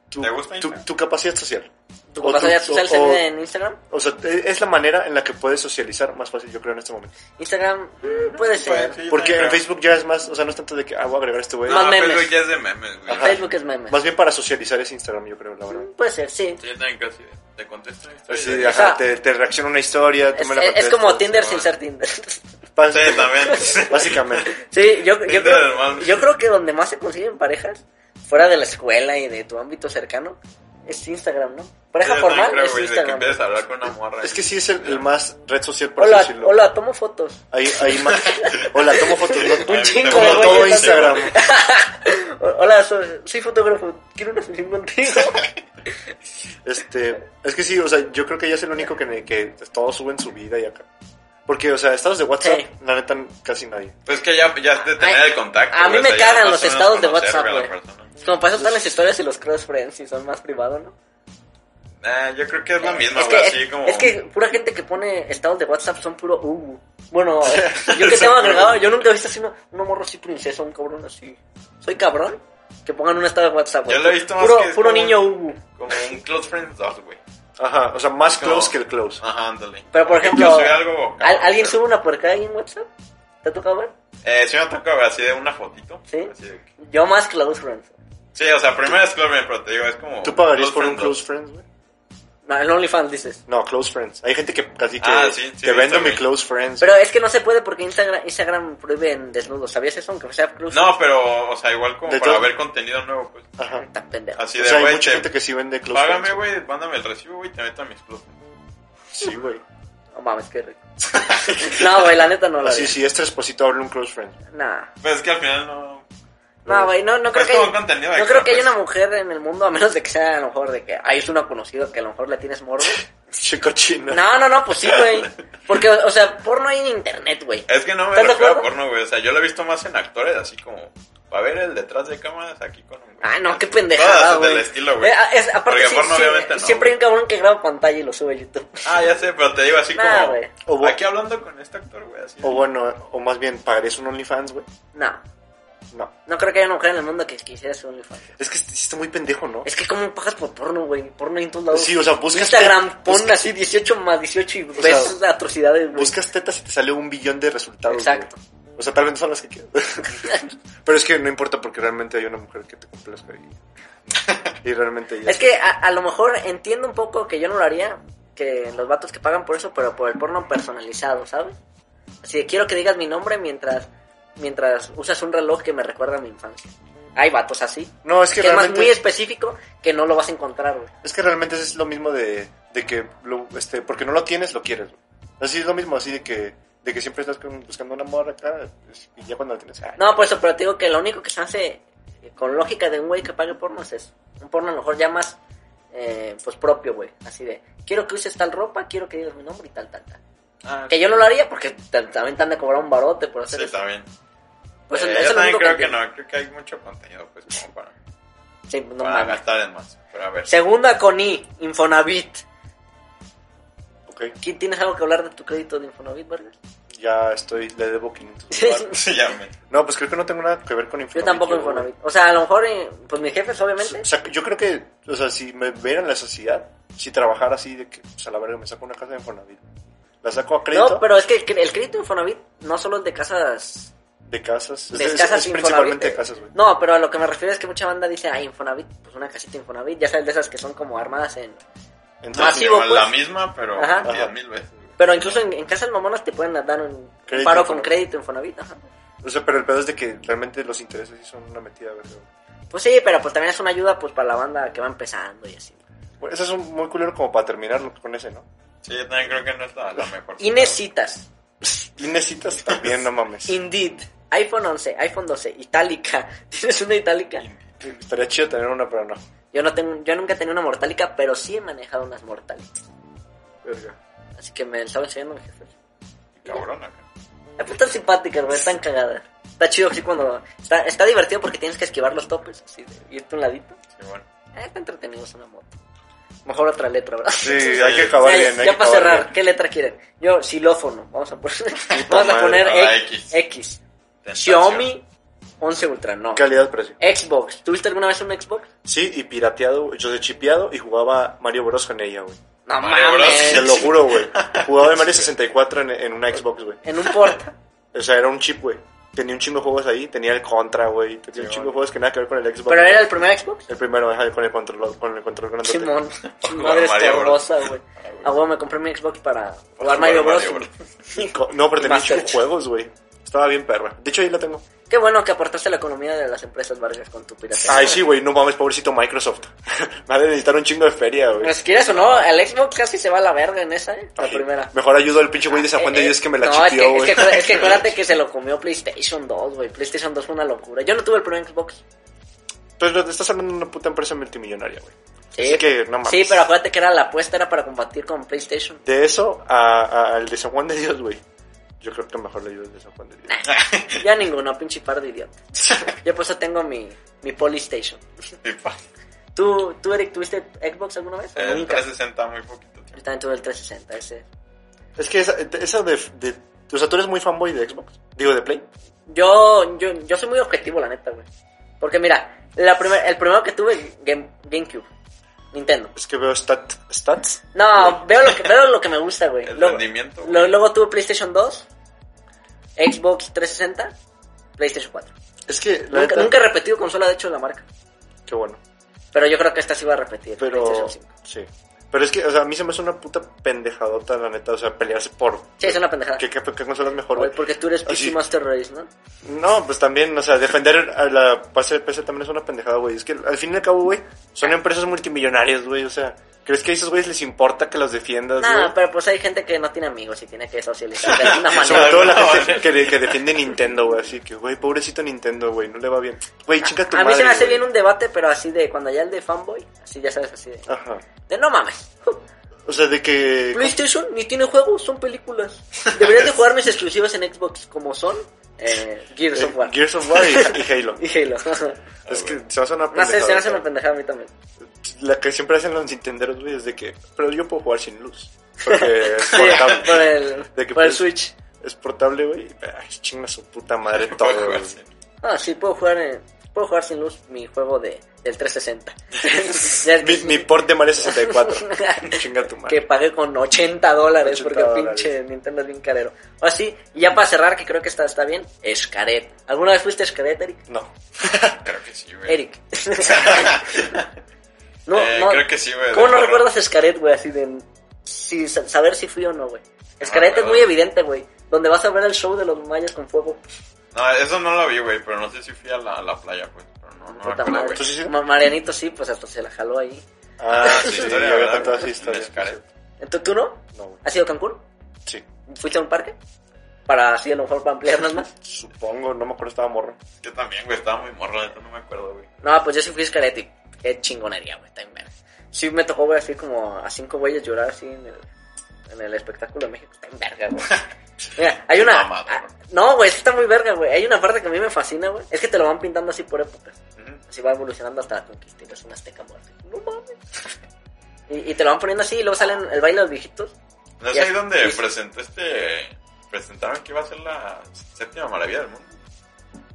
[SPEAKER 3] tu
[SPEAKER 1] ¿Te gusta
[SPEAKER 3] tu,
[SPEAKER 1] Instagram?
[SPEAKER 3] tu capacidad social.
[SPEAKER 2] ¿Tu
[SPEAKER 3] O
[SPEAKER 2] compañía
[SPEAKER 3] tu-
[SPEAKER 2] social
[SPEAKER 3] o-
[SPEAKER 2] se mide en Instagram?
[SPEAKER 3] O sea, e- es la manera en la que puedes socializar más fácil, yo creo, en este momento.
[SPEAKER 2] Instagram mm, puede ser.
[SPEAKER 1] Pues, sí, yo
[SPEAKER 3] Porque
[SPEAKER 1] también
[SPEAKER 3] en
[SPEAKER 1] creo.
[SPEAKER 3] Facebook ya es más, o sea, no es tanto de que, ah, voy a agregar a este güey.
[SPEAKER 1] No,
[SPEAKER 2] Más memes.
[SPEAKER 1] Facebook ya es de memes, güey.
[SPEAKER 3] Ajá.
[SPEAKER 2] Facebook es meme.
[SPEAKER 3] Más bien para socializar es Instagram, yo creo, la verdad.
[SPEAKER 2] Mm, Puede ser, sí.
[SPEAKER 1] Sí, yo también casi. Te contesto una historia.
[SPEAKER 3] Pues Sí,
[SPEAKER 2] ajá.
[SPEAKER 3] ajá, te, te reacciona una historia, tú
[SPEAKER 2] Es,
[SPEAKER 3] me la pues.
[SPEAKER 2] es- es
[SPEAKER 3] contestas.
[SPEAKER 2] como Tinder
[SPEAKER 1] sí,
[SPEAKER 2] sin
[SPEAKER 1] va.
[SPEAKER 2] ser Tinder.
[SPEAKER 3] Bás-
[SPEAKER 1] Sí, también.
[SPEAKER 3] Básicamente.
[SPEAKER 2] Sí, yo, yo,
[SPEAKER 1] Tinder
[SPEAKER 2] creo,
[SPEAKER 1] normal.
[SPEAKER 2] yo creo que donde más se consiguen parejas, fuera de la escuela y de tu ámbito cercano, es Instagram, ¿no? Pareja
[SPEAKER 1] Sí, yo también
[SPEAKER 2] formal
[SPEAKER 1] creo,
[SPEAKER 2] es
[SPEAKER 1] güey, de que
[SPEAKER 2] Instagram.
[SPEAKER 1] empiezas a hablar con una morra.
[SPEAKER 3] Es
[SPEAKER 1] y-
[SPEAKER 3] que sí es el, el más red social, por así
[SPEAKER 2] Hola,
[SPEAKER 3] decirlo.
[SPEAKER 2] hola, tomo fotos.
[SPEAKER 3] Ahí, ahí más. Hola, tomo fotos. no-
[SPEAKER 1] Un chingo
[SPEAKER 3] no
[SPEAKER 1] de
[SPEAKER 3] todo
[SPEAKER 1] güeyes,
[SPEAKER 3] Instagram.
[SPEAKER 1] güey.
[SPEAKER 2] O- Hola, soy, soy fotógrafo. Quiero una sesión contigo.
[SPEAKER 3] Este, es que sí, o sea, yo creo que ella es el único que, que todos suben su vida y acá. Porque, o sea, estados de WhatsApp,
[SPEAKER 2] Sí.
[SPEAKER 3] la neta, casi nadie.
[SPEAKER 1] Pues que ya, ya es de tener
[SPEAKER 2] Ay,
[SPEAKER 1] el contacto.
[SPEAKER 2] a mí
[SPEAKER 1] güey,
[SPEAKER 2] me
[SPEAKER 1] o sea, ya
[SPEAKER 2] cagan
[SPEAKER 1] más
[SPEAKER 2] los
[SPEAKER 1] o menos
[SPEAKER 2] estados de
[SPEAKER 1] conocer,
[SPEAKER 2] WhatsApp,
[SPEAKER 1] güey, a la
[SPEAKER 2] güey.
[SPEAKER 1] persona.
[SPEAKER 2] Como para eso están las historias y los cross friends, si son más privados, ¿no?
[SPEAKER 1] Nah, yo creo que es la misma,
[SPEAKER 2] es,
[SPEAKER 1] güey,
[SPEAKER 2] que,
[SPEAKER 1] así como...
[SPEAKER 2] es que pura gente que pone estados de WhatsApp son puro uh. Bueno, yo que
[SPEAKER 3] Son
[SPEAKER 2] tengo
[SPEAKER 3] puro
[SPEAKER 2] agregado,
[SPEAKER 3] uh.
[SPEAKER 2] yo nunca he visto así una- un morro así princesa, un cabrón así. Soy cabrón que pongan un estado de WhatsApp. güey.
[SPEAKER 1] Yo lo he visto más
[SPEAKER 2] puro,
[SPEAKER 1] que es
[SPEAKER 2] puro
[SPEAKER 1] como-
[SPEAKER 2] niño uh.
[SPEAKER 1] Como un Close Friends 2, güey.
[SPEAKER 3] Ajá, o sea, más
[SPEAKER 1] Como-
[SPEAKER 3] close que el close.
[SPEAKER 1] Ajá, ándale.
[SPEAKER 2] Pero por
[SPEAKER 1] Porque
[SPEAKER 2] ejemplo,
[SPEAKER 1] yo soy algo-
[SPEAKER 2] ¿al- alguien sube una puerca ahí en WhatsApp. ¿Te ha tocado ver?
[SPEAKER 1] Eh, si me toca güey, así de una fotito.
[SPEAKER 2] Sí.
[SPEAKER 1] así de que-
[SPEAKER 2] Yo más que la dos friends.
[SPEAKER 1] Sí, o sea, primero es Close Friends, pero te digo, es como...
[SPEAKER 3] ¿Tú pagarías por un
[SPEAKER 1] Friends
[SPEAKER 3] close friends, güey?
[SPEAKER 2] No, en OnlyFans dices.
[SPEAKER 3] No, close friends. Hay gente que casi que,
[SPEAKER 1] Ah, sí, sí,
[SPEAKER 3] que vendo
[SPEAKER 1] está
[SPEAKER 3] mi
[SPEAKER 1] bien.
[SPEAKER 3] close friends.
[SPEAKER 2] Pero es que no se puede porque Instagram, Instagram prohíbe en desnudos. ¿Sabías eso? Aunque sea
[SPEAKER 1] dos.
[SPEAKER 2] cruz.
[SPEAKER 1] No, pero, o sea, igual como
[SPEAKER 3] De
[SPEAKER 1] para
[SPEAKER 3] todo.
[SPEAKER 1] ver contenido nuevo, pues.
[SPEAKER 3] Ajá.
[SPEAKER 2] Tan pendejo.
[SPEAKER 1] Así
[SPEAKER 3] O
[SPEAKER 1] de,
[SPEAKER 3] sea, hay
[SPEAKER 1] güey,
[SPEAKER 3] mucha
[SPEAKER 1] te-
[SPEAKER 3] gente que sí vende close
[SPEAKER 1] págame,
[SPEAKER 3] friends.
[SPEAKER 1] güey, mándame el recibo, güey, y te meto a mis Close Friends.
[SPEAKER 3] Sí, güey.
[SPEAKER 2] No mames, qué rico. no, güey, la neta no la
[SPEAKER 3] Así,
[SPEAKER 2] vi.
[SPEAKER 1] Ah,
[SPEAKER 3] si este esposito abre un close friend.
[SPEAKER 2] Nah.
[SPEAKER 1] Pues es que al final no...
[SPEAKER 2] No, güey, no, no
[SPEAKER 1] Pues
[SPEAKER 2] creo
[SPEAKER 1] como
[SPEAKER 2] que.
[SPEAKER 1] un contenido
[SPEAKER 2] no
[SPEAKER 1] extra,
[SPEAKER 2] creo que haya
[SPEAKER 1] pues.
[SPEAKER 2] una mujer en el mundo, a menos de que sea a lo mejor de que ahí es una conocida que a lo mejor le tienes morbo.
[SPEAKER 3] Chico chino.
[SPEAKER 2] No, no, no, pues sí, güey. Porque, o sea, porno hay en internet, güey.
[SPEAKER 1] Es que no me
[SPEAKER 2] ¿Estás de
[SPEAKER 1] refiero a
[SPEAKER 2] acuerdo?
[SPEAKER 1] porno, güey. O sea, yo lo he visto más en actores, así como. Para ver el detrás de cámaras aquí con un güey.
[SPEAKER 2] Ah, no, qué
[SPEAKER 1] Todas
[SPEAKER 2] pendejada, güey.
[SPEAKER 1] del estilo, güey.
[SPEAKER 2] Eh, ah, es- aparte,
[SPEAKER 1] Porque
[SPEAKER 2] sí,
[SPEAKER 1] porno
[SPEAKER 2] sí,
[SPEAKER 1] obviamente no,
[SPEAKER 2] siempre hay
[SPEAKER 1] güey.
[SPEAKER 2] un cabrón que graba pantalla y lo sube a YouTube.
[SPEAKER 1] Ah, ya sé, pero te digo así
[SPEAKER 2] Nah,
[SPEAKER 1] como.
[SPEAKER 2] güey.
[SPEAKER 3] O vos-
[SPEAKER 1] Aquí hablando con este actor, güey, así.
[SPEAKER 3] O bueno, o más bien, ¿pagarías un OnlyFans, güey?
[SPEAKER 2] No,
[SPEAKER 3] No.
[SPEAKER 2] no creo que haya una mujer en el mundo que quisiera ser OnlyFans.
[SPEAKER 3] Es que está muy pendejo, ¿no?
[SPEAKER 2] Es que como pagas por porno, güey. Porno hay en todos lados.
[SPEAKER 3] Sí, o sea, buscas-
[SPEAKER 2] Instagram, pon
[SPEAKER 3] buscas-
[SPEAKER 2] así 18 más 18 y
[SPEAKER 3] O
[SPEAKER 2] ves
[SPEAKER 3] sea,
[SPEAKER 2] atrocidades, güey.
[SPEAKER 3] Buscas tetas y te sale un billón de resultados.
[SPEAKER 2] Exacto.
[SPEAKER 3] güey. O sea, tal vez no son las que quieres. Pero es que no importa porque realmente hay una mujer que te complazca y, y realmente ella.
[SPEAKER 2] Es que a, a lo mejor entiendo un poco que yo no lo haría, que los vatos que pagan por eso, pero por el porno personalizado, ¿sabes? Así que quiero que digas mi nombre mientras mientras usas un reloj que me recuerda a mi infancia. Hay vatos así.
[SPEAKER 3] No, es que,
[SPEAKER 2] que es más
[SPEAKER 3] realmente.
[SPEAKER 2] muy específico que no lo vas a encontrar, güey.
[SPEAKER 3] Es que realmente es lo mismo de, de que lo- este, porque no lo tienes, lo quieres. güey. Así es lo mismo, así de que, de que siempre estás con- buscando una morra acá pues, y ya cuando la tienes. ay,
[SPEAKER 2] No, por eso, pero te digo que lo único que se hace eh, con lógica de un güey que pague porno es eso. Un porno a lo mejor ya más eh, pues propio, güey. Así de, quiero que uses tal ropa, quiero que digas mi nombre y tal, tal, tal.
[SPEAKER 1] Ah,
[SPEAKER 2] Que yo no lo haría porque t- también te han de cobrar un barote por hacer
[SPEAKER 1] sí,
[SPEAKER 2] eso.
[SPEAKER 1] también.
[SPEAKER 2] Pues
[SPEAKER 1] Eh,
[SPEAKER 2] eso es
[SPEAKER 1] yo
[SPEAKER 2] lo
[SPEAKER 1] también
[SPEAKER 2] único
[SPEAKER 1] creo que
[SPEAKER 2] entiendo.
[SPEAKER 1] no. Creo que hay mucho contenido, pues, como para,
[SPEAKER 2] Sí, no
[SPEAKER 1] para
[SPEAKER 2] mames.
[SPEAKER 1] gastar en más. Pero a ver.
[SPEAKER 2] Segunda con I, Infonavit.
[SPEAKER 3] Ok,
[SPEAKER 2] ¿Qui- ¿Tienes algo que hablar de tu crédito de Infonavit, Vargas?
[SPEAKER 3] ya estoy, le debo 500.
[SPEAKER 2] Sí, sí.
[SPEAKER 1] Se llame.
[SPEAKER 3] No, pues creo que no tengo nada que ver con Infonavit.
[SPEAKER 2] Yo tampoco Infonavit. O sea, a lo mejor, eh, pues mis jefes, obviamente.
[SPEAKER 3] O sea, yo creo que, o sea, si me viera en la sociedad, si trabajara así de que, pues a la verga, me saco una casa de Infonavit. La saco a crédito
[SPEAKER 2] No, pero es que el cr- el crédito de Infonavit no solo es de casas
[SPEAKER 3] de casas.
[SPEAKER 2] de
[SPEAKER 3] Es- es-
[SPEAKER 2] casas
[SPEAKER 3] es
[SPEAKER 2] Infonavit,
[SPEAKER 3] principalmente
[SPEAKER 2] eh.
[SPEAKER 3] de casas, güey.
[SPEAKER 2] No, pero a lo que me refiero es que mucha banda dice, ay, Infonavit, pues una casita Infonavit, ya sabes, de esas que son como armadas en...
[SPEAKER 1] No,
[SPEAKER 3] Entonces,
[SPEAKER 2] Masivo,
[SPEAKER 1] digo, La
[SPEAKER 2] pues.
[SPEAKER 1] misma, pero
[SPEAKER 2] Ajá.
[SPEAKER 1] diez mil veces. güey.
[SPEAKER 2] Pero incluso en, en Casa del Mamonas te pueden dar un, un
[SPEAKER 3] Crédito
[SPEAKER 2] paro
[SPEAKER 3] Infonavit.
[SPEAKER 2] con crédito Infonavit, ajá.
[SPEAKER 3] O sea, pero el pedo es de que realmente los intereses sí son una metida, verga, güey.
[SPEAKER 2] Pues sí, pero pues también es una ayuda pues para la banda que va empezando y así.
[SPEAKER 3] Bueno, Eso es un muy culero como para terminarlo con ese, ¿no?
[SPEAKER 1] Sí, yo también creo que no es la, la mejor.
[SPEAKER 2] Inesitas,
[SPEAKER 3] Y necesitas también, no mames.
[SPEAKER 2] Indeed, iPhone 11, iPhone 12, Itálica. ¿Tienes una Itálica?
[SPEAKER 3] Estaría chido tener una, pero no.
[SPEAKER 2] Yo no tengo, yo nunca he tenido una Mortálica, pero sí he manejado unas Mortálicas.
[SPEAKER 3] Verga.
[SPEAKER 2] Así que me estaba enseñando mi jefe.
[SPEAKER 1] Cabrón acá.
[SPEAKER 2] Ay, pues, Están simpáticas, güey, están cagadas. Está chido así cuando... Está, está divertido porque tienes que esquivar los topes, así, de irte a un ladito.
[SPEAKER 1] Sí, bueno.
[SPEAKER 2] Ah, está entretenido, es una moto. Mejor otra letra, ¿verdad?
[SPEAKER 3] Sí, hay que acabar
[SPEAKER 2] Ya-
[SPEAKER 3] bien. hay
[SPEAKER 2] ya
[SPEAKER 3] que
[SPEAKER 2] para
[SPEAKER 3] acabar
[SPEAKER 2] cerrar,
[SPEAKER 3] bien.
[SPEAKER 2] ¿qué letra quieren? Yo, xilófono. Vamos a poner, vamos a poner
[SPEAKER 1] madre. Ah,
[SPEAKER 2] X.
[SPEAKER 1] X.
[SPEAKER 2] X.
[SPEAKER 1] Tentación.
[SPEAKER 2] Xiaomi 11 Ultra, no.
[SPEAKER 3] Calidad, precio.
[SPEAKER 2] Xbox. ¿Tuviste alguna vez un Xbox?
[SPEAKER 3] Sí, y pirateado, güey. yo de chipeado y jugaba Mario Bros con ella, güey.
[SPEAKER 2] No
[SPEAKER 1] Mario Bros.
[SPEAKER 3] Te
[SPEAKER 2] mames.
[SPEAKER 3] lo juro, güey. Jugaba el Mario 64 en, en una Xbox, güey.
[SPEAKER 2] En un port.
[SPEAKER 3] O sea, era un chip, güey. Tenía un chingo de juegos ahí, tenía el Contra, güey. Tenía un
[SPEAKER 1] Sí,
[SPEAKER 3] chingo de
[SPEAKER 1] güey.
[SPEAKER 3] juegos que nada que ver con el Xbox.
[SPEAKER 2] ¿Pero
[SPEAKER 3] güey.
[SPEAKER 2] era el primer Xbox?
[SPEAKER 3] El primero, ajá, con el control, con el control grandote.
[SPEAKER 2] Simón.
[SPEAKER 1] Jugar
[SPEAKER 2] Madre
[SPEAKER 1] Mario Bros.
[SPEAKER 2] estorbosa, güey.
[SPEAKER 1] Ah, güey.
[SPEAKER 2] A huevo me compré mi Xbox para jugar Mario Bros.
[SPEAKER 1] Mario
[SPEAKER 2] y-
[SPEAKER 3] Co- No, pero
[SPEAKER 2] y
[SPEAKER 3] tenía un
[SPEAKER 2] Master
[SPEAKER 3] chingo de juegos, güey. Estaba bien perra. De hecho, ahí la tengo.
[SPEAKER 2] Chief. Qué bueno que aportaste a la economía de las empresas Vargas con tu piratería.
[SPEAKER 3] Ay, sí, güey, no mames, pobrecito Microsoft. Van a necesitar un chingo de feria, güey.
[SPEAKER 2] Pues quieras o no, el Xbox casi se va a la verga en esa, ¿eh? La
[SPEAKER 3] Ay,
[SPEAKER 2] primera.
[SPEAKER 3] Mejor ayudo al pinche güey de San Juan de
[SPEAKER 2] Eh,
[SPEAKER 3] Dios que me la
[SPEAKER 2] no, es
[SPEAKER 3] chipió,
[SPEAKER 2] que,
[SPEAKER 3] güey.
[SPEAKER 2] es, que, acuérdate- es que acuérdate que se lo comió PlayStation 2, güey. PlayStation 2 fue una locura. Yo no tuve el primer Xbox.
[SPEAKER 3] Entonces, estás hablando de una puta empresa multimillonaria, güey.
[SPEAKER 2] Sí,
[SPEAKER 3] Así que, no mames.
[SPEAKER 2] Sí, pero acuérdate que era la apuesta, era para combatir con PlayStation.
[SPEAKER 3] De eso a- a- al de San Juan de Dios, güey. Yo creo que mejor le ayudo al de San Juan de Dios.
[SPEAKER 2] Ya ninguno, pinche par de idiota. Yo por eso tengo mi, mi Polystation.
[SPEAKER 1] Y pa-
[SPEAKER 2] ¿Tú, ¿Tú, Eric, tuviste Xbox alguna vez?
[SPEAKER 1] El
[SPEAKER 2] Nunca.
[SPEAKER 1] 360 muy poquito
[SPEAKER 2] Yo
[SPEAKER 1] tiempo.
[SPEAKER 2] también tuve el 360, ese.
[SPEAKER 3] Es que esa, esa de, de- O sea, tú eres muy fanboy de Xbox. Digo, de Play.
[SPEAKER 2] Yo, yo, yo soy muy objetivo, la neta, güey. Porque mira, la primer, el primero que tuve, Game, GameCube. Nintendo.
[SPEAKER 3] Es que veo stat, stats.
[SPEAKER 2] No, veo lo que, veo lo que me gusta, güey.
[SPEAKER 1] El
[SPEAKER 2] Luego-
[SPEAKER 1] rendimiento,
[SPEAKER 2] lo-
[SPEAKER 1] güey.
[SPEAKER 2] luego tuve PlayStation 2, Xbox 360, PlayStation 4.
[SPEAKER 3] Es que,
[SPEAKER 2] Nunca,
[SPEAKER 3] la neta-
[SPEAKER 2] nunca he repetido consola, de hecho, la marca.
[SPEAKER 3] Qué bueno.
[SPEAKER 2] Pero yo creo que esta sí va a repetir.
[SPEAKER 3] Pero...
[SPEAKER 2] PlayStation 5.
[SPEAKER 3] Sí. Pero es que, o sea, a mí se me hace una puta pendejadota, la neta. O sea, pelearse por...
[SPEAKER 2] Sí, es una pendejada.
[SPEAKER 3] ¿Qué, qué, qué consola es mejor,
[SPEAKER 2] Güey,
[SPEAKER 3] güey?
[SPEAKER 2] Ah. Porque tú eres PC
[SPEAKER 3] Ah, Así-
[SPEAKER 2] Master Race, ¿no?
[SPEAKER 3] No, pues también, o sea, defender a la PC, PC también es una pendejada, güey. Es que al fin y al cabo, güey, son empresas multimillonarias, güey. O sea, ¿Crees que a esos güeyes les importa que los defiendas,
[SPEAKER 2] Nada,
[SPEAKER 3] güey?
[SPEAKER 2] pero pues hay gente que no tiene amigos y tiene que socializar de alguna
[SPEAKER 3] Sobre
[SPEAKER 2] manera.
[SPEAKER 3] todo la
[SPEAKER 1] No,
[SPEAKER 3] gente
[SPEAKER 1] güey.
[SPEAKER 3] que, de- que defiende Nintendo, güey. Así que, güey, pobrecito Nintendo, güey, no le va bien. Güey, chinga tu
[SPEAKER 2] a mí
[SPEAKER 3] madre.
[SPEAKER 2] se me hace
[SPEAKER 3] güey.
[SPEAKER 2] bien un debate, pero así de cuando ya el de fanboy, así ya sabes, así de.
[SPEAKER 3] Ajá.
[SPEAKER 2] de no mames.
[SPEAKER 3] O sea, Ah. de que.
[SPEAKER 2] PlayStation ni tiene juegos, son películas. Deberías de jugar mis exclusivas en Xbox, como son eh, Gears of War
[SPEAKER 3] Gears of War y, y Halo.
[SPEAKER 2] y Halo.
[SPEAKER 3] es que se me hace una
[SPEAKER 2] no sé, se me hace
[SPEAKER 3] pendejada,
[SPEAKER 2] una pendejada a mí también.
[SPEAKER 3] La que siempre hacen los Nintenderos, güey, es de que. Pero yo puedo jugar sin luz. Porque es
[SPEAKER 2] Sí,
[SPEAKER 3] portable.
[SPEAKER 2] por el,
[SPEAKER 3] De que
[SPEAKER 2] por el
[SPEAKER 3] pues-
[SPEAKER 2] Switch.
[SPEAKER 3] Es portable, güey. y, Ay, chinga su puta madre todo, güey.
[SPEAKER 2] Ah, sí, puedo jugar, en- puedo jugar sin luz mi juego de, del 360. Ya es-
[SPEAKER 3] Mi, mi port de Mario 64. chinga tu
[SPEAKER 2] que
[SPEAKER 3] madre.
[SPEAKER 2] pagué con 80 dólares
[SPEAKER 3] 80
[SPEAKER 2] porque
[SPEAKER 3] dólares.
[SPEAKER 2] pinche Nintendo es bien carero. O sí, y ya para cerrar, que creo que está, está bien, Escaret. ¿Alguna vez fuiste Escaret, Eric?
[SPEAKER 3] No.
[SPEAKER 1] Creo que sí, güey.
[SPEAKER 2] Eric. no,
[SPEAKER 1] Eh,
[SPEAKER 2] no.
[SPEAKER 1] creo que sí, güey.
[SPEAKER 2] ¿Cómo
[SPEAKER 1] de
[SPEAKER 2] no
[SPEAKER 1] morro.
[SPEAKER 2] recuerdas Escaret, güey? Así de. sin sa- saber si fui o no, güey. Escaret es
[SPEAKER 1] güey.
[SPEAKER 2] muy evidente, güey. Donde vas a ver el show de los mayas con fuego.
[SPEAKER 1] No, eso no lo vi, güey, pero no sé si fui a la, a la playa, pues. Pero no, no me
[SPEAKER 2] Puta
[SPEAKER 1] acuerdo,
[SPEAKER 2] madre.
[SPEAKER 1] güey.
[SPEAKER 3] ¿Tú sí, sí?
[SPEAKER 2] Ma- Marianito sí, pues hasta se la jaló ahí.
[SPEAKER 3] Ah, sí, sí,
[SPEAKER 1] historia,
[SPEAKER 3] yo había
[SPEAKER 1] ¿verdad?
[SPEAKER 3] contado esa
[SPEAKER 1] En
[SPEAKER 3] historia.
[SPEAKER 1] Xcaret.
[SPEAKER 2] ¿Entonces tú no?
[SPEAKER 3] No, güey.
[SPEAKER 2] ¿Has ido a Cancún?
[SPEAKER 3] Sí.
[SPEAKER 2] ¿Fuiste a un parque? Para así a lo mejor para ampliarnos más.
[SPEAKER 3] Supongo, no me acuerdo, estaba morro.
[SPEAKER 1] Yo también, güey, estaba muy morro, neta, no me acuerdo, güey.
[SPEAKER 2] No, pues yo sí fui a Escaret y qué chingonería, güey, también. Sí me tocó ver así como a cinco güeyes llorar así en el, en el espectáculo de México. Está en verga, güey. Mira, hay
[SPEAKER 1] Qué
[SPEAKER 2] una...
[SPEAKER 1] mamado,
[SPEAKER 2] ah,
[SPEAKER 1] bro.
[SPEAKER 2] no, güey, sí está muy verga, güey. Hay una parte que a mí me fascina, güey. Es que te lo van pintando así por épocas. Así va evolucionando hasta la conquista y ves una azteca muerta. No mames. Y, y te lo van poniendo así y luego salen el baile de los viejitos.
[SPEAKER 1] ¿No es
[SPEAKER 2] Ya.
[SPEAKER 1] ahí donde
[SPEAKER 2] Sí.
[SPEAKER 1] presentó este... Presentaron que iba a ser la séptima maravilla del mundo?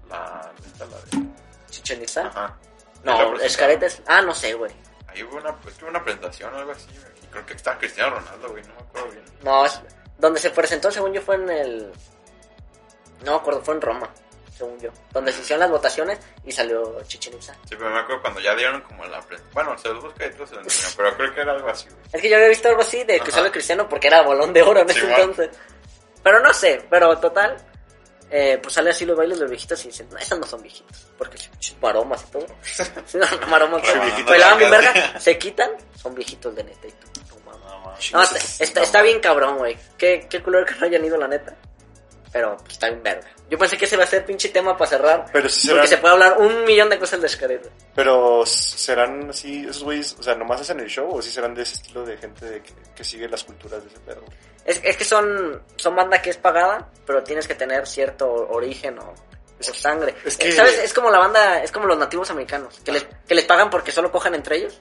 [SPEAKER 1] La... esta, la de...
[SPEAKER 2] Chichen Itza.
[SPEAKER 1] Ajá. Ahí la
[SPEAKER 2] ¿Ah? No,
[SPEAKER 1] presentaron.
[SPEAKER 2] escaretes. Ah, no sé, güey.
[SPEAKER 1] Ahí hubo una, pues, que hubo una presentación o algo así, güey. Y creo que estaba Cristiano Ronaldo, güey, no me acuerdo bien.
[SPEAKER 2] No, es- donde se presentó, según yo, fue en el. No me acuerdo, fue en Roma, según yo. Donde se hicieron las votaciones y salió Chichen Itza.
[SPEAKER 1] Sí, pero me acuerdo cuando ya dieron como la presentación. Bueno, se los busca y todo se lo enseño, pero creo que era algo así, güey.
[SPEAKER 2] Es que yo había visto algo así de que
[SPEAKER 1] Ajá.
[SPEAKER 2] salió Cristiano porque era bolón de oro en
[SPEAKER 1] Sí,
[SPEAKER 2] ese
[SPEAKER 1] igual.
[SPEAKER 2] entonces. Pero no sé, pero total. eh, pues sale así los bailes de los viejitos y dicen, no, esos no son viejitos. Porque ch- maromas y todo. Sí, no, maromas.
[SPEAKER 1] Sí, viejitos.
[SPEAKER 2] Bailaban bien verga, se quitan, son viejitos de neta. Y tú, no mames.
[SPEAKER 1] No, mames.
[SPEAKER 2] No, está, está- está bien cabrón, güey. Qué, qué culero que no hayan ido, la neta. Pero pues, está bien verga. Yo pensé que ese iba a ser pinche tema para cerrar.
[SPEAKER 3] Pero sí
[SPEAKER 2] porque
[SPEAKER 3] serán,
[SPEAKER 2] se puede hablar un millón de cosas de Xcaret, güey.
[SPEAKER 3] pero serán así, esos güeyes, o sea, nomás hacen el show o sí serán de ese estilo de gente de que, que sigue las culturas de ese pedo. güey?
[SPEAKER 2] Es, es que son, son banda que es pagada, pero tienes que tener cierto origen o, o sangre.
[SPEAKER 3] es que-
[SPEAKER 2] Eh, ¿Sabes? Es como la banda, es como los nativos americanos, que les, que les pagan porque solo cojan entre ellos.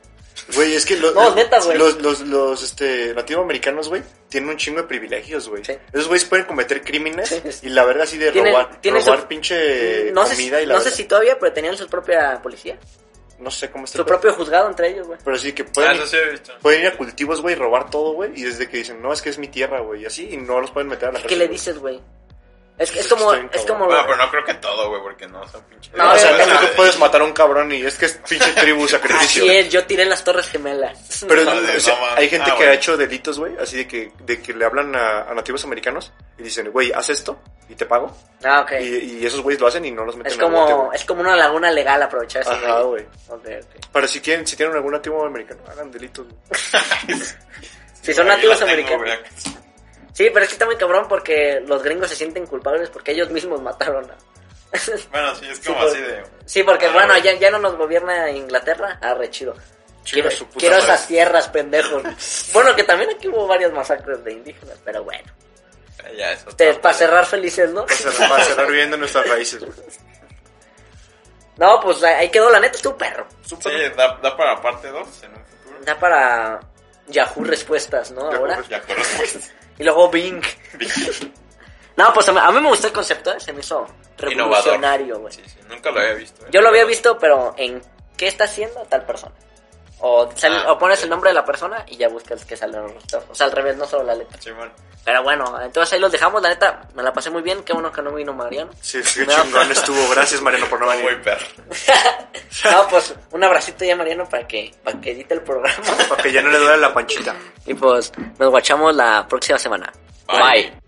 [SPEAKER 3] Güey, es que los,
[SPEAKER 2] No, neta, güey.
[SPEAKER 3] los, los, los, este, nativoamericanos, güey, tienen un chingo de privilegios, güey.
[SPEAKER 2] Sí.
[SPEAKER 3] Esos güeyes pueden cometer crímenes
[SPEAKER 2] Sí.
[SPEAKER 3] y la verga así de
[SPEAKER 2] Tienen-
[SPEAKER 3] robar,
[SPEAKER 2] tienen
[SPEAKER 3] robar
[SPEAKER 2] su- Mm,
[SPEAKER 3] pinche
[SPEAKER 2] no sé, si-
[SPEAKER 3] Eh, comida y la
[SPEAKER 2] no sé
[SPEAKER 3] verga.
[SPEAKER 2] si todavía, pero tenían su propia policía,
[SPEAKER 3] no sé cómo está.
[SPEAKER 2] su
[SPEAKER 3] el pedo.
[SPEAKER 2] propio juzgado entre ellos, güey.
[SPEAKER 3] Pero sí que
[SPEAKER 1] Ah,
[SPEAKER 3] pueden,
[SPEAKER 1] eso sí he visto.
[SPEAKER 2] pues,
[SPEAKER 3] pueden ir a cultivos, güey, robar todo, güey, y desde que dicen, no, es que es mi tierra, güey, y así, y no los pueden meter a la
[SPEAKER 2] ¿Qué
[SPEAKER 3] cárcel,
[SPEAKER 2] le
[SPEAKER 3] güey.
[SPEAKER 2] dices, güey? Es, que- es
[SPEAKER 3] Pues Está
[SPEAKER 2] como,
[SPEAKER 3] bien
[SPEAKER 2] es
[SPEAKER 3] cabrón.
[SPEAKER 2] como,
[SPEAKER 1] Ah, Bueno, pero no creo que todo, güey, porque no son pinches.
[SPEAKER 2] No,
[SPEAKER 3] o sea,
[SPEAKER 2] pero-
[SPEAKER 3] no que puedes matar a un cabrón y es que es pinche tribu sacrificio.
[SPEAKER 2] Así es, yo tiré en las Torres Gemelas.
[SPEAKER 3] Pero
[SPEAKER 1] No, de-
[SPEAKER 3] o sea,
[SPEAKER 1] no mames.
[SPEAKER 3] hay gente
[SPEAKER 1] Ah,
[SPEAKER 3] que
[SPEAKER 1] bueno.
[SPEAKER 3] ha hecho delitos, güey, así de que, de que le hablan a, a nativos americanos y dicen, güey, haz esto y te pago.
[SPEAKER 2] Ah, ok.
[SPEAKER 3] Y, y esos güeyes lo hacen y no los meten
[SPEAKER 2] es,
[SPEAKER 3] al bote,
[SPEAKER 2] como,
[SPEAKER 3] güey.
[SPEAKER 2] es como una laguna legal aprovechar ese
[SPEAKER 3] Ajá, güey.
[SPEAKER 2] Ok, ok.
[SPEAKER 3] Pero si, quieren, si tienen algún nativo americano, hagan delitos, güey.
[SPEAKER 2] Si son
[SPEAKER 1] Ahí
[SPEAKER 2] nativos
[SPEAKER 1] la tengo,
[SPEAKER 2] americanos. Sí, pero es que está muy cabrón porque los gringos se sienten culpables porque ellos mismos mataron a...
[SPEAKER 1] güey. Bueno, sí, es
[SPEAKER 2] Sí, pues.
[SPEAKER 1] como
[SPEAKER 2] por-
[SPEAKER 1] así de.
[SPEAKER 2] Sí, porque
[SPEAKER 1] Ah,
[SPEAKER 2] bueno,
[SPEAKER 1] güey.
[SPEAKER 2] ya, ya no nos gobierna Inglaterra. Ah, re chido. Quiero,
[SPEAKER 3] su puta
[SPEAKER 2] quiero
[SPEAKER 3] madre.
[SPEAKER 2] esas tierras, pendejos. bueno, que también aquí hubo varias masacres de indígenas, pero bueno.
[SPEAKER 1] Ya, eso.
[SPEAKER 2] Ustedes, para cerrar felices, ¿no?
[SPEAKER 3] Para Ah, cerrar- para cerrar viviendo nuestras raíces, güey.
[SPEAKER 2] No, pues ahí quedó, la neta, estuvo perro.
[SPEAKER 1] Sí, da, da para parte 2 en un futuro.
[SPEAKER 2] Da para Yahoo Respuestas, ¿no?
[SPEAKER 3] Yahoo
[SPEAKER 2] Ahora.
[SPEAKER 3] Respuestas.
[SPEAKER 1] Ya corresponde.
[SPEAKER 2] Y luego Bing. No, pues a mí, a mí me gustó el concepto, ¿eh? se me hizo revolucionario, güey.
[SPEAKER 1] Sí, sí, nunca lo había visto. ¿eh?
[SPEAKER 2] Yo lo había visto, pero en qué está haciendo tal persona. O, sale-
[SPEAKER 1] Ah,
[SPEAKER 2] o pones
[SPEAKER 1] ok.
[SPEAKER 2] el nombre de la persona y ya buscas que salen los resultados. O sea, al revés, no solo la letra.
[SPEAKER 1] Simón.
[SPEAKER 2] Pero bueno, entonces ahí los dejamos, la neta, me la pasé muy bien, qué bueno que no vino Mariano.
[SPEAKER 3] Sí, sí, qué
[SPEAKER 2] No.
[SPEAKER 3] chingón estuvo. Gracias, Mariano, por no
[SPEAKER 1] Muy
[SPEAKER 3] venir.
[SPEAKER 1] perro.
[SPEAKER 2] No, pues un abracito ya Mariano para que, para que edite el programa.
[SPEAKER 3] Para que ya no le duele la panchita.
[SPEAKER 2] Y pues nos guachamos la próxima semana.
[SPEAKER 1] Bye.
[SPEAKER 2] Bye.